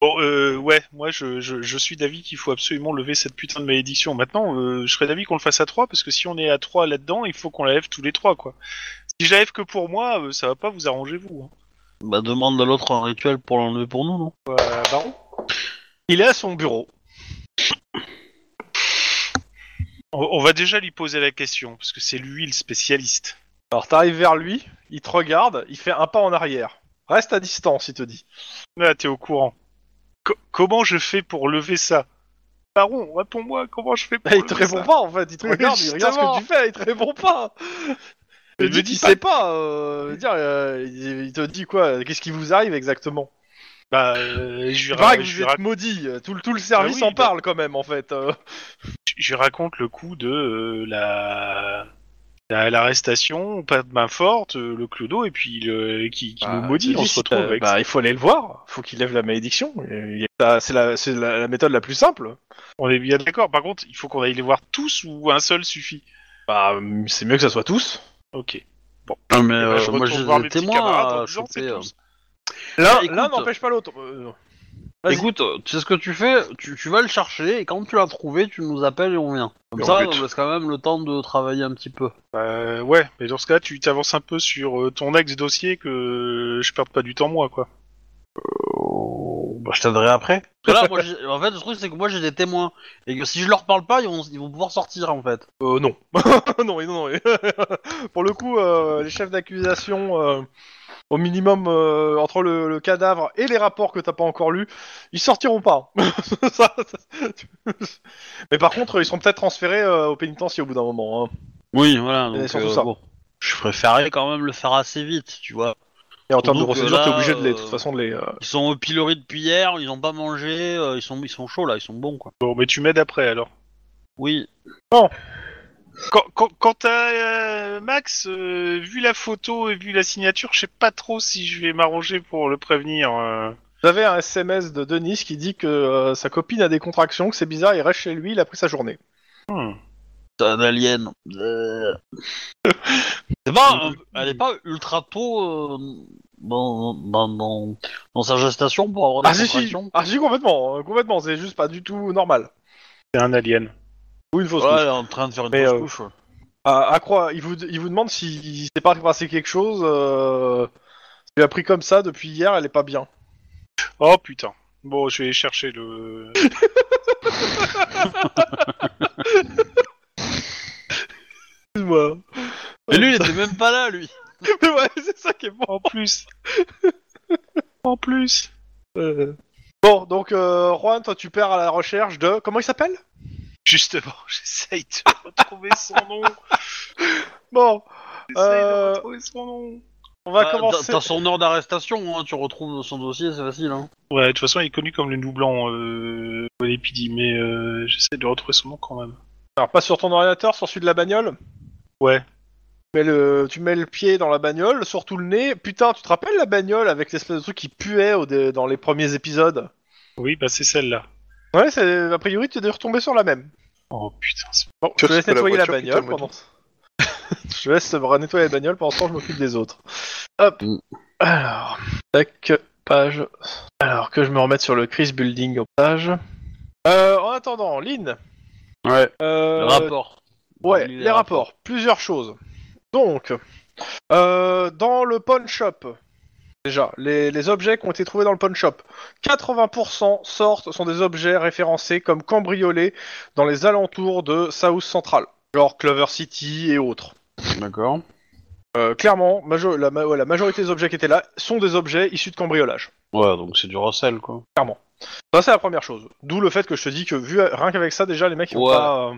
[SPEAKER 3] Bon, euh, ouais, moi, je, je, je suis d'avis qu'il faut absolument lever cette putain de malédiction. Maintenant, euh, je serais d'avis qu'on le fasse à trois, parce que si on est à trois là-dedans, il faut qu'on la lève tous les trois, quoi. Si je la lève que pour moi, euh, ça va pas vous arranger, vous. hein.
[SPEAKER 1] Bah demande à l'autre un rituel pour l'enlever pour nous, non
[SPEAKER 3] Euh, Baron
[SPEAKER 2] Il est à son bureau.
[SPEAKER 3] on, on va déjà lui poser la question, parce que c'est lui le spécialiste.
[SPEAKER 2] Alors t'arrives vers lui, il te regarde, il fait un pas en arrière. Reste à distance, il te dit.
[SPEAKER 3] Là, t'es au courant. Co- comment je fais pour lever ça Baron, réponds-moi, comment je fais pour
[SPEAKER 2] Bah, il te
[SPEAKER 3] lever
[SPEAKER 2] répond
[SPEAKER 3] ça
[SPEAKER 2] pas, en fait. Il te
[SPEAKER 3] Oui,
[SPEAKER 2] regarde, il regarde
[SPEAKER 3] justement.
[SPEAKER 2] ce que tu fais, il te répond pas.
[SPEAKER 3] Il
[SPEAKER 2] Il
[SPEAKER 3] me
[SPEAKER 2] te dit
[SPEAKER 3] dit
[SPEAKER 2] qu'il
[SPEAKER 3] pas.
[SPEAKER 2] sait pas. euh, je veux dire, euh, il il te dit quoi Qu'est-ce qui vous arrive exactement
[SPEAKER 3] Bah, euh, je lui
[SPEAKER 2] Il paraît que
[SPEAKER 3] je
[SPEAKER 2] vous
[SPEAKER 3] lui
[SPEAKER 2] êtes maudit. euh, Tout, le- tout le service
[SPEAKER 3] Ah oui,
[SPEAKER 2] en
[SPEAKER 3] bah-
[SPEAKER 2] parle quand même, en fait. euh.
[SPEAKER 3] je- je raconte le coup de euh, la la- l'arrestation, pas de main forte, euh, le clodo, et puis le, qui, qui nous maudit,
[SPEAKER 2] il
[SPEAKER 3] on
[SPEAKER 2] dit,
[SPEAKER 3] se
[SPEAKER 2] si,
[SPEAKER 3] retrouve
[SPEAKER 2] euh,
[SPEAKER 3] avec
[SPEAKER 2] bah, il faut aller le voir, faut qu'il lève la malédiction. Il y a- ça, Bah, C'est la, c'est la- la méthode la plus simple.
[SPEAKER 3] On est bien d'accord, par contre, il faut qu'on aille les voir tous ou un seul suffit.
[SPEAKER 2] Bah, c'est mieux que ça soit tous.
[SPEAKER 3] Ok.
[SPEAKER 1] Non mais
[SPEAKER 2] Euh,
[SPEAKER 3] Bah,
[SPEAKER 1] ben, moi
[SPEAKER 3] retourne
[SPEAKER 1] j'ai
[SPEAKER 3] voir
[SPEAKER 1] des
[SPEAKER 3] mes petits
[SPEAKER 1] témoins
[SPEAKER 3] camarades en
[SPEAKER 1] à
[SPEAKER 3] disant,
[SPEAKER 1] choper.
[SPEAKER 3] c'est
[SPEAKER 1] euh.
[SPEAKER 3] tous.
[SPEAKER 2] L'un
[SPEAKER 1] écoute-
[SPEAKER 2] l'un n'empêche pas l'autre. Euh, Vas-y.
[SPEAKER 1] Écoute, euh, tu sais ce que tu fais tu, tu vas le chercher et quand tu l'as trouvé, tu nous appelles et on vient. Comme
[SPEAKER 4] Et on
[SPEAKER 1] ça,
[SPEAKER 4] bute.
[SPEAKER 1] on laisse quand même le temps de travailler un petit peu.
[SPEAKER 3] Euh, ouais, mais dans ce cas, tu t'avances un peu sur euh, ton ex dossier que je perde pas du temps moi, quoi.
[SPEAKER 1] Oh, bah,
[SPEAKER 5] Moi, je t'aiderai après.
[SPEAKER 1] Parce que là, moi, j'ai- en fait, le truc, c'est que moi, j'ai des témoins. Et que si je leur parle pas, ils vont, ils vont pouvoir sortir, en fait.
[SPEAKER 2] Euh, non. *laughs* non, oui, non, *laughs* non. oui. Pour le coup, euh, les chefs d'accusation, euh, au minimum, euh, entre le, le cadavre et les rapports que t'as pas encore lus, ils sortiront pas. *laughs* Ça, ça- *laughs* tu- Mais par contre, ils seront peut-être transférés euh, au pénitencier au bout d'un moment. hein.
[SPEAKER 1] Oui, voilà. Donc,
[SPEAKER 2] Et surtout
[SPEAKER 1] euh,
[SPEAKER 2] ça.
[SPEAKER 1] bon. Je préférais quand même le faire assez vite, tu vois.
[SPEAKER 2] Et en termes de
[SPEAKER 1] Donc,
[SPEAKER 2] procédure,
[SPEAKER 1] là,
[SPEAKER 2] t'es obligé de les,
[SPEAKER 1] euh,
[SPEAKER 2] de toute façon, de les. euh,
[SPEAKER 1] Ils sont au pilori depuis hier, ils ont pas mangé, euh, ils, sont, ils sont chauds, là, ils sont bons, quoi.
[SPEAKER 3] Bon, mais tu m'aides après alors.
[SPEAKER 1] Oui.
[SPEAKER 3] Quand, quand, quant à, euh, Max, euh, vu la photo et vu la signature, je sais pas trop si je vais m'arranger pour le prévenir. euh.
[SPEAKER 2] J'avais un SMS de Denis qui dit que euh, sa copine a des contractions, que c'est bizarre, il reste chez lui, il a pris sa journée.
[SPEAKER 3] Hmm,
[SPEAKER 1] C'est un alien. Euh. C'est pas, euh, elle est pas ultra tôt euh, dans, dans, dans, dans sa gestation pour avoir des
[SPEAKER 2] Ah si, si,
[SPEAKER 1] contractions.
[SPEAKER 2] ah si, complètement, euh, complètement, c'est juste pas du tout normal.
[SPEAKER 3] C'est un alien.
[SPEAKER 2] Ou une fausse
[SPEAKER 1] Ouais,
[SPEAKER 2] couche.
[SPEAKER 1] elle est en train de faire une
[SPEAKER 2] Mais,
[SPEAKER 1] fausse
[SPEAKER 2] euh,
[SPEAKER 1] couche. ouais.
[SPEAKER 2] À, à croire, il vous, il vous demande si s'est pas passé quelque chose. Euh, il a pris comme ça depuis hier, elle est pas bien.
[SPEAKER 3] Oh putain. Bon, je vais chercher le. *laughs*
[SPEAKER 2] Excuse-moi.
[SPEAKER 1] Et lui, il était même pas là, *laughs* lui.
[SPEAKER 2] Mais *laughs* ouais, c'est ça qui est bon.
[SPEAKER 3] En plus. en plus.
[SPEAKER 2] Euh. Bon, donc euh, Juan, toi tu perds à la recherche de. Comment il s'appelle
[SPEAKER 3] Justement, *laughs* j'essaye de retrouver son nom.
[SPEAKER 2] Bon,
[SPEAKER 3] J'essaye
[SPEAKER 2] Euh,
[SPEAKER 3] de retrouver son nom.
[SPEAKER 2] on va
[SPEAKER 1] Bah,
[SPEAKER 2] commencer.
[SPEAKER 1] T'as t'as son ordre d'arrestation, hein, tu retrouves son dossier, c'est facile. Hein.
[SPEAKER 3] Ouais, de toute façon, il est connu comme le loup blanc, euh, au Lépidi, mais euh, j'essaie de retrouver son nom quand même.
[SPEAKER 2] Alors, pas sur ton ordinateur, sur celui de la bagnole
[SPEAKER 3] Ouais.
[SPEAKER 2] Tu mets, le... tu mets le pied dans la bagnole, surtout le nez. Putain, tu te rappelles la bagnole avec l'espèce de truc qui puait au dé- dans les premiers épisodes
[SPEAKER 3] Oui, bah c'est celle-là.
[SPEAKER 2] Ouais, c'est... a priori, tu es retombé sur la même.
[SPEAKER 3] Oh putain, c'est
[SPEAKER 2] Bon, je te
[SPEAKER 4] Sur-
[SPEAKER 2] laisse
[SPEAKER 4] sur la
[SPEAKER 2] nettoyer la,
[SPEAKER 4] voiture, putain,
[SPEAKER 2] bagnole
[SPEAKER 4] moi,
[SPEAKER 2] pendant. *laughs* je te laisse me nettoyer la bagnole pendant ce temps, je m'occupe des autres. Hop.
[SPEAKER 1] Mm.
[SPEAKER 2] Alors, tac, page. Alors que je me remette sur le Chris Building au page. Euh, en attendant, Lynn.
[SPEAKER 1] Ouais.
[SPEAKER 2] euh,
[SPEAKER 1] Le rapport.
[SPEAKER 2] Ouais,
[SPEAKER 1] Les
[SPEAKER 2] les rapports. Plusieurs choses. Donc, euh, dans le pawn shop, déjà, les, les objets qui ont été trouvés dans le pawn shop, 80% sortent sont des objets référencés comme cambriolés dans les alentours de South Central, genre Clover City et autres.
[SPEAKER 1] D'accord.
[SPEAKER 2] Euh, clairement, majo- la, ma- ouais, la majorité des objets qui étaient là sont des objets issus de cambriolage.
[SPEAKER 1] Ouais, donc c'est du recel, quoi.
[SPEAKER 2] Ça, c'est la première chose. D'où le fait que je te dis que, vu rien qu'avec ça, déjà, les mecs, ils ont
[SPEAKER 1] Ouais.
[SPEAKER 2] pas. euh,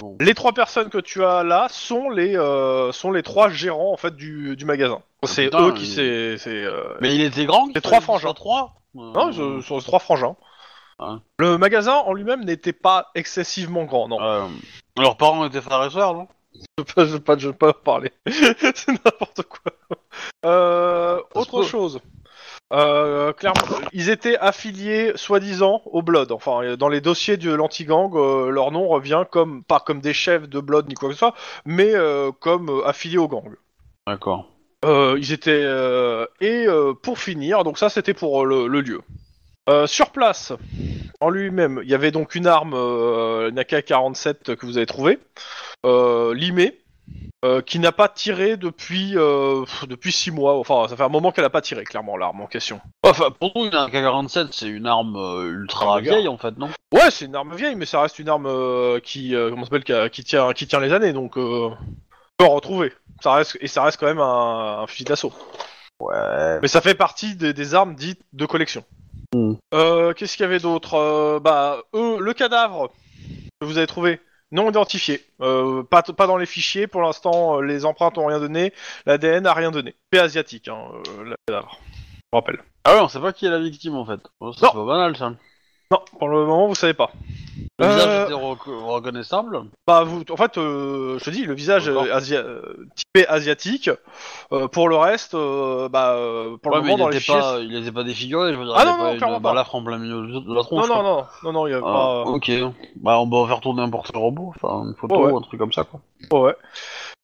[SPEAKER 1] Bon.
[SPEAKER 2] Les trois personnes que tu as là sont les, euh, sont les trois gérants, en fait, du, du magasin. C'est
[SPEAKER 1] Ah, putain,
[SPEAKER 2] eux qui.
[SPEAKER 1] il-
[SPEAKER 2] C'est. c'est, euh,
[SPEAKER 1] Mais il était grand
[SPEAKER 2] C'est trois hein. frangins.
[SPEAKER 1] franges. Trois Euh,
[SPEAKER 2] Non, ce sont trois frangins.
[SPEAKER 1] Ouais.
[SPEAKER 2] Le magasin en lui-même n'était pas excessivement grand, non.
[SPEAKER 1] euh, Leurs parents étaient frères et sœurs, non
[SPEAKER 2] Je peux pas, je peux pas, je peux pas en parler. *laughs* c'est n'importe quoi. Euh,
[SPEAKER 1] Ça se
[SPEAKER 2] autre
[SPEAKER 1] peut.
[SPEAKER 2] chose. Euh, clairement, ils étaient affiliés soi-disant au Blood. Enfin, euh, dans les dossiers de l'anti-gang, euh, leur nom revient comme pas comme des chefs de Blood ni quoi que ce soit, mais euh, comme euh, affiliés au gang.
[SPEAKER 1] D'accord.
[SPEAKER 2] Euh, ils étaient euh, et euh, pour finir, donc ça c'était pour euh, le, le lieu. Euh, sur place, en lui-même, il y avait donc une arme euh, AK-47 que vous avez trouvée, euh, limée, euh, qui n'a pas tiré depuis euh, pff, depuis six mois. Enfin, ça fait un moment qu'elle n'a pas tiré, clairement l'arme en question.
[SPEAKER 1] Enfin, pour nous, une AK-47, c'est une arme euh, ultra
[SPEAKER 2] Ah,
[SPEAKER 1] vieille, en fait, non
[SPEAKER 2] Ouais, c'est une arme vieille, mais ça reste une arme euh, qui euh, comment ça s'appelle qui, a- qui tient qui tient les années, donc euh, peut en retrouver. Ça reste et ça reste quand même un, un fusil d'assaut.
[SPEAKER 1] Ouais.
[SPEAKER 2] Mais ça fait partie des, des armes dites de collection.
[SPEAKER 1] Mm.
[SPEAKER 2] Euh, Qu'est-ce qu'il y avait d'autre Euh, Bah, eux, le cadavre que vous avez trouvé, non identifié. Euh, pas, t- pas dans les fichiers, pour l'instant, euh, les empreintes ont rien donné, l'ADN a rien donné. C'est asiatique, hein, euh, le cadavre. Je rappelle.
[SPEAKER 1] Ah ouais, on sait pas qui est la victime, en fait. Oh, ça,
[SPEAKER 2] Non.
[SPEAKER 1] C'est pas banal, ça.
[SPEAKER 2] Non, pour le moment, vous savez pas.
[SPEAKER 1] Le
[SPEAKER 2] Euh,
[SPEAKER 1] visage était rec- reconnaissable
[SPEAKER 2] Bah, vous, en fait, euh, je te dis, le visage
[SPEAKER 1] Encore.
[SPEAKER 2] euh, asia- euh, typé asiatique. Euh, pour le reste, euh, bah, euh, pour
[SPEAKER 1] Ouais,
[SPEAKER 2] le
[SPEAKER 1] mais
[SPEAKER 2] moment,
[SPEAKER 1] il
[SPEAKER 2] dans les
[SPEAKER 1] était
[SPEAKER 2] fichiers.
[SPEAKER 1] pas, euh, il était pas défiguré, je veux dire,
[SPEAKER 2] Ah
[SPEAKER 1] il y a
[SPEAKER 2] non, non,
[SPEAKER 1] pas une
[SPEAKER 2] clairement pas.
[SPEAKER 1] balafre en plein milieu de la
[SPEAKER 2] c'est-
[SPEAKER 1] tronche,
[SPEAKER 2] Non, non,
[SPEAKER 1] quoi.
[SPEAKER 2] non, non, non, il y a
[SPEAKER 1] Ah,
[SPEAKER 2] pas.
[SPEAKER 1] ok, bah on peut faire tourner n'importe quel robot, enfin une photo,
[SPEAKER 2] Oh, ouais.
[SPEAKER 1] un truc comme ça quoi.
[SPEAKER 2] Oh ouais.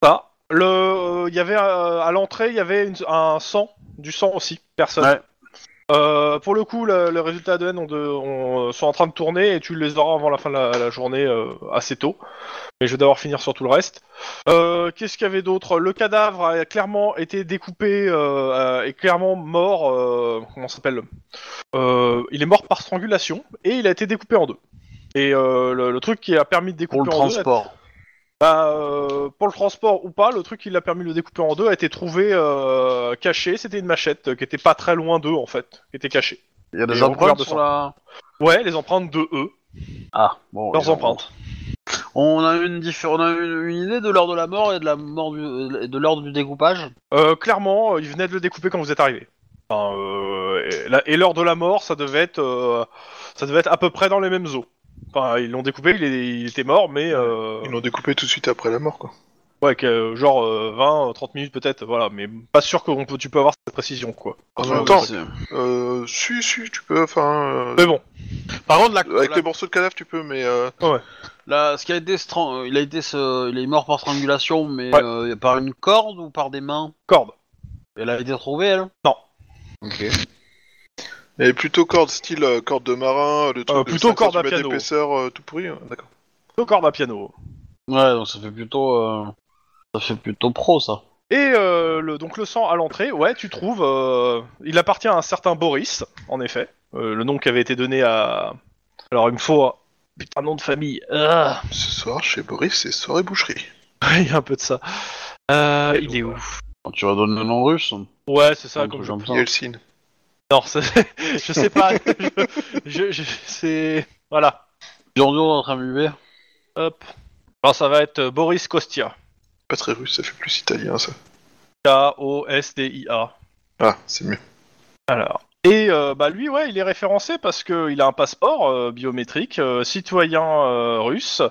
[SPEAKER 2] Ça. euh, Le, il y avait euh, à l'entrée, il y avait une- un sang, du sang aussi, personne.
[SPEAKER 1] Ouais.
[SPEAKER 2] Euh, pour le coup, la- les résultats ADN ont de- ont- sont en train de tourner et tu les auras avant la fin de la, la journée euh, assez tôt. Mais je vais d'abord finir sur tout le reste. Euh, Qu'est-ce qu'il y avait d'autre Le cadavre a clairement été découpé euh, euh, et clairement mort. euh, comment ça s'appelle Euh, Il est mort par strangulation et il a été découpé en deux. Et euh, le, le truc qui a permis de découper
[SPEAKER 1] Pour le
[SPEAKER 2] en deux,
[SPEAKER 1] transport.
[SPEAKER 2] bah, euh, pour le transport ou pas, le truc qui l'a permis de le découper en deux a été trouvé euh, caché. C'était une machette euh, qui était pas très loin d'eux en fait, qui était cachée.
[SPEAKER 1] Il y a
[SPEAKER 2] Et
[SPEAKER 1] des
[SPEAKER 2] recouvert
[SPEAKER 1] empreintes
[SPEAKER 2] de
[SPEAKER 1] sur
[SPEAKER 2] sang.
[SPEAKER 1] la.
[SPEAKER 2] Ouais, les empreintes de eux.
[SPEAKER 1] Ah, bon.
[SPEAKER 2] Leurs
[SPEAKER 1] les
[SPEAKER 2] empreintes.
[SPEAKER 1] On a une diffé- on a une, une idée de l'heure de la mort et de la mort du, et de l'heure du découpage.
[SPEAKER 2] Euh, clairement, euh, ils venaient de le découper quand vous êtes arrivés. Enfin, euh, et la- et l'heure de la mort, ça devait être, euh, ça devait être à peu près dans les mêmes eaux. Enfin, ils l'ont découpé, il, est- il était mort, mais euh,
[SPEAKER 4] Ils l'ont découpé tout de suite après la mort, quoi.
[SPEAKER 2] ouais, que, genre euh, 20, 30 minutes peut-être, voilà, mais pas sûr que peut, tu peux avoir cette précision, quoi.
[SPEAKER 4] En
[SPEAKER 1] Ouais,
[SPEAKER 4] même temps,
[SPEAKER 1] c'est-
[SPEAKER 4] euh, si, si, tu peux, enfin... euh,
[SPEAKER 2] Mais bon,
[SPEAKER 1] Par contre, la,
[SPEAKER 4] Avec
[SPEAKER 1] la-
[SPEAKER 4] les morceaux de cadavre, tu peux, mais... euh,
[SPEAKER 1] la- ce qui a été stran- euh, il a été ce- il est mort par strangulation, mais
[SPEAKER 2] Ouais.
[SPEAKER 1] euh, par une corde ou par des mains.
[SPEAKER 2] corde.
[SPEAKER 1] Elle a été retrouvée, elle.
[SPEAKER 2] Non.
[SPEAKER 1] Ok.
[SPEAKER 4] Et plutôt corde, style euh, corde de marin, le truc
[SPEAKER 2] Euh,
[SPEAKER 4] de
[SPEAKER 2] plutôt
[SPEAKER 4] 5
[SPEAKER 2] corde à
[SPEAKER 4] centimètres
[SPEAKER 2] piano.
[SPEAKER 4] d'épaisseur euh, tout pourri, hein, d'accord.
[SPEAKER 2] Deux cordes à piano.
[SPEAKER 1] Ouais, donc ça fait plutôt, euh, ça fait plutôt pro ça.
[SPEAKER 2] Et euh, le, donc le sang à l'entrée, ouais, tu trouves. euh, il appartient à un certain Boris, en effet. Euh, le nom qui avait été donné à. Alors il me faut. un- Putain, nom de famille. Ah, *laughs*
[SPEAKER 4] Ce soir, chez Boris, c'est soirée boucherie.
[SPEAKER 2] il y a un peu de ça. Euh, il est où
[SPEAKER 1] Tu redonnes le nom russe.
[SPEAKER 2] Ouais, c'est ça.
[SPEAKER 1] donc,
[SPEAKER 2] comme je...
[SPEAKER 1] j'en
[SPEAKER 4] Il
[SPEAKER 1] prends.
[SPEAKER 4] y a le signe.
[SPEAKER 2] Non, ça- *laughs* je sais pas. je, je, je- c'est. Voilà.
[SPEAKER 1] Dur, dur, notre ami B.
[SPEAKER 2] Hop. Alors ça va être euh, Boris Kostia.
[SPEAKER 4] Pas très russe, ça fait plus italien, ça.
[SPEAKER 2] K-O-S-T-I-A.
[SPEAKER 4] Ah, c'est mieux.
[SPEAKER 2] Alors. Et euh, bah lui, ouais, il est référencé parce qu'il a un passeport euh, biométrique, euh, citoyen euh, russe,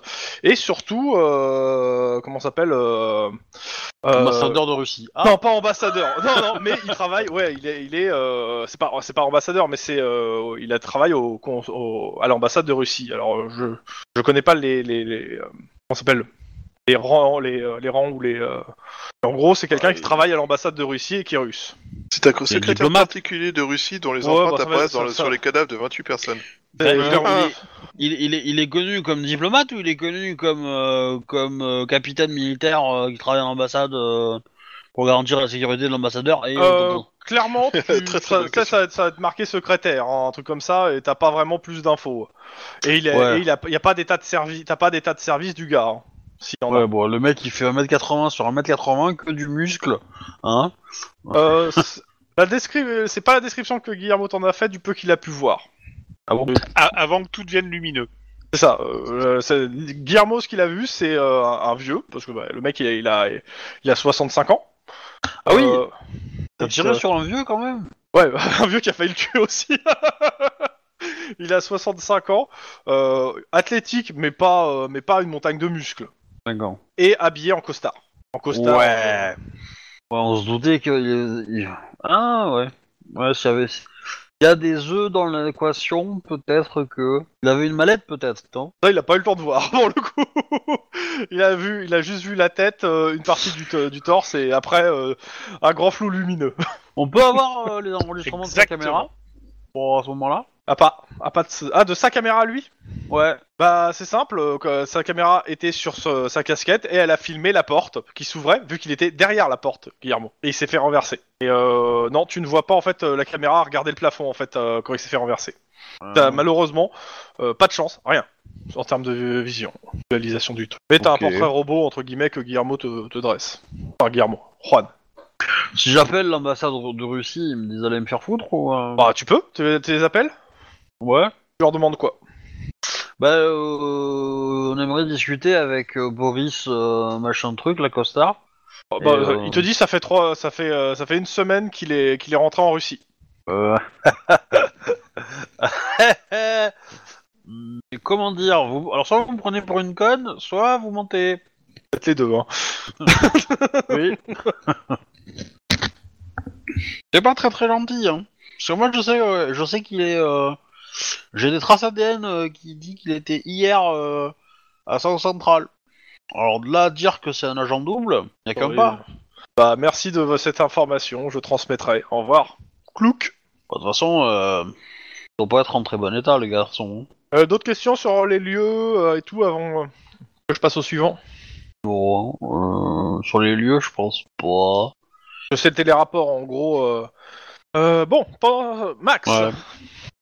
[SPEAKER 2] et surtout, euh, comment ça s'appelle euh, euh,
[SPEAKER 1] Ambassadeur de Russie. Ah,
[SPEAKER 2] Non, pas ambassadeur. Non, non, mais il travaille. Ouais, il est, il est. euh, c'est pas, c'est pas ambassadeur, mais c'est. euh, il a travaillé au, con- au- à l'ambassade de Russie. Alors, euh, je, je connais pas les, les, les, euh, comment ça s'appelle les rangs, les, euh, les rangs ou les. euh, En gros, c'est quelqu'un
[SPEAKER 1] Ouais,
[SPEAKER 2] qui
[SPEAKER 1] il-
[SPEAKER 2] travaille à l'ambassade de Russie et qui est russe.
[SPEAKER 4] C'est un secrétaire
[SPEAKER 1] diplomate.
[SPEAKER 4] particulier de Russie dont les
[SPEAKER 2] Ouais,
[SPEAKER 4] empreintes
[SPEAKER 2] bah, ça va,
[SPEAKER 4] apparaissent dans
[SPEAKER 2] ça-
[SPEAKER 4] le-
[SPEAKER 2] ça-
[SPEAKER 4] sur les cadavres de 28 personnes.
[SPEAKER 1] il,
[SPEAKER 2] Euh,
[SPEAKER 1] est, il, est- il est, il est connu comme diplomate ou il est connu comme, euh, comme euh, capitaine militaire euh, qui travaille à l'ambassade euh, pour garantir la sécurité de l'ambassadeur et euh,
[SPEAKER 2] Euh,
[SPEAKER 1] dedans. *laughs*
[SPEAKER 2] clairement, tu-
[SPEAKER 4] Très, très
[SPEAKER 2] ça,
[SPEAKER 4] bonne
[SPEAKER 2] ça,
[SPEAKER 4] question.
[SPEAKER 2] ça- ça va te marquer secrétaire, hein, un truc comme ça, et t'as pas vraiment plus d'infos. Et il, est-
[SPEAKER 1] Ouais.
[SPEAKER 2] et il a, y a pas d'état de service, t'as pas d'état de service du gars. hein, s'il y en a.
[SPEAKER 1] Ouais, bon, le mec il fait 1m80 sur 1m80 que du muscle. Hein
[SPEAKER 2] Euh, c'est- la description, c'est pas la description que Guillermo t'en a fait du peu qu'il a pu voir.
[SPEAKER 1] ah bon
[SPEAKER 3] A- avant que tout devienne lumineux.
[SPEAKER 2] C'est ça. euh, c'est- Guillermo, ce qu'il a vu, c'est euh, un un vieux, parce que bah, le mec, il a, il a, il a 65 ans.
[SPEAKER 1] Ah oui,
[SPEAKER 2] Euh,
[SPEAKER 1] t'as
[SPEAKER 2] donc,
[SPEAKER 1] tiré
[SPEAKER 2] euh,
[SPEAKER 1] sur un vieux quand même
[SPEAKER 2] Ouais, *laughs* bah, un vieux qui a failli le tuer aussi. *laughs* Il a 65 ans, euh, athlétique, mais pas, euh, mais pas une montagne de muscles.
[SPEAKER 1] D'accord.
[SPEAKER 2] Et habillé en costard. En costard. euh,
[SPEAKER 1] Ouais. Ouais, on se doutait que. il- Ah ouais. Ouais, s'il y avait. Il y a des œufs dans l'équation, peut-être que. Il avait une mallette, peut-être, non
[SPEAKER 2] ça, il a pas eu le temps de voir, *laughs* pour le coup. il, a vu, il a juste vu la tête, euh, une partie du, t- du torse, et après, euh, un grand flou lumineux.
[SPEAKER 1] On peut avoir euh, les enregistrements de sa
[SPEAKER 3] Exactement.
[SPEAKER 1] caméra Bon, à ce moment-là
[SPEAKER 2] Ah, pas, ah, pas de, ce- ah, de sa caméra, lui
[SPEAKER 1] Ouais.
[SPEAKER 2] Bah, c'est simple, euh, que sa caméra était sur ce- sa casquette et elle a filmé la porte qui s'ouvrait vu qu'il était derrière la porte, Guillermo. Et il s'est fait renverser. Et euh, non, tu ne vois pas en fait euh, la caméra regarder le plafond en fait euh, quand il s'est fait renverser.
[SPEAKER 1] Ah.
[SPEAKER 2] T'as malheureusement euh, pas de chance, rien. En termes de vision, réalisation du truc. Mais t'as
[SPEAKER 4] Ok.
[SPEAKER 2] un portrait robot entre guillemets que Guillermo te, te dresse. Enfin, Guillermo, Juan.
[SPEAKER 1] Si j'appelle l'ambassade de Russie, ils me disent allez me faire foutre ou. euh,
[SPEAKER 2] Bah, tu peux Tu tu les appelles
[SPEAKER 1] Ouais.
[SPEAKER 2] Tu leur demandes quoi
[SPEAKER 1] Bah, euh, on aimerait discuter avec euh, Boris, euh, machin truc, la costard.
[SPEAKER 2] Bah, bah,
[SPEAKER 1] euh,
[SPEAKER 2] Il te dit ça fait trois, ça fait euh, ça fait une semaine qu'il est qu'il est rentré en Russie.
[SPEAKER 1] Euh... *laughs* Hmm, Comment dire vous... Alors, soit vous me prenez pour une conne, soit vous mentez.
[SPEAKER 2] Peut-être les deux. Hein.
[SPEAKER 1] Oui. C'est pas très très gentil, hein. Parce que moi, je sais, euh, je sais qu'il est. euh, J'ai des traces ADN euh, qui dit qu'il était hier euh, à South Central. Alors, de là à dire que c'est un agent double, y a qu'un
[SPEAKER 2] Oui.
[SPEAKER 1] pas.
[SPEAKER 2] Bah, merci de cette information, je transmettrai. Au revoir. Clouc.
[SPEAKER 1] Bon, De toute façon, euh, ils vont pas être en très bon état, les garçons. hein.
[SPEAKER 2] Euh, D'autres questions sur les lieux euh, et tout avant euh, que je passe au suivant
[SPEAKER 1] Bon, hein, euh, sur les lieux, je pense pas.
[SPEAKER 2] C'était les rapports en gros. euh. Euh, bon, pendant- Max.
[SPEAKER 1] Ouais.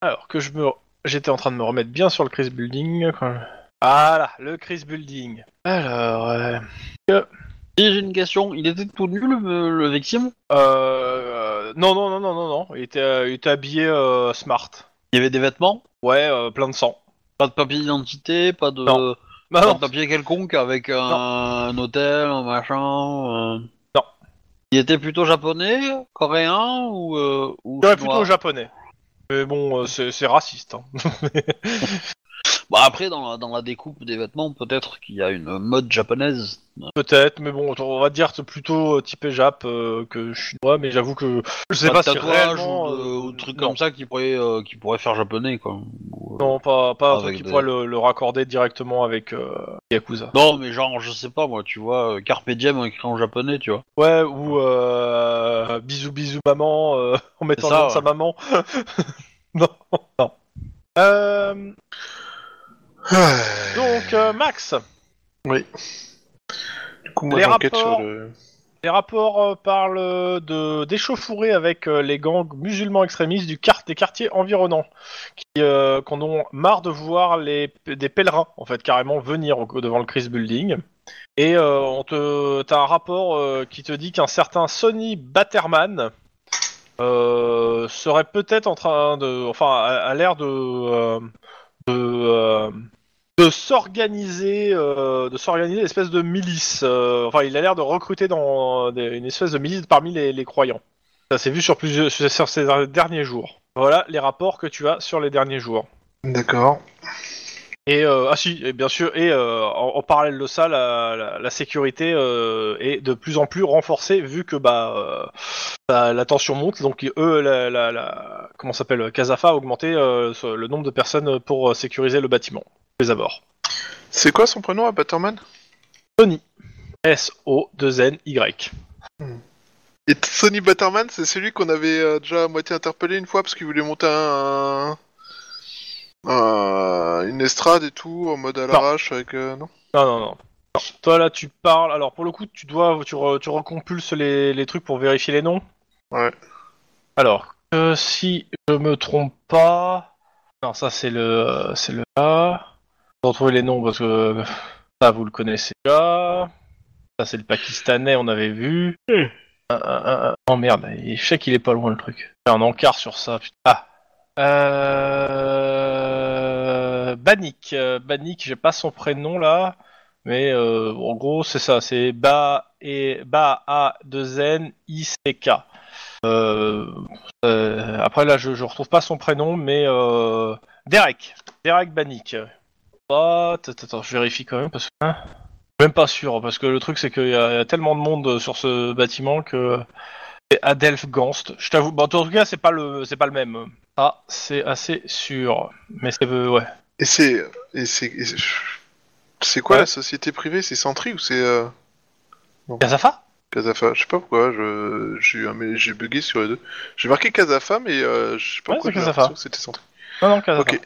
[SPEAKER 2] Alors que je me, j'étais en train de me remettre bien sur le Chris Building. Quand... Voilà, le Chris Building. Alors, euh,
[SPEAKER 1] Si, J'ai une question. Il était tout nu, le, le victime
[SPEAKER 2] euh, non, non, non, non, non, non. Il était, euh, il était habillé euh, smart.
[SPEAKER 1] Il y avait des vêtements
[SPEAKER 2] Ouais, euh, plein de sang.
[SPEAKER 1] Pas de papier d'identité, pas de...
[SPEAKER 2] Non. Bah
[SPEAKER 1] Pas
[SPEAKER 2] non,
[SPEAKER 1] de papier quelconque avec un, un hôtel, un machin. euh.
[SPEAKER 2] Non.
[SPEAKER 1] Il était plutôt japonais, coréen ou, euh, ou
[SPEAKER 2] il est
[SPEAKER 1] chinois
[SPEAKER 2] plutôt japonais. Mais bon, euh, c'est c'est raciste. hein.
[SPEAKER 1] Bah, après, dans la, dans la découpe des vêtements, peut-être qu'il y a une mode japonaise.
[SPEAKER 2] Peut-être, mais bon, on va dire c'est plutôt euh, typé Jap euh, que chinois, mais j'avoue que je sais pas,
[SPEAKER 1] de
[SPEAKER 2] si
[SPEAKER 1] tatouage
[SPEAKER 2] réellement...
[SPEAKER 1] ou, de,
[SPEAKER 2] euh,
[SPEAKER 1] ou de trucs
[SPEAKER 2] non.
[SPEAKER 1] comme ça qui pourrait, euh, qui pourrait faire japonais, quoi. Ou, euh,
[SPEAKER 2] Non, pas, pas un truc
[SPEAKER 1] Avec
[SPEAKER 2] qui
[SPEAKER 1] des-
[SPEAKER 2] pourrait le, le raccorder directement avec euh, Yakuza.
[SPEAKER 1] Non, mais genre, je sais pas, moi, tu vois, euh, Carpe Diem écrit en japonais, tu vois.
[SPEAKER 2] Ouais, ou euh, bisous bisous maman euh, *laughs* en mettant
[SPEAKER 1] ça,
[SPEAKER 2] le nom de sa
[SPEAKER 1] ouais.
[SPEAKER 2] maman. *laughs* non, non. Euh, donc euh, Max,
[SPEAKER 4] Du coup, moi,
[SPEAKER 2] les
[SPEAKER 4] j'enquête
[SPEAKER 2] rapports-
[SPEAKER 4] sur le...
[SPEAKER 2] les rapports euh, parlent euh, de d'échauffourées avec euh, les gangs musulmans extrémistes du quart- des quartiers environnants, qui euh, qu'on ont marre de voir les des pèlerins en fait carrément venir au- devant le Chris Building. Et euh, on te t'as un rapport euh, qui te dit qu'un certain Sonny Batterman euh, serait peut-être en train de, enfin, a, a l'air de euh, de euh, de s'organiser, euh, de s'organiser une espèce de milice. euh, enfin, il a l'air de recruter dans des- une espèce de milice parmi les, les croyants. Ça s'est vu sur plusieurs sur sur ces derniers jours. Voilà les rapports que tu as sur les derniers jours.
[SPEAKER 4] D'accord.
[SPEAKER 2] Et euh, ah si, et bien sûr, et euh, en, en parallèle de ça, la, la- la sécurité euh, est de plus en plus renforcée vu que bah, euh, bah, la tension monte, donc eux, la, la, la- comment ça s'appelle, Casafa a augmenté euh, ce- le nombre de personnes pour euh, sécuriser le bâtiment, les abords.
[SPEAKER 4] C'est quoi son prénom à Batterman
[SPEAKER 2] S O 2 N Y.
[SPEAKER 4] Et Sonny Batterman, c'est celui qu'on avait euh, déjà à moitié interpellé une fois parce qu'il voulait monter un... un- une estrade et tout, en mode à l'arrache, avec... euh, non
[SPEAKER 2] Non non non. Non. Toi là tu parles. Alors pour le coup tu dois tu, re- tu recompulses les, les trucs pour vérifier les noms.
[SPEAKER 4] Ouais.
[SPEAKER 2] Alors euh, si je me trompe pas. Non ça c'est le euh, c'est le A. Vous retrouvez les noms parce que euh, ça vous le connaissez déjà. Ça c'est le pakistanais on avait vu. Ah, ah, ah, ah. Oh merde, il- je sais qu'il est pas loin le truc. J'ai un encart sur ça. putain. Ah. Euh... Banik, euh, Banik, j'ai pas son prénom là, mais euh, en gros c'est ça, c'est Ba et Ba A 2 N I C K. Euh, euh, après là je, je retrouve pas son prénom, mais euh, Derek, Derek Banik. Ah, attends, attends, je vérifie quand même parce que hein, je suis même pas sûr parce que le truc c'est qu'il y, a il y a tellement de monde sur ce bâtiment que c'est Adelph Ganst. Je t'avoue, bon, en tout cas c'est pas le c'est pas le même. Ah, c'est assez sûr. Mais c'est euh, ouais.
[SPEAKER 4] Et c'est... Et c'est... et c'est- C'est quoi
[SPEAKER 2] Ouais.
[SPEAKER 4] la société privée C'est Sentry ou c'est... euh,
[SPEAKER 2] Casafa
[SPEAKER 4] Casafa, je sais pas pourquoi, je j'ai eu un mé- j'ai bugué sur les deux. J'ai marqué Casafa, mais euh, je sais pas
[SPEAKER 2] Ouais,
[SPEAKER 4] pourquoi
[SPEAKER 2] c'est
[SPEAKER 4] j'ai
[SPEAKER 2] Casafa.
[SPEAKER 4] l'impression que c'était centré.
[SPEAKER 2] Non, non, Casafa.
[SPEAKER 4] Ok.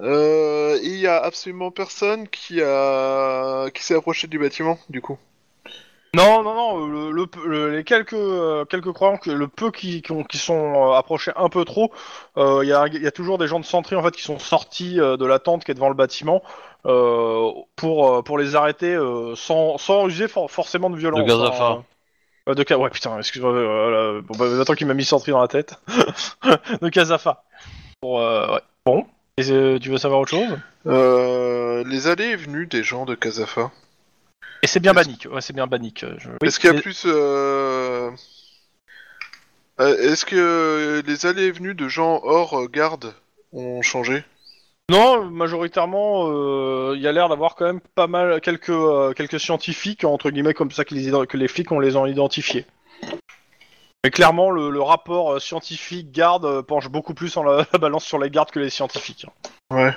[SPEAKER 4] Euh, Il y a absolument personne qui a qui s'est approché du bâtiment, du coup.
[SPEAKER 2] Non, non, non. Le, le peu- le- les quelques euh, quelques croyants que le peu qui qui, ont- qui sont euh, approchés un peu trop, euh, il y, a, il y a toujours des gens de Sentry en fait qui sont sortis euh, de la tente qui est devant le bâtiment euh, pour euh, pour les arrêter euh, sans sans user for- forcément de violence.
[SPEAKER 1] De Casafa.
[SPEAKER 2] hein. Euh, de ca... Ouais, putain, excuse-moi. euh, euh, bon, bah, attends qu'il m'a mis Sentry dans la tête. *laughs* de Casafa. Pour euh, ouais. Bon. Et, euh, tu veux savoir autre chose
[SPEAKER 4] Euh, les allées et venues des gens de Casafa.
[SPEAKER 2] Et c'est bien
[SPEAKER 4] Est-ce-
[SPEAKER 2] Bannick, ouais, c'est bien Bannick. euh, Je...
[SPEAKER 4] Est-ce qu'il y a
[SPEAKER 2] mais-
[SPEAKER 4] plus euh, euh, Est-ce que les allées et venues de gens hors euh, garde ont changé
[SPEAKER 2] Non, majoritairement, euh, il y a l'air d'avoir quand même pas mal, quelques, euh, quelques scientifiques, entre guillemets, comme ça que les, ident- que les flics, on les a identifiés. Mais clairement, le, le rapport euh, scientifique-garde euh, penche beaucoup plus en la, *laughs* la balance sur les gardes que les scientifiques. hein.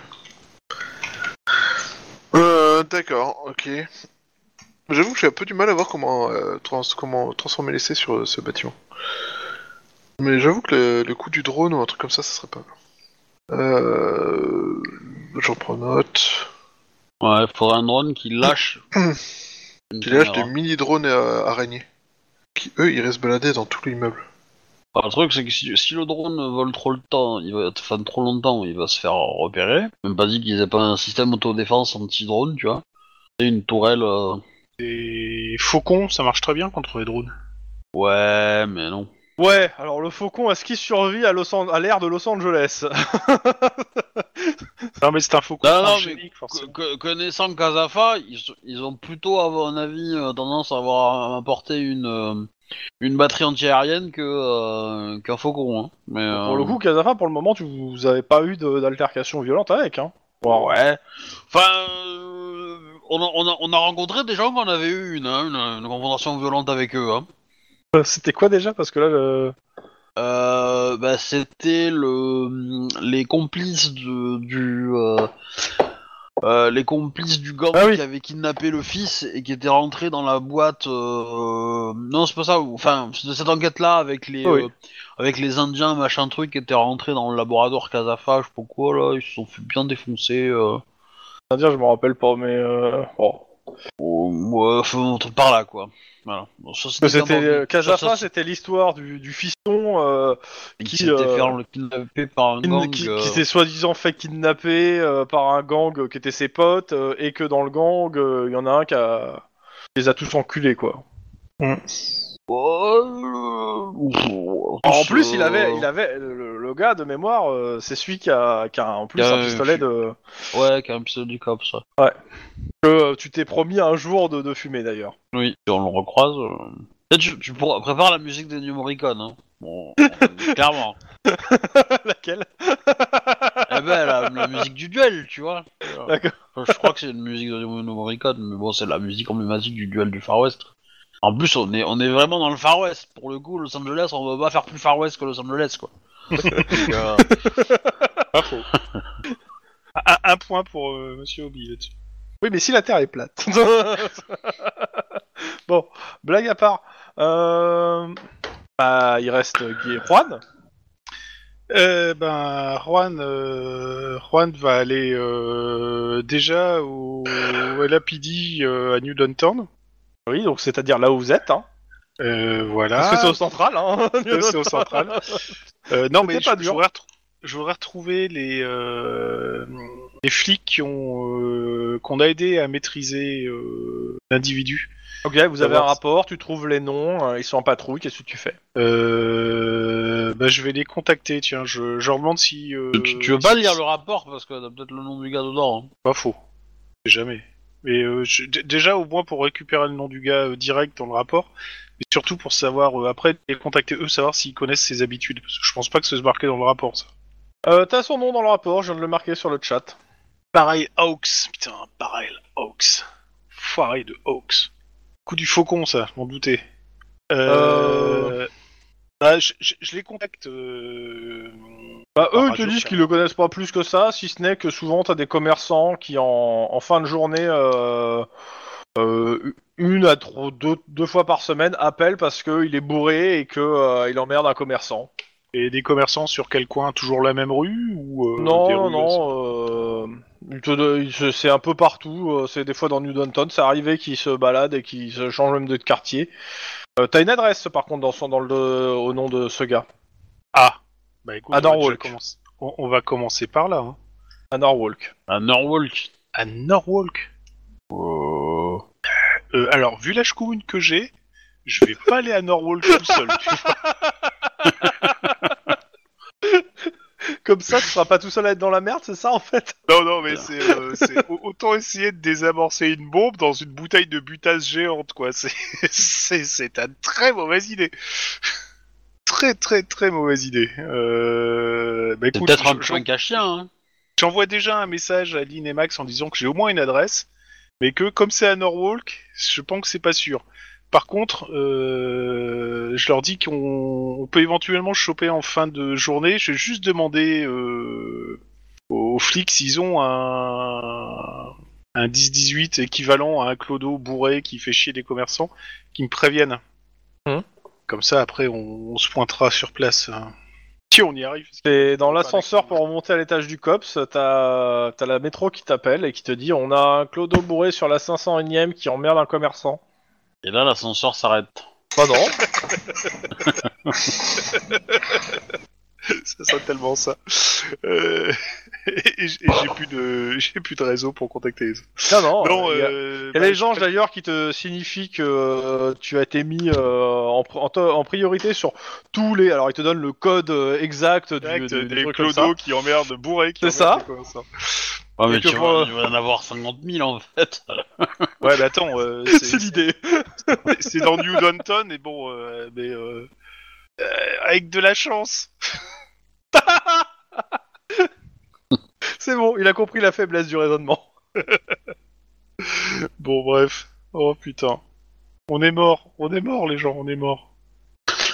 [SPEAKER 4] euh, D'accord, ok. J'avoue que j'ai un peu du mal à voir comment, euh, trans- comment transformer l'essai sur euh, ce bâtiment. Mais j'avoue que le, le coup du drone ou un truc comme ça, ça serait pas mal. Euh... J'en prends note.
[SPEAKER 1] Ouais, faudrait un drone qui lâche. une
[SPEAKER 4] Il lâche des
[SPEAKER 1] caméra.
[SPEAKER 4] mini-drones à araignées. Qui, eux, ils restent baladés dans tout l'immeuble.
[SPEAKER 1] Enfin, le truc, c'est que si, si le drone vole trop le temps, il va enfin, trop longtemps, il va se faire repérer. Même pas dit qu'ils aient pas un système autodéfense anti-drone, tu vois. Et une tourelle. euh,
[SPEAKER 3] Des faucons, ça marche très bien contre les drones.
[SPEAKER 1] Ouais, mais non.
[SPEAKER 2] Ouais, alors le faucon, est-ce qu'il survit à, Los An- à l'ère de Los Angeles
[SPEAKER 3] Non, mais c'est un faucon
[SPEAKER 1] Non, non,
[SPEAKER 3] transgénique,
[SPEAKER 1] Co-
[SPEAKER 3] forcément.
[SPEAKER 1] co- connaissant Casafa, ils, sont- ils ont plutôt, à mon avis, euh, tendance à avoir apporté une, euh, une batterie antiaérienne que, euh, qu'un faucon. hein. Mais, euh,
[SPEAKER 2] Pour le coup, Kazafa, pour le moment, tu vous avez pas eu de- d'altercation violente avec, hein
[SPEAKER 1] bon, ouais. Enfin, euh, on, a, on, a, on a rencontré des gens qu'on avait eu une, hein, une, une confrontation violente avec eux. Hein.
[SPEAKER 2] Euh, C'était quoi déjà Parce que là, le-
[SPEAKER 1] Euh, bah, c'était le les complices de- du euh, euh, les complices du gang
[SPEAKER 2] Ah oui.
[SPEAKER 1] qui avait kidnappé le fils et qui était rentré dans la boîte euh, non c'est pas ça ou- enfin c'est de cette enquête là avec les
[SPEAKER 2] Ah oui.
[SPEAKER 1] euh, avec les indiens machin truc qui étaient rentrés dans le laboratoire Casafa je sais pas quoi là ils se sont fait bien défoncer euh,
[SPEAKER 2] Indien, je me rappelle pas, mais euh, bon.
[SPEAKER 1] au- oh, ouais, enfin, un truc par là quoi voilà Bon, ça,
[SPEAKER 2] Que
[SPEAKER 1] c'était bien
[SPEAKER 2] C'était
[SPEAKER 1] vendu.
[SPEAKER 2] euh, Kazafa,
[SPEAKER 1] Ça, ça,
[SPEAKER 2] c'était l'histoire du, du fiston euh,
[SPEAKER 1] qui
[SPEAKER 2] qui,
[SPEAKER 1] s'était
[SPEAKER 2] euh,
[SPEAKER 1] fait en- kidnapper par un
[SPEAKER 2] qui-
[SPEAKER 1] gang
[SPEAKER 2] qui,
[SPEAKER 1] euh,
[SPEAKER 2] qui s'est soi-disant fait kidnapper euh, par un gang euh, qui était ses potes euh, et que dans le gang, euh, il y en a un qui a- qui les a tous enculés quoi. En plus, euh, il avait, il avait le, le gars de mémoire, euh, c'est celui qui a, qui a en plus
[SPEAKER 1] Il y a
[SPEAKER 2] un
[SPEAKER 1] un
[SPEAKER 2] pistolet
[SPEAKER 1] fu-
[SPEAKER 2] de
[SPEAKER 1] Ouais, quand même, c'est du cop, ça.
[SPEAKER 2] que euh, tu t'es promis un jour de, de fumer d'ailleurs.
[SPEAKER 1] Oui. Si on le recroise... euh, peut-être Tu, tu pourras- prépares la musique des New Morricone, hein. Bon, *laughs* clairement.
[SPEAKER 2] *laughs* Laquelle
[SPEAKER 1] Eh ben, la, la musique du duel, tu vois.
[SPEAKER 2] D'accord.
[SPEAKER 1] Enfin, je crois que c'est une musique de New Morricone, mais bon, c'est la musique emblématique du duel du Far West. En plus, on est, on est vraiment dans le Far West. Pour le coup, Los Angeles, on va pas faire plus Far West que Los Angeles,
[SPEAKER 2] *laughs*
[SPEAKER 1] quoi. Donc, euh,
[SPEAKER 3] *laughs* Un, un point pour euh, Monsieur Obi là-dessus.
[SPEAKER 2] Oui, mais si la Terre est *laughs* plate. bon, blague à part. Euh, bah, il reste Guy et Juan.
[SPEAKER 3] Euh, ben, Juan, euh, Juan va aller euh, déjà au, au LAPD euh, à New Downtown.
[SPEAKER 2] Oui, donc c'est-à-dire là où vous êtes. Hein.
[SPEAKER 3] Euh, voilà.
[SPEAKER 2] Parce que c'est au central. Hein.
[SPEAKER 3] Euh, *laughs*
[SPEAKER 2] *laughs*
[SPEAKER 3] c'est au central. Euh, non, mais
[SPEAKER 2] C'était
[SPEAKER 3] je,
[SPEAKER 2] pas
[SPEAKER 3] je
[SPEAKER 2] dur.
[SPEAKER 3] voudrais retr- je voudrais retrouver les, euh, les flics qui ont euh, qu'on a aidé à maîtriser euh, l'individu.
[SPEAKER 2] ok, vous avez un rapport, tu trouves les noms, euh, ils sont en patrouille, qu'est-ce que tu fais
[SPEAKER 3] Euh, bah, je vais les contacter. Tiens, je, je leur demande si. euh,
[SPEAKER 1] tu, tu veux pas lire le rapport, parce que t'as peut-être le nom du gars dedans, hein.
[SPEAKER 3] Pas faux. Jamais. Mais euh, je- d- déjà, au moins pour récupérer le nom du gars euh, direct dans le rapport, mais surtout pour savoir, euh, après, les contacter eux, savoir s'ils connaissent ses habitudes. Parce que je pense pas que ce se marquait dans le rapport, ça.
[SPEAKER 2] euh, T'as son nom dans le rapport, je viens de le marquer sur le chat.
[SPEAKER 3] Pareil Hawks. Putain, pareil Hawks. Foiré de Hawks. Coup du faucon, ça, je m'en doutais. Euh... bah, je, je- je les contacte. euh,
[SPEAKER 2] Bah,
[SPEAKER 3] Par
[SPEAKER 2] eux, ils
[SPEAKER 3] radio,
[SPEAKER 2] te disent
[SPEAKER 3] ça.
[SPEAKER 2] qu'ils le connaissent pas plus que ça, si ce n'est que souvent t'as des commerçants qui en, en fin de journée, euh, euh, une à trois, deux, deux fois par semaine, appellent parce qu'il est bourré et que euh, il emmerde un commerçant.
[SPEAKER 3] Et des commerçants sur quel coin Toujours la même rue ou euh, des
[SPEAKER 2] non,
[SPEAKER 3] rues
[SPEAKER 2] non, euh, il te- il se- c'est un peu partout, euh, c'est des fois dans New Downtown, c'est arrivé qu'ils se baladent et qu'ils se changent même de quartier. Euh, t'as une adresse par contre dans, son- dans le, au nom de ce gars,
[SPEAKER 3] Ah, bah écoute,
[SPEAKER 2] Adam
[SPEAKER 3] on, va déjà
[SPEAKER 2] Walk.
[SPEAKER 3] commencer- on- on va commencer par là. hein.
[SPEAKER 2] à Norwalk.
[SPEAKER 1] À Norwalk.
[SPEAKER 3] À Norwalk. Euh, alors, vu l'âge commune que j'ai, je vais pas aller à Norwalk tout seul.
[SPEAKER 2] *laughs* Comme ça, tu seras pas tout seul à être dans la merde, c'est ça en fait
[SPEAKER 3] non, non, mais c'est, euh, c'est- au- autant essayer de désamorcer une bombe dans une bouteille de butasse géante, quoi. C'est, c'est, c'est une très mauvaise idée. Très, très, très mauvaise idée. Euh, bah,
[SPEAKER 1] C'est
[SPEAKER 3] écoute,
[SPEAKER 1] peut-être un
[SPEAKER 3] je- je-
[SPEAKER 1] point à chien, hein.
[SPEAKER 3] J'envoie déjà un message à Lynn et Max en disant que j'ai au moins une adresse, mais que comme c'est à Norwalk, je pense que c'est pas sûr. Par contre, euh, je leur dis qu'on on peut éventuellement choper en fin de journée. Je vais juste demander euh, aux flics s'ils ont un, un 10-18 équivalent à un clodo bourré qui fait chier des commerçants, qui me préviennent.
[SPEAKER 2] Mhm.
[SPEAKER 3] Comme ça, après, on, on se pointera sur place. hein. Si on y arrive.
[SPEAKER 2] T'es dans
[SPEAKER 3] Pas
[SPEAKER 2] l'ascenseur
[SPEAKER 3] d'accident.
[SPEAKER 2] pour remonter à l'étage du COPS, t'as t'as la métro qui t'appelle et qui te dit on a un clodo bourré sur la 501ème qui emmerde un commerçant.
[SPEAKER 1] Et là, l'ascenseur s'arrête.
[SPEAKER 2] Bah non
[SPEAKER 3] ça sent tellement ça. Euh, *laughs* et et j'ai j'ai plus de, j'ai plus de réseau pour contacter les autres.
[SPEAKER 2] Non, Ah non
[SPEAKER 3] non,
[SPEAKER 2] il y a-
[SPEAKER 3] euh,
[SPEAKER 2] il y a
[SPEAKER 3] bah,
[SPEAKER 2] les gens d'ailleurs qui te signifient que euh, tu as été mis euh, en, pr- en to- en priorité sur tous les. Alors ils te donnent le code euh, exact du,
[SPEAKER 3] Direct,
[SPEAKER 2] du- du
[SPEAKER 3] des
[SPEAKER 2] truc comme ça.
[SPEAKER 3] clodos qui emmerdent bourrés. qui
[SPEAKER 2] C'est ça.
[SPEAKER 3] emmerdent les commerçants.
[SPEAKER 1] Ouais,
[SPEAKER 2] Et
[SPEAKER 1] mais
[SPEAKER 2] que
[SPEAKER 1] tu
[SPEAKER 2] pour,
[SPEAKER 1] vas,
[SPEAKER 2] euh,
[SPEAKER 1] tu vas en avoir 50 000 en fait. *laughs*
[SPEAKER 3] Ouais, mais attends, *laughs* euh,
[SPEAKER 2] C'est
[SPEAKER 3] c'est
[SPEAKER 2] l'idée.
[SPEAKER 3] c'est dans New Downton, et bon, euh, mais euh, euh, avec de la chance.
[SPEAKER 2] C'est bon, il a compris la faiblesse du raisonnement.
[SPEAKER 3] Bon, bref. Oh putain. On est mort, on est mort, les gens, on est mort.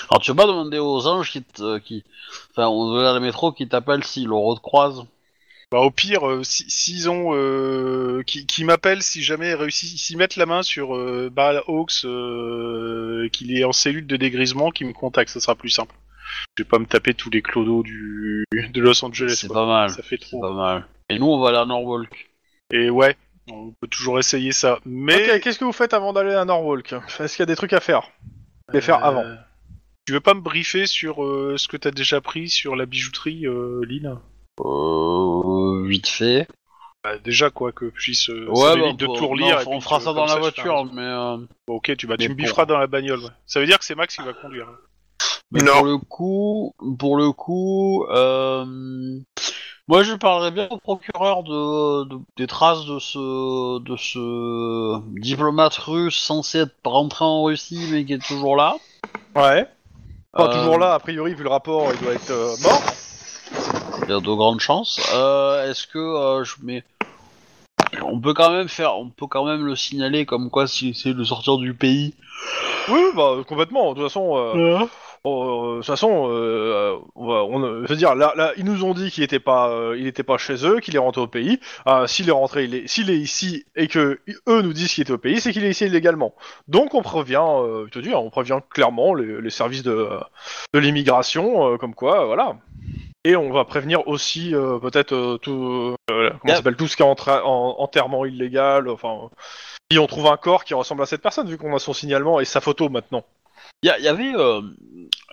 [SPEAKER 1] Alors, tu veux pas demander aux anges qui. te- euh, qui... Enfin, aux gars de la métro qui t'appellent s'ils le recroisent.
[SPEAKER 3] Bah, au pire, euh, si- s'ils ont. Euh, qui, qui m'appellent si jamais réussissent. S'ils mettent la main sur euh, Barrel Hawks, euh, qu'il est en cellule de dégrisement, qu'ils me contactent, ça sera plus simple. Je vais pas me taper tous les clodos du, de Los Angeles.
[SPEAKER 1] C'est
[SPEAKER 3] quoi.
[SPEAKER 1] pas mal.
[SPEAKER 3] Ça fait
[SPEAKER 1] C'est
[SPEAKER 3] trop.
[SPEAKER 1] pas mal. Et nous, on va aller à Norwalk.
[SPEAKER 3] Et ouais, on peut toujours essayer ça. Mais.
[SPEAKER 2] Ok, qu'est-ce que vous faites avant d'aller à Norwalk Est-ce qu'il y a des trucs à faire Les faire
[SPEAKER 3] Euh,
[SPEAKER 2] avant.
[SPEAKER 3] Tu veux pas me briefer sur euh, ce que t'as déjà pris sur la bijouterie, euh, Lynn
[SPEAKER 1] Euh, vite fait.
[SPEAKER 3] Bah, Déjà, quoi, que je puisse. euh, ça
[SPEAKER 1] Ouais, bah,
[SPEAKER 3] m'évite de
[SPEAKER 1] on-
[SPEAKER 3] tout
[SPEAKER 1] non,
[SPEAKER 3] relire. et
[SPEAKER 1] on
[SPEAKER 3] puis
[SPEAKER 1] fera
[SPEAKER 3] que,
[SPEAKER 1] ça dans
[SPEAKER 3] comme
[SPEAKER 1] la
[SPEAKER 3] je fais un-
[SPEAKER 1] voiture, mais, euh,
[SPEAKER 3] Bon, ok, tu, bah,
[SPEAKER 1] Mais
[SPEAKER 3] tu me
[SPEAKER 1] pour-
[SPEAKER 3] bifferas dans la bagnole. ouais. Ça veut dire que c'est Max qui va conduire. hein.
[SPEAKER 1] mais
[SPEAKER 4] Non.
[SPEAKER 1] Bah, pour le coup, pour le coup, euh, moi je parlerais bien au procureur de, de- des traces de ce de ce diplomate russe censé être rentré en Russie mais qui est toujours là.
[SPEAKER 2] Ouais. Enfin,
[SPEAKER 1] Euh,
[SPEAKER 2] toujours là, a priori, vu le rapport, il doit être euh, mort.
[SPEAKER 1] Il y a de grandes chances. Euh, Est-ce que euh, je mais on peut quand même faire, on peut quand même le signaler comme quoi s'il essaie de sortir du pays.
[SPEAKER 2] Oui, bah, complètement. De toute façon, euh, euh, de toute façon, euh, on va- on, euh, je veux dire, là, là, ils nous ont dit qu'il était pas, euh, il était pas chez eux, qu'il est rentré au pays. Ah, s'il est rentré, il est- s'il est ici et que i- eux nous disent qu'il était au pays, c'est qu'il est ici illégalement. Donc, on prévient, euh, je te dis, hein, on prévient clairement les, les services de, euh, de l'immigration, euh, comme quoi, euh, voilà. Et on va prévenir aussi euh, peut-être euh, tout, euh, comment
[SPEAKER 1] Yep.
[SPEAKER 2] ça s'appelle tout ce qui est entra- en- enterrement illégal. Enfin, si on trouve un corps qui ressemble à cette personne, vu qu'on a son signalement et sa photo maintenant.
[SPEAKER 1] Il y, a- il y avait. euh,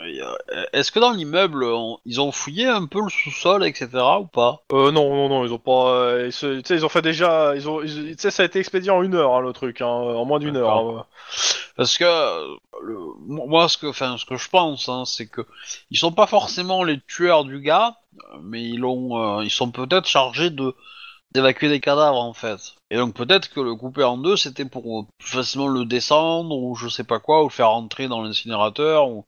[SPEAKER 1] euh, Est-ce que dans l'immeuble, on- ils ont fouillé un peu le sous-sol, etc. ou pas
[SPEAKER 2] Euh, non, non, non, ils ont pas. euh, ils, se- tu sais, ils ont fait déjà. Ils ont. ils- Tu sais, ça a été expédié en une heure, hein, le truc, hein, en moins d'une heure.
[SPEAKER 1] D'accord.
[SPEAKER 2] hein. *laughs*
[SPEAKER 1] Parce que euh, le- moi, ce que, enfin, ce que je pense, hein, c'est que ils sont pas forcément les tueurs du gars, mais ils l'ont, euh, ils sont peut-être chargés de d'évacuer des cadavres en fait. Et donc peut-être que le couper en deux, c'était pour euh, plus facilement le descendre ou je sais pas quoi, ou le faire entrer dans l'incinérateur ou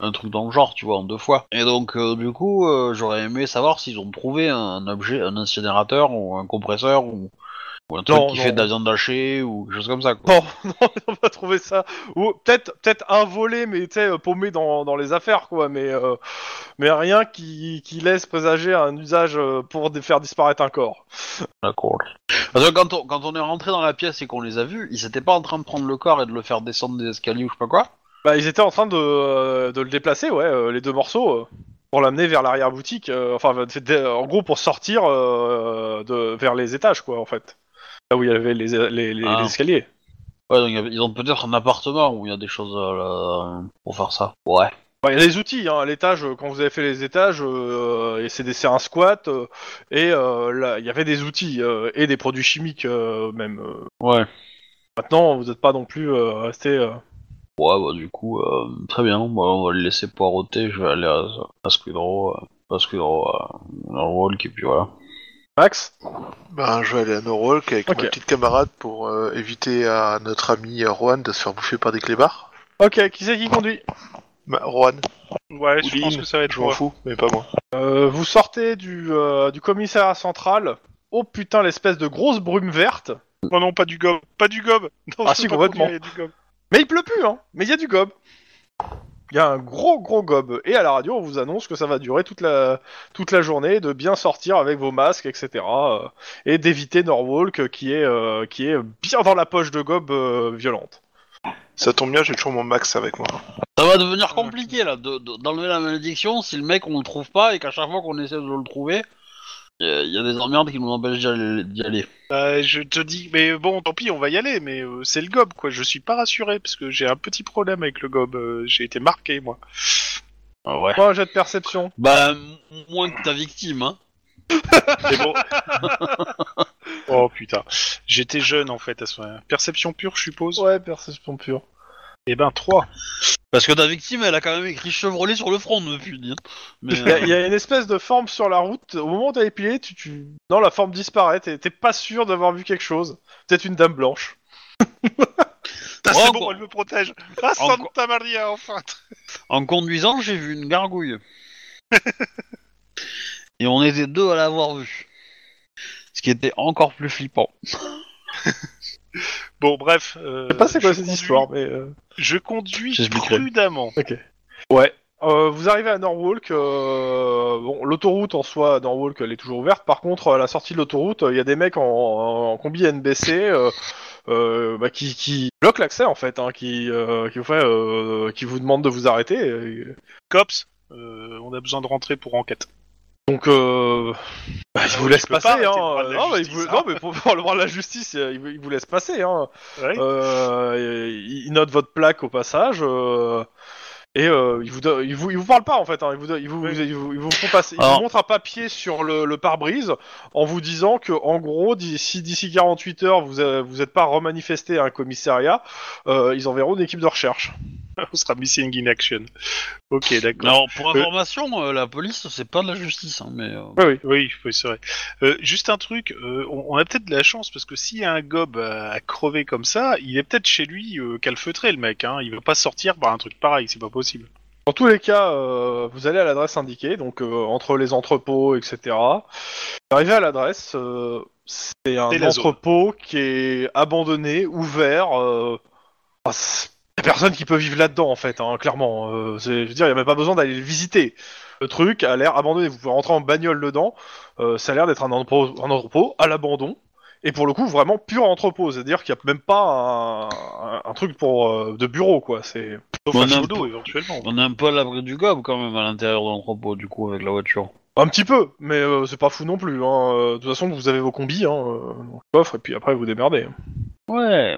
[SPEAKER 1] un truc dans le genre, tu vois, en deux fois. Et donc euh, du coup, euh, j'aurais aimé savoir s'ils ont trouvé un objet, un incinérateur ou un compresseur ou, ou un truc
[SPEAKER 2] Non,
[SPEAKER 1] qui
[SPEAKER 2] non.
[SPEAKER 1] fait de la viande hachée ou quelque chose comme ça. Quoi.
[SPEAKER 2] Non, non, on va trouver ça. Ou peut-être, peut-être un volet, mais tu sais, euh, paumé dans, dans les affaires, quoi. Mais, euh, mais rien qui, qui laisse présager un usage euh, pour dé- faire disparaître un corps.
[SPEAKER 1] D'accord. Parce que quand on, quand on est rentré dans la pièce et qu'on les a vus, ils étaient pas en train de prendre le corps et de le faire descendre des escaliers ou je sais pas quoi.
[SPEAKER 2] Bah, ils étaient en train de, euh, de le déplacer, ouais, euh, les deux morceaux, euh, pour l'amener vers l'arrière boutique. enfin, c'était, euh, en gros, pour sortir euh, de vers les étages, quoi, en fait. Là où il y avait les- les- les-
[SPEAKER 1] Ah.
[SPEAKER 2] les escaliers.
[SPEAKER 1] Ouais, donc il y avait- ils ont peut-être un appartement où il y a des choses euh, là, pour faire ça. Ouais.
[SPEAKER 2] Bah, Il y a des outils, hein, à l'étage, euh, quand vous avez fait les étages, euh, et c'est des- c'est un squat, euh, et euh, là, il y avait des outils, euh, et des produits chimiques euh, même. euh.
[SPEAKER 1] Ouais.
[SPEAKER 2] Maintenant, vous n'êtes pas non plus euh, resté... euh.
[SPEAKER 1] Ouais, bah du coup, euh, très bien. Bah, on va le laisser poireauter. Je vais aller à, à Squid Row, euh, pas Squid Row, à euh, Norwalk et puis voilà.
[SPEAKER 2] Max
[SPEAKER 4] Ben, je vais aller à Norwalk avec
[SPEAKER 2] Ok.
[SPEAKER 4] ma petite camarade pour euh, éviter à notre ami euh, Juan de se faire bouffer par des clébards.
[SPEAKER 2] Ok, qui c'est qui conduit
[SPEAKER 4] Ma- Juan,
[SPEAKER 3] Ouais,
[SPEAKER 4] Ou
[SPEAKER 3] je pense
[SPEAKER 4] Lynn,
[SPEAKER 3] que ça va être
[SPEAKER 4] je m'en
[SPEAKER 3] moi.
[SPEAKER 4] fous, mais pas moi.
[SPEAKER 2] Euh, Vous sortez du, euh, du commissariat central. Oh putain, l'espèce de grosse brume verte.
[SPEAKER 3] Non, non, pas du gob. Pas du gob. *laughs* Non,
[SPEAKER 2] Ah,
[SPEAKER 3] c'est
[SPEAKER 2] si,
[SPEAKER 3] pas
[SPEAKER 2] complètement.
[SPEAKER 3] conduire, il y a du gob.
[SPEAKER 2] Mais il pleut plus, hein Mais il y a du gob. Il y a un gros gros gob. Et à la radio, on vous annonce que ça va durer toute la, toute la journée, de bien sortir avec vos masques, etc. euh, et d'éviter Norwalk euh, qui est, euh, qui est bien dans la poche de gob euh, violente.
[SPEAKER 4] Ça tombe bien, j'ai toujours mon max avec moi.
[SPEAKER 1] Ça va va devenir compliqué là, de- de- d'enlever la malédiction si le mec on le trouve pas et qu'à chaque fois qu'on essaie de le trouver, il y, a des emmerdes qui nous empêchent d'y aller. d'y aller.
[SPEAKER 3] Bah, je te dis, mais bon, tant pis, on va y aller, mais euh, c'est le gob, quoi. Je suis pas rassuré, parce que j'ai un petit problème avec le gob. euh, j'ai été marqué, moi.
[SPEAKER 1] Ah ouais.
[SPEAKER 2] Moi, un jet de perception.
[SPEAKER 1] Bah, m- moins que ta victime, hein.
[SPEAKER 3] Mais bon. *laughs* oh putain. J'étais jeune, en fait, à ce moment Perception pure, je suppose
[SPEAKER 2] Ouais, perception pure.
[SPEAKER 3] Eh ben, 3.
[SPEAKER 1] Parce que ta victime, elle a quand même écrit Chevrolet sur le front depuis. Hein.
[SPEAKER 3] *laughs*
[SPEAKER 1] Mais,
[SPEAKER 2] Il y, a-
[SPEAKER 1] euh,
[SPEAKER 2] il y a une espèce de forme sur la route. Au moment où t'as épilé, tu, tu... Non, la forme disparaît. T'es t'es pas sûr d'avoir vu quelque chose. Peut-être une dame blanche.
[SPEAKER 3] Putain,
[SPEAKER 1] Oh,
[SPEAKER 3] Ah, c'est
[SPEAKER 1] quoi.
[SPEAKER 3] bon, elle me protège. Ah,
[SPEAKER 1] Encore.
[SPEAKER 3] Santa Maria, enfin.
[SPEAKER 1] en conduisant, j'ai vu
[SPEAKER 3] *laughs*
[SPEAKER 1] une gargouille. et on était deux à l'avoir vue. Ce qui était encore plus flippant.
[SPEAKER 3] Bon, bref. euh,
[SPEAKER 2] Je sais pas c'est quoi
[SPEAKER 3] je
[SPEAKER 2] cette
[SPEAKER 3] conduis-
[SPEAKER 2] histoire, mais... euh,
[SPEAKER 3] Je conduis
[SPEAKER 1] J'expliquerai.
[SPEAKER 3] prudemment.
[SPEAKER 2] Ouais. Euh, vous arrivez à Norwalk. euh, Bon, l'autoroute en soi, à Norwalk, elle est toujours ouverte. Par contre, à la sortie de l'autoroute, euh, il y a des mecs en, en- en combi NBC euh, euh, bah, qui, qui bloquent l'accès en fait, hein, qui, euh, qui, vous fait, euh, qui vous demandent de vous arrêter. et-
[SPEAKER 3] Cops, euh, on a besoin de rentrer pour enquête.
[SPEAKER 2] Donc, euh... bah, ils
[SPEAKER 3] Ah
[SPEAKER 2] vous
[SPEAKER 3] oui,
[SPEAKER 2] laissent
[SPEAKER 3] tu peux
[SPEAKER 2] passer.
[SPEAKER 3] pas
[SPEAKER 2] Hein.
[SPEAKER 3] arrêter le bras de la
[SPEAKER 2] non, mais
[SPEAKER 3] justice,
[SPEAKER 2] ils vous-
[SPEAKER 3] hein.
[SPEAKER 2] non, mais pour, pour le droit de la justice, euh, ils vous, ils vous laissent passer. Hein.
[SPEAKER 3] Ouais.
[SPEAKER 2] Euh, ils ils notent votre plaque au passage. euh, Et euh, ils, vous don- ils, vous, ils vous parlent pas en fait, hein. ils, vous, don- ils, vous,
[SPEAKER 3] Oui.
[SPEAKER 2] ils, vous, ils vous font passer, ils
[SPEAKER 1] Alors-
[SPEAKER 2] vous montrent un papier sur le, le pare-brise en vous disant que en gros d'ici d'ici 48 heures vous euh, vous êtes pas remanifesté à un commissariat, euh, ils enverront une équipe de recherche.
[SPEAKER 3] on sera missing in action. Ok, d'accord.
[SPEAKER 1] Alors, pour information, euh, la police, c'est pas de la justice, hein, mais. euh,
[SPEAKER 3] Oui, oui, c'est vrai. Euh, juste un truc, euh, on, on a peut-être de la chance parce que s'il y a un gob à, à crever comme ça, il est peut-être chez lui euh, calfeutré le mec. Hein. Il veut pas sortir par un truc pareil, c'est pas possible.
[SPEAKER 2] Dans tous les cas, euh, vous allez à l'adresse indiquée, donc euh, entre les entrepôts, etc. Vous Arrivez à l'adresse, euh, c'est un
[SPEAKER 3] C'est la zone.
[SPEAKER 2] entrepôt qui est abandonné, ouvert. Euh... ah, c'est- y a personne qui peut vivre là-dedans, en fait, hein, clairement. Euh, c'est- je veux dire, il n'y a même pas besoin d'aller le visiter. Le truc a l'air abandonné. Vous pouvez rentrer en bagnole dedans. euh, ça a l'air d'être un entrepôt, un entrepôt à l'abandon. Et pour le coup, vraiment pur entrepôt. C'est-à-dire qu'il n'y a même pas un, un- un truc pour, euh, de bureau, quoi. C'est.
[SPEAKER 3] Sauf
[SPEAKER 1] Bon,
[SPEAKER 3] un
[SPEAKER 1] on a-
[SPEAKER 3] pseudo, éventuellement.
[SPEAKER 1] On est un peu à l'abri du gobe quand même à l'intérieur de l'entrepôt, du coup, avec la voiture.
[SPEAKER 2] Un petit peu, mais euh, c'est pas fou non plus. Hein. Euh, De toute façon, vous avez vos combis, hein, euh, dans le coffre, et puis après vous démerdez.
[SPEAKER 1] Ouais.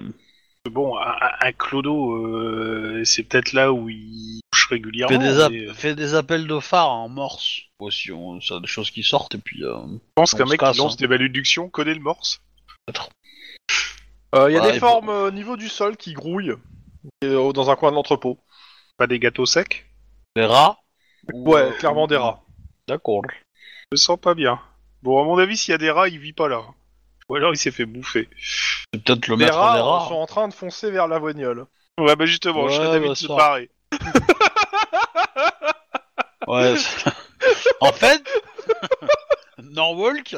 [SPEAKER 3] Bon, un, un- un clodo, euh, c'est peut-être là où il touche régulièrement.
[SPEAKER 1] Fais des, app-
[SPEAKER 3] mais, euh,
[SPEAKER 1] fais des appels de phare en morse. Aussi, on... ça, des choses qui sortent, et puis. euh,
[SPEAKER 3] je pense qu'un
[SPEAKER 1] on se
[SPEAKER 3] mec
[SPEAKER 1] casse,
[SPEAKER 3] qui lance
[SPEAKER 1] hein.
[SPEAKER 3] des malédictions connaît le morse.
[SPEAKER 2] Euh, Il y a
[SPEAKER 1] Ouais,
[SPEAKER 2] des
[SPEAKER 1] et
[SPEAKER 2] formes euh, au niveau du sol qui grouillent euh, dans un coin de l'entrepôt.
[SPEAKER 3] Pas des gâteaux secs
[SPEAKER 1] hein. Des rats ou,
[SPEAKER 2] Ouais,
[SPEAKER 1] euh,
[SPEAKER 2] clairement
[SPEAKER 1] ou-
[SPEAKER 2] des rats.
[SPEAKER 1] D'accord.
[SPEAKER 3] Je le sens pas bien. Bon, à mon avis, s'il y a des rats, il vit pas là. Ou alors il s'est fait bouffer.
[SPEAKER 1] C'est peut-être le
[SPEAKER 2] Les
[SPEAKER 1] maître
[SPEAKER 2] rats,
[SPEAKER 1] des
[SPEAKER 2] euh,
[SPEAKER 1] rats.
[SPEAKER 2] sont en train de foncer vers la voignole.
[SPEAKER 3] Ouais, bah justement, je
[SPEAKER 1] Ouais,
[SPEAKER 3] serais d'avis
[SPEAKER 1] bah,
[SPEAKER 3] de se
[SPEAKER 1] ça.
[SPEAKER 3] barrer. *laughs*
[SPEAKER 1] Ouais. c'est- en fait, Norwalk,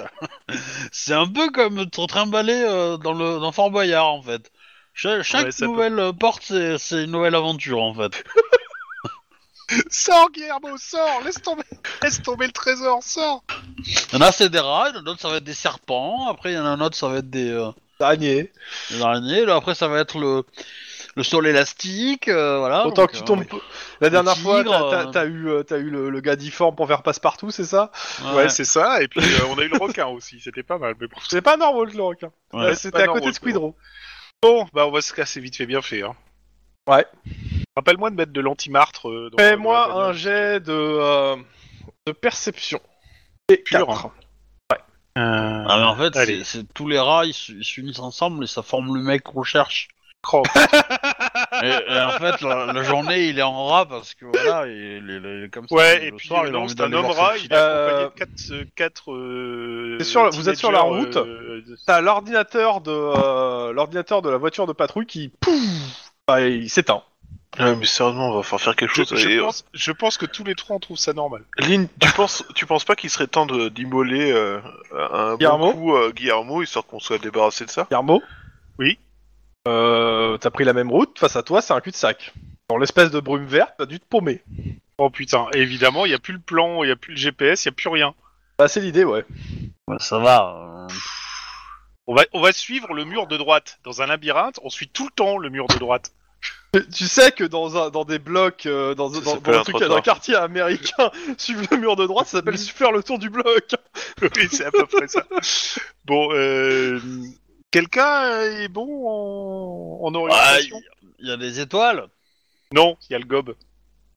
[SPEAKER 1] c'est un peu comme te trimballer euh, dans, le... dans Fort Boyard, en fait. Cha- chaque
[SPEAKER 3] Ouais, ça peut-
[SPEAKER 1] nouvelle euh, porte, c'est c'est une nouvelle aventure, en fait.
[SPEAKER 3] *laughs* Sors, Guillermo, sors Laisse tomber, laisse tomber le trésor, sors
[SPEAKER 1] Il y en a, c'est des rats, il y en a d'autres, ça va être des serpents, après, il y en a un autre, ça va être des. euh,
[SPEAKER 2] Dernier.
[SPEAKER 1] Les araignées, là, après ça va être le, le sol élastique, euh, voilà.
[SPEAKER 2] Autant
[SPEAKER 1] donc,
[SPEAKER 2] que tu
[SPEAKER 1] euh,
[SPEAKER 2] tombes. La dernière fois, t'as-
[SPEAKER 1] tigre,
[SPEAKER 2] t'as
[SPEAKER 1] euh.
[SPEAKER 2] t'as eu, euh, t'as eu le, le gars difforme pour faire passe-partout, c'est ça
[SPEAKER 1] ouais.
[SPEAKER 3] Ouais, c'est ça, et puis euh, on a eu le requin aussi, c'était pas mal. Mais bon,
[SPEAKER 2] C'est pas Norwalk le requin.
[SPEAKER 1] Ouais.
[SPEAKER 2] Euh,
[SPEAKER 3] pas
[SPEAKER 2] C'était à côté
[SPEAKER 3] Norwalk,
[SPEAKER 2] de Squidrow.
[SPEAKER 3] bon, bah on va se casser vite fait bien fait. Hein.
[SPEAKER 2] Ouais.
[SPEAKER 3] Rappelle-moi de mettre de l'antimartre euh, dans
[SPEAKER 2] Fais-moi
[SPEAKER 3] dans la
[SPEAKER 2] un
[SPEAKER 3] bagnole.
[SPEAKER 2] jet de, euh, de perception. Et
[SPEAKER 3] Pur.
[SPEAKER 2] quatre.
[SPEAKER 3] Euh,
[SPEAKER 1] Ah, mais en fait,
[SPEAKER 3] Allez.
[SPEAKER 1] c'est- c'est tous les rats, ils se- ils s'unissent ensemble et ça forme le mec qu'on cherche.
[SPEAKER 3] croc.
[SPEAKER 1] *laughs* et, et en fait, la, la journée, il est en rat parce que voilà, il, est- il est- il est comme ça.
[SPEAKER 3] Ouais,
[SPEAKER 1] le
[SPEAKER 3] et puis
[SPEAKER 1] soir,
[SPEAKER 3] euh,
[SPEAKER 1] il a
[SPEAKER 3] non,
[SPEAKER 1] envie
[SPEAKER 3] c'est un
[SPEAKER 1] d'aller
[SPEAKER 3] homme
[SPEAKER 1] voir
[SPEAKER 3] rat,
[SPEAKER 1] ses
[SPEAKER 3] il est accompagné
[SPEAKER 2] Euh,
[SPEAKER 3] de 4... Euh, quatre, euh,
[SPEAKER 2] C'est sûr, vous êtes sur la route.
[SPEAKER 3] euh, de-
[SPEAKER 2] T'as l'ordinateur de euh, l'ordinateur de la voiture de patrouille qui pouf, bah, il s'éteint.
[SPEAKER 4] Ouais, mais sérieusement, on va falloir faire quelque
[SPEAKER 3] Je,
[SPEAKER 4] chose.
[SPEAKER 3] je
[SPEAKER 4] Et, euh,
[SPEAKER 3] pense, je pense que tous les trois on trouve ça normal.
[SPEAKER 4] Lynn, tu penses, tu penses pas qu'il serait temps de- d'immoler euh, un
[SPEAKER 2] Guillermo
[SPEAKER 4] bon coup euh, Guillermo, histoire qu'on soit débarrassé de ça
[SPEAKER 2] Guillermo
[SPEAKER 3] Oui.
[SPEAKER 2] Euh, t'as pris la même route. Face à toi, c'est un cul de sac. Dans l'espèce de brume verte, t'as dû te paumer.
[SPEAKER 3] Oh putain, et évidemment, il n'y a plus le plan, il n'y a plus le GPS, il n'y a plus rien.
[SPEAKER 2] Bah, c'est l'idée, ouais. *laughs*
[SPEAKER 1] Ouais, ça va. euh,
[SPEAKER 3] On va, on va suivre le mur de droite. *laughs* Dans un labyrinthe, on suit tout le temps le mur de droite.
[SPEAKER 2] Tu- Tu sais que dans, un, dans des blocs, euh, dans,
[SPEAKER 4] Ça
[SPEAKER 2] dans,
[SPEAKER 4] s'appelle
[SPEAKER 2] dans un
[SPEAKER 4] un
[SPEAKER 2] truc,
[SPEAKER 4] trottoir.
[SPEAKER 2] dans un quartier américain, *laughs* suivre le mur de droite, ça s'appelle super le tour du bloc.
[SPEAKER 3] Oui, c'est à peu près ça. Bon, euh, quelqu'un est bon en,
[SPEAKER 1] Bah,
[SPEAKER 3] en orientation
[SPEAKER 1] Il y a des étoiles.
[SPEAKER 3] Non, il y a le gob.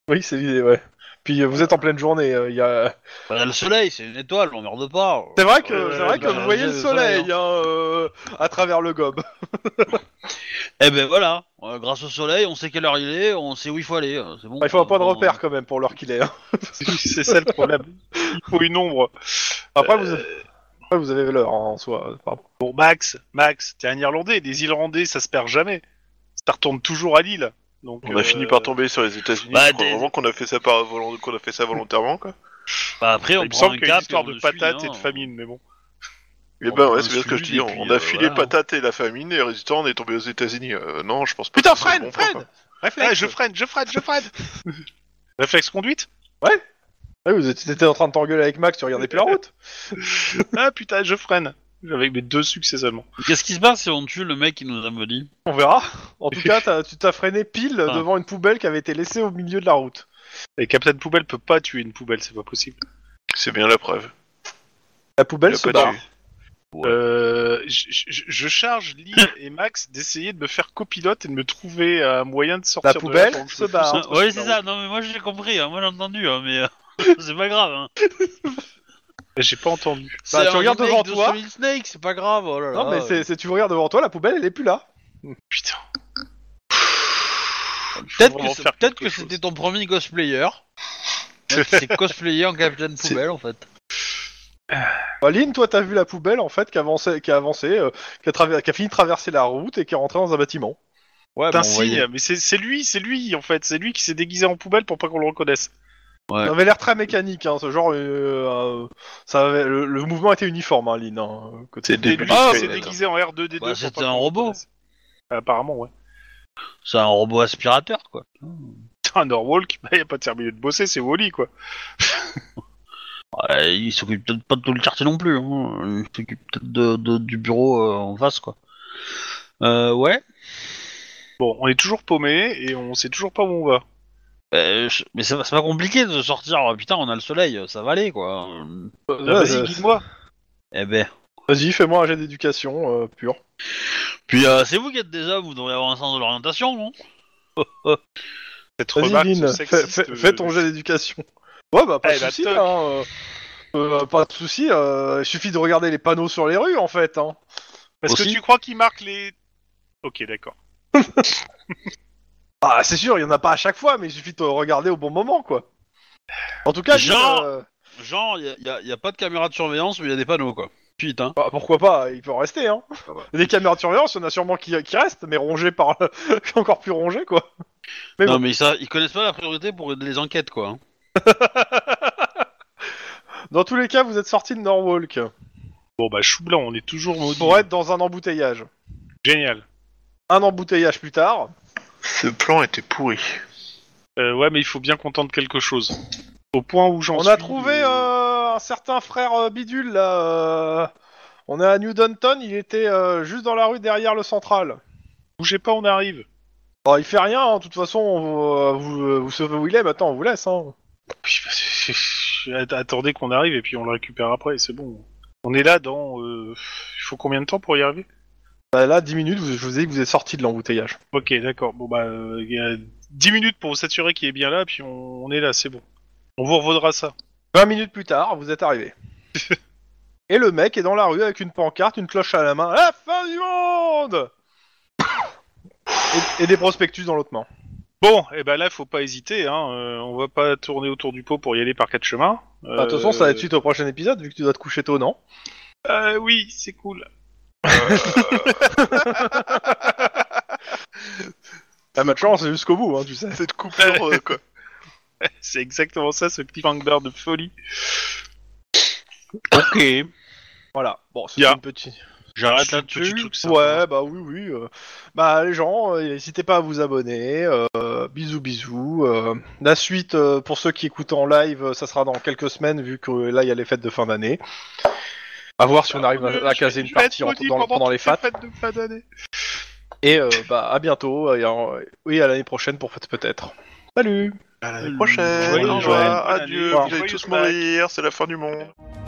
[SPEAKER 2] Oui, c'est l'idée, ouais. Puis euh, vous êtes en pleine journée, euh, il y a...
[SPEAKER 1] Enfin, il y a Bah, le soleil, c'est une étoile, on merde pas.
[SPEAKER 2] C'est vrai que,
[SPEAKER 3] Ouais,
[SPEAKER 2] c'est vrai
[SPEAKER 1] ouais,
[SPEAKER 2] que
[SPEAKER 1] bah,
[SPEAKER 2] vous voyez le
[SPEAKER 1] le
[SPEAKER 2] soleil,
[SPEAKER 1] soleil,
[SPEAKER 2] hein, euh, à travers le gobe.
[SPEAKER 1] Eh ben voilà, euh, grâce au soleil, on sait quelle heure il est, on sait où il faut aller. euh, C'est bon.
[SPEAKER 3] Bah,
[SPEAKER 2] Ah, il faut un point de
[SPEAKER 1] Euh,
[SPEAKER 2] repère quand même pour l'heure qu'il est. hein.
[SPEAKER 3] c'est ça le problème. Il faut une ombre.
[SPEAKER 2] Après,
[SPEAKER 4] Euh.
[SPEAKER 2] vous, après, vous avez l'heure hein, en soi. euh, pardon.
[SPEAKER 3] Bon, Max, Max, t'es un Irlandais. Les Irlandais, ça se perd jamais. Ça retourne toujours à l'île. Donc,
[SPEAKER 4] On a
[SPEAKER 3] euh,
[SPEAKER 4] fini par tomber sur les États-Unis.
[SPEAKER 1] bah,
[SPEAKER 4] je crois
[SPEAKER 1] des-
[SPEAKER 4] vraiment qu'on a fait ça par volon- qu'on a fait ça volontairement quoi.
[SPEAKER 1] Bah après, on
[SPEAKER 3] Il me
[SPEAKER 1] prend
[SPEAKER 3] semble
[SPEAKER 1] un
[SPEAKER 3] qu'il y a une
[SPEAKER 1] cap.
[SPEAKER 3] histoire
[SPEAKER 1] et on
[SPEAKER 3] de
[SPEAKER 1] le
[SPEAKER 3] patates
[SPEAKER 1] suit,
[SPEAKER 3] et de
[SPEAKER 1] hein.
[SPEAKER 3] famine, mais bon.
[SPEAKER 4] Et
[SPEAKER 1] On
[SPEAKER 4] ben
[SPEAKER 1] a
[SPEAKER 4] ouais,
[SPEAKER 1] un
[SPEAKER 4] c'est bien ce que je
[SPEAKER 1] suivi,
[SPEAKER 4] dis.
[SPEAKER 1] et
[SPEAKER 4] On,
[SPEAKER 1] puis,
[SPEAKER 4] on
[SPEAKER 1] euh,
[SPEAKER 4] a filé
[SPEAKER 1] voilà.
[SPEAKER 4] patate et la famine et résultat on est tombé aux États-Unis. Euh, non, je pense pas.
[SPEAKER 3] Putain,
[SPEAKER 4] que ce soit
[SPEAKER 3] Fred,
[SPEAKER 4] bon plan,
[SPEAKER 3] Fred
[SPEAKER 4] quoi.
[SPEAKER 3] Réflexe. Ah, je freine, je freine, je freine. Réflexe conduite
[SPEAKER 2] Ah, vous étiez t'étais en train de t'engueuler avec Max, tu regardais plus la route.
[SPEAKER 3] Ah putain, je freine. Avec mes deux succès seulement.
[SPEAKER 1] Qu'est-ce qui se passe si on tue le mec qui nous a maudit
[SPEAKER 2] On verra. En tout cas, t'as- tu t'as freiné pile
[SPEAKER 1] Ah.
[SPEAKER 2] devant une poubelle qui avait été laissée au milieu de la route.
[SPEAKER 3] Et Captain Poubelle peut pas tuer une poubelle, c'est pas possible.
[SPEAKER 4] C'est bien la preuve.
[SPEAKER 2] La
[SPEAKER 4] Il
[SPEAKER 2] poubelle
[SPEAKER 4] a
[SPEAKER 2] se
[SPEAKER 4] pas
[SPEAKER 2] barre.
[SPEAKER 4] tué.
[SPEAKER 1] Ouais.
[SPEAKER 3] Euh, je, je- je charge Lynn et Max d'essayer de me faire copilote et de me trouver un moyen de sortir
[SPEAKER 2] La
[SPEAKER 3] de là
[SPEAKER 2] poubelle
[SPEAKER 3] pendant que je
[SPEAKER 2] se
[SPEAKER 3] me
[SPEAKER 2] barre.
[SPEAKER 3] pousse entre
[SPEAKER 1] Ouais,
[SPEAKER 3] les
[SPEAKER 1] c'est
[SPEAKER 3] barreaux.
[SPEAKER 1] ça. Non mais moi j'ai compris, hein, moi j'ai entendu, hein, mais euh, *laughs* c'est pas grave. Hein.
[SPEAKER 3] J'ai pas entendu.
[SPEAKER 1] C'est
[SPEAKER 2] tu
[SPEAKER 1] un
[SPEAKER 2] regardes
[SPEAKER 1] remake
[SPEAKER 2] devant
[SPEAKER 1] de
[SPEAKER 2] toi.
[SPEAKER 1] Solid Snake, c'est pas grave. oh là là.
[SPEAKER 2] Non, mais c'est- c'est tu regardes devant toi, la poubelle, elle est plus là.
[SPEAKER 3] Putain.
[SPEAKER 1] Peut-être
[SPEAKER 3] vraiment
[SPEAKER 1] que, c'est-
[SPEAKER 3] faire
[SPEAKER 1] peut-être
[SPEAKER 3] quelque
[SPEAKER 1] que
[SPEAKER 3] chose.
[SPEAKER 1] c'était ton premier cosplayer. *laughs* Peut-être que C'est cosplayer en Captain
[SPEAKER 3] C'est-
[SPEAKER 1] Poubelle en fait.
[SPEAKER 2] Bah, Lynn, toi, t'as vu la poubelle, en fait, qui avançait, qui a avancé, euh, qui, a traver- qui a fini de traverser la route et qui est rentrée dans un bâtiment.
[SPEAKER 1] Ouais,
[SPEAKER 3] Putain, si, mais c'est c'est lui, c'est lui en fait. C'est lui qui s'est déguisé en poubelle pour pas qu'on le reconnaisse.
[SPEAKER 1] Ouais.
[SPEAKER 2] Ça avait l'air très mécanique, hein, ce genre... euh, euh, ça avait- le, le mouvement était uniforme, hein, Lynn. hein, côté-
[SPEAKER 4] C'est
[SPEAKER 3] C'est
[SPEAKER 4] des
[SPEAKER 3] lui
[SPEAKER 1] Ah,
[SPEAKER 3] qui s'est
[SPEAKER 1] ouais,
[SPEAKER 3] déguisé en R2D2.
[SPEAKER 1] Bah,
[SPEAKER 3] pour
[SPEAKER 1] c'était
[SPEAKER 3] pas qu'on
[SPEAKER 1] un
[SPEAKER 3] le
[SPEAKER 1] robot.
[SPEAKER 3] reconnaisse. Apparemment, ouais. *laughs*
[SPEAKER 1] c'est un robot aspirateur quoi.
[SPEAKER 3] Putain, Norwalk, bah, il a pas terminé de bosser, c'est Wally quoi.
[SPEAKER 1] Ouais, il s'occupe peut-être pas de tout le quartier non plus. Hein. Il s'occupe peut-être de, de- du bureau euh, en face, quoi. Euh, ouais.
[SPEAKER 3] Bon, on est toujours paumé et on sait toujours pas où on va.
[SPEAKER 1] Euh, je- mais c'est pas, c'est pas compliqué de sortir. Oh, Putain, on a le soleil, ça va aller, quoi. Euh,
[SPEAKER 2] Ouais,
[SPEAKER 3] Ah, Vas-y,
[SPEAKER 2] euh,
[SPEAKER 3] guide-moi.
[SPEAKER 1] Eh ben.
[SPEAKER 2] Vas-y, fais-moi un jet d'éducation euh, pur.
[SPEAKER 1] Puis euh, c'est vous qui êtes des hommes, vous devriez avoir un sens de l'orientation, non
[SPEAKER 3] Cette
[SPEAKER 2] Vas-y,
[SPEAKER 3] remarque
[SPEAKER 2] Lynn, fais,
[SPEAKER 3] sexiste,
[SPEAKER 2] fais-
[SPEAKER 3] euh,
[SPEAKER 2] fais ton jet d'éducation. Ouais, bah, pas
[SPEAKER 3] Eh,
[SPEAKER 2] de
[SPEAKER 3] bah,
[SPEAKER 2] soucis,
[SPEAKER 3] toc.
[SPEAKER 2] hein, euh, euh, pas de soucis, euh, il suffit de regarder les panneaux sur les rues, en fait. Hein.
[SPEAKER 3] Parce que
[SPEAKER 1] aussi.
[SPEAKER 3] tu crois qu'il marque les. Ok, d'accord.
[SPEAKER 2] Ah, c'est sûr, il y en a pas à chaque fois, mais il suffit de regarder au bon moment, quoi. En tout cas,
[SPEAKER 1] Genre-
[SPEAKER 2] euh,
[SPEAKER 1] Genre, il y, a pas de caméra de surveillance, mais il y a des panneaux, quoi. Putain.
[SPEAKER 2] bah, pourquoi pas, il peut en rester, hein. Des caméras de surveillance, il y en a sûrement qui, qui restent, mais rongées par... *laughs* encore plus rongées, quoi. Mais
[SPEAKER 1] non,
[SPEAKER 2] bon.
[SPEAKER 1] mais ça, ils connaissent pas la priorité pour les enquêtes, quoi. hein.
[SPEAKER 2] Dans tous les cas, vous êtes sorti de Norwalk
[SPEAKER 3] Bon, bah, chou blanc, on est toujours maudit.
[SPEAKER 2] pour être dans un embouteillage.
[SPEAKER 3] Génial.
[SPEAKER 2] Un embouteillage plus tard,
[SPEAKER 4] Ce plan était pourri.
[SPEAKER 3] Euh, ouais, mais il faut bien qu'on tente quelque chose. Au point où j'en
[SPEAKER 2] on
[SPEAKER 3] suis.
[SPEAKER 2] a trouvé
[SPEAKER 3] euh,
[SPEAKER 2] euh, un certain frère euh, bidule, là. euh, On est à New Downton, il était euh, juste dans la rue derrière le central.
[SPEAKER 3] Bougez pas, on arrive.
[SPEAKER 2] Alors, il fait rien, hein, de toute façon, on vous, euh, vous, vous savez où il est, maintenant on vous laisse. Hein.
[SPEAKER 3] Puis, bah, c'est- c'est- Att- Attendez qu'on arrive et puis on le récupère après, c'est bon. On est là dans. euh, Il faut combien de temps pour y arriver
[SPEAKER 2] Bah là, 10 minutes, vous- je vous ai dit que vous êtes sorti de l'embouteillage.
[SPEAKER 3] Ok, d'accord. Bon, bah, euh, il y a 10 minutes pour vous s'assurer qu'il est bien là, puis on, on est là, c'est bon. On vous revaudra ça.
[SPEAKER 2] 20 minutes plus tard, vous êtes *laughs* arrivé. Et le mec est dans la rue avec une pancarte, une cloche à la main. La fin du monde et, et des prospectus dans l'autre main.
[SPEAKER 3] Bon, et ben là, faut pas hésiter. Hein. euh, on va pas tourner autour du pot pour y aller par quatre chemins.
[SPEAKER 2] Bah, De toute façon, ça va être suite au prochain épisode, vu que tu dois te coucher tôt, non
[SPEAKER 3] Euh, oui, c'est cool. *laughs*
[SPEAKER 2] T'as ma chance, c'est jusqu'au bout, hein, tu sais.
[SPEAKER 4] Cette coupure euh, quoi.
[SPEAKER 3] C'est exactement ça, ce cliffhanger de folie.
[SPEAKER 1] Ok.
[SPEAKER 2] Voilà. Bon, c'est
[SPEAKER 3] Bien.
[SPEAKER 2] une petite...
[SPEAKER 1] J'arrête
[SPEAKER 3] Petit- petit
[SPEAKER 1] là-dessus.
[SPEAKER 3] truc sympa.
[SPEAKER 2] Ouais, bah oui, oui. euh. Bah les gens, euh, n'hésitez pas à vous abonner. euh, bisous, bisous. euh. La suite, euh, pour ceux qui écoutent en live, euh, ça sera dans quelques semaines, vu que euh, là, il y a les fêtes de fin d'année.
[SPEAKER 3] Euh,
[SPEAKER 2] À voir si on arrive à, à caser une partie en- dans- pendant les fêtes.
[SPEAKER 3] de fin d'année.
[SPEAKER 2] Et euh, bah, à bientôt et, en- oui, à l'année prochaine pour peut- peut-être. Salut
[SPEAKER 4] À l'année
[SPEAKER 1] Salut.
[SPEAKER 4] prochaine,
[SPEAKER 1] Joyeux
[SPEAKER 4] au revoir,
[SPEAKER 1] Noël.
[SPEAKER 4] adieu,
[SPEAKER 2] Bonne
[SPEAKER 4] vous
[SPEAKER 3] année.
[SPEAKER 4] allez tous
[SPEAKER 3] Joyeux Pâques.
[SPEAKER 4] mourir, c'est la fin du monde.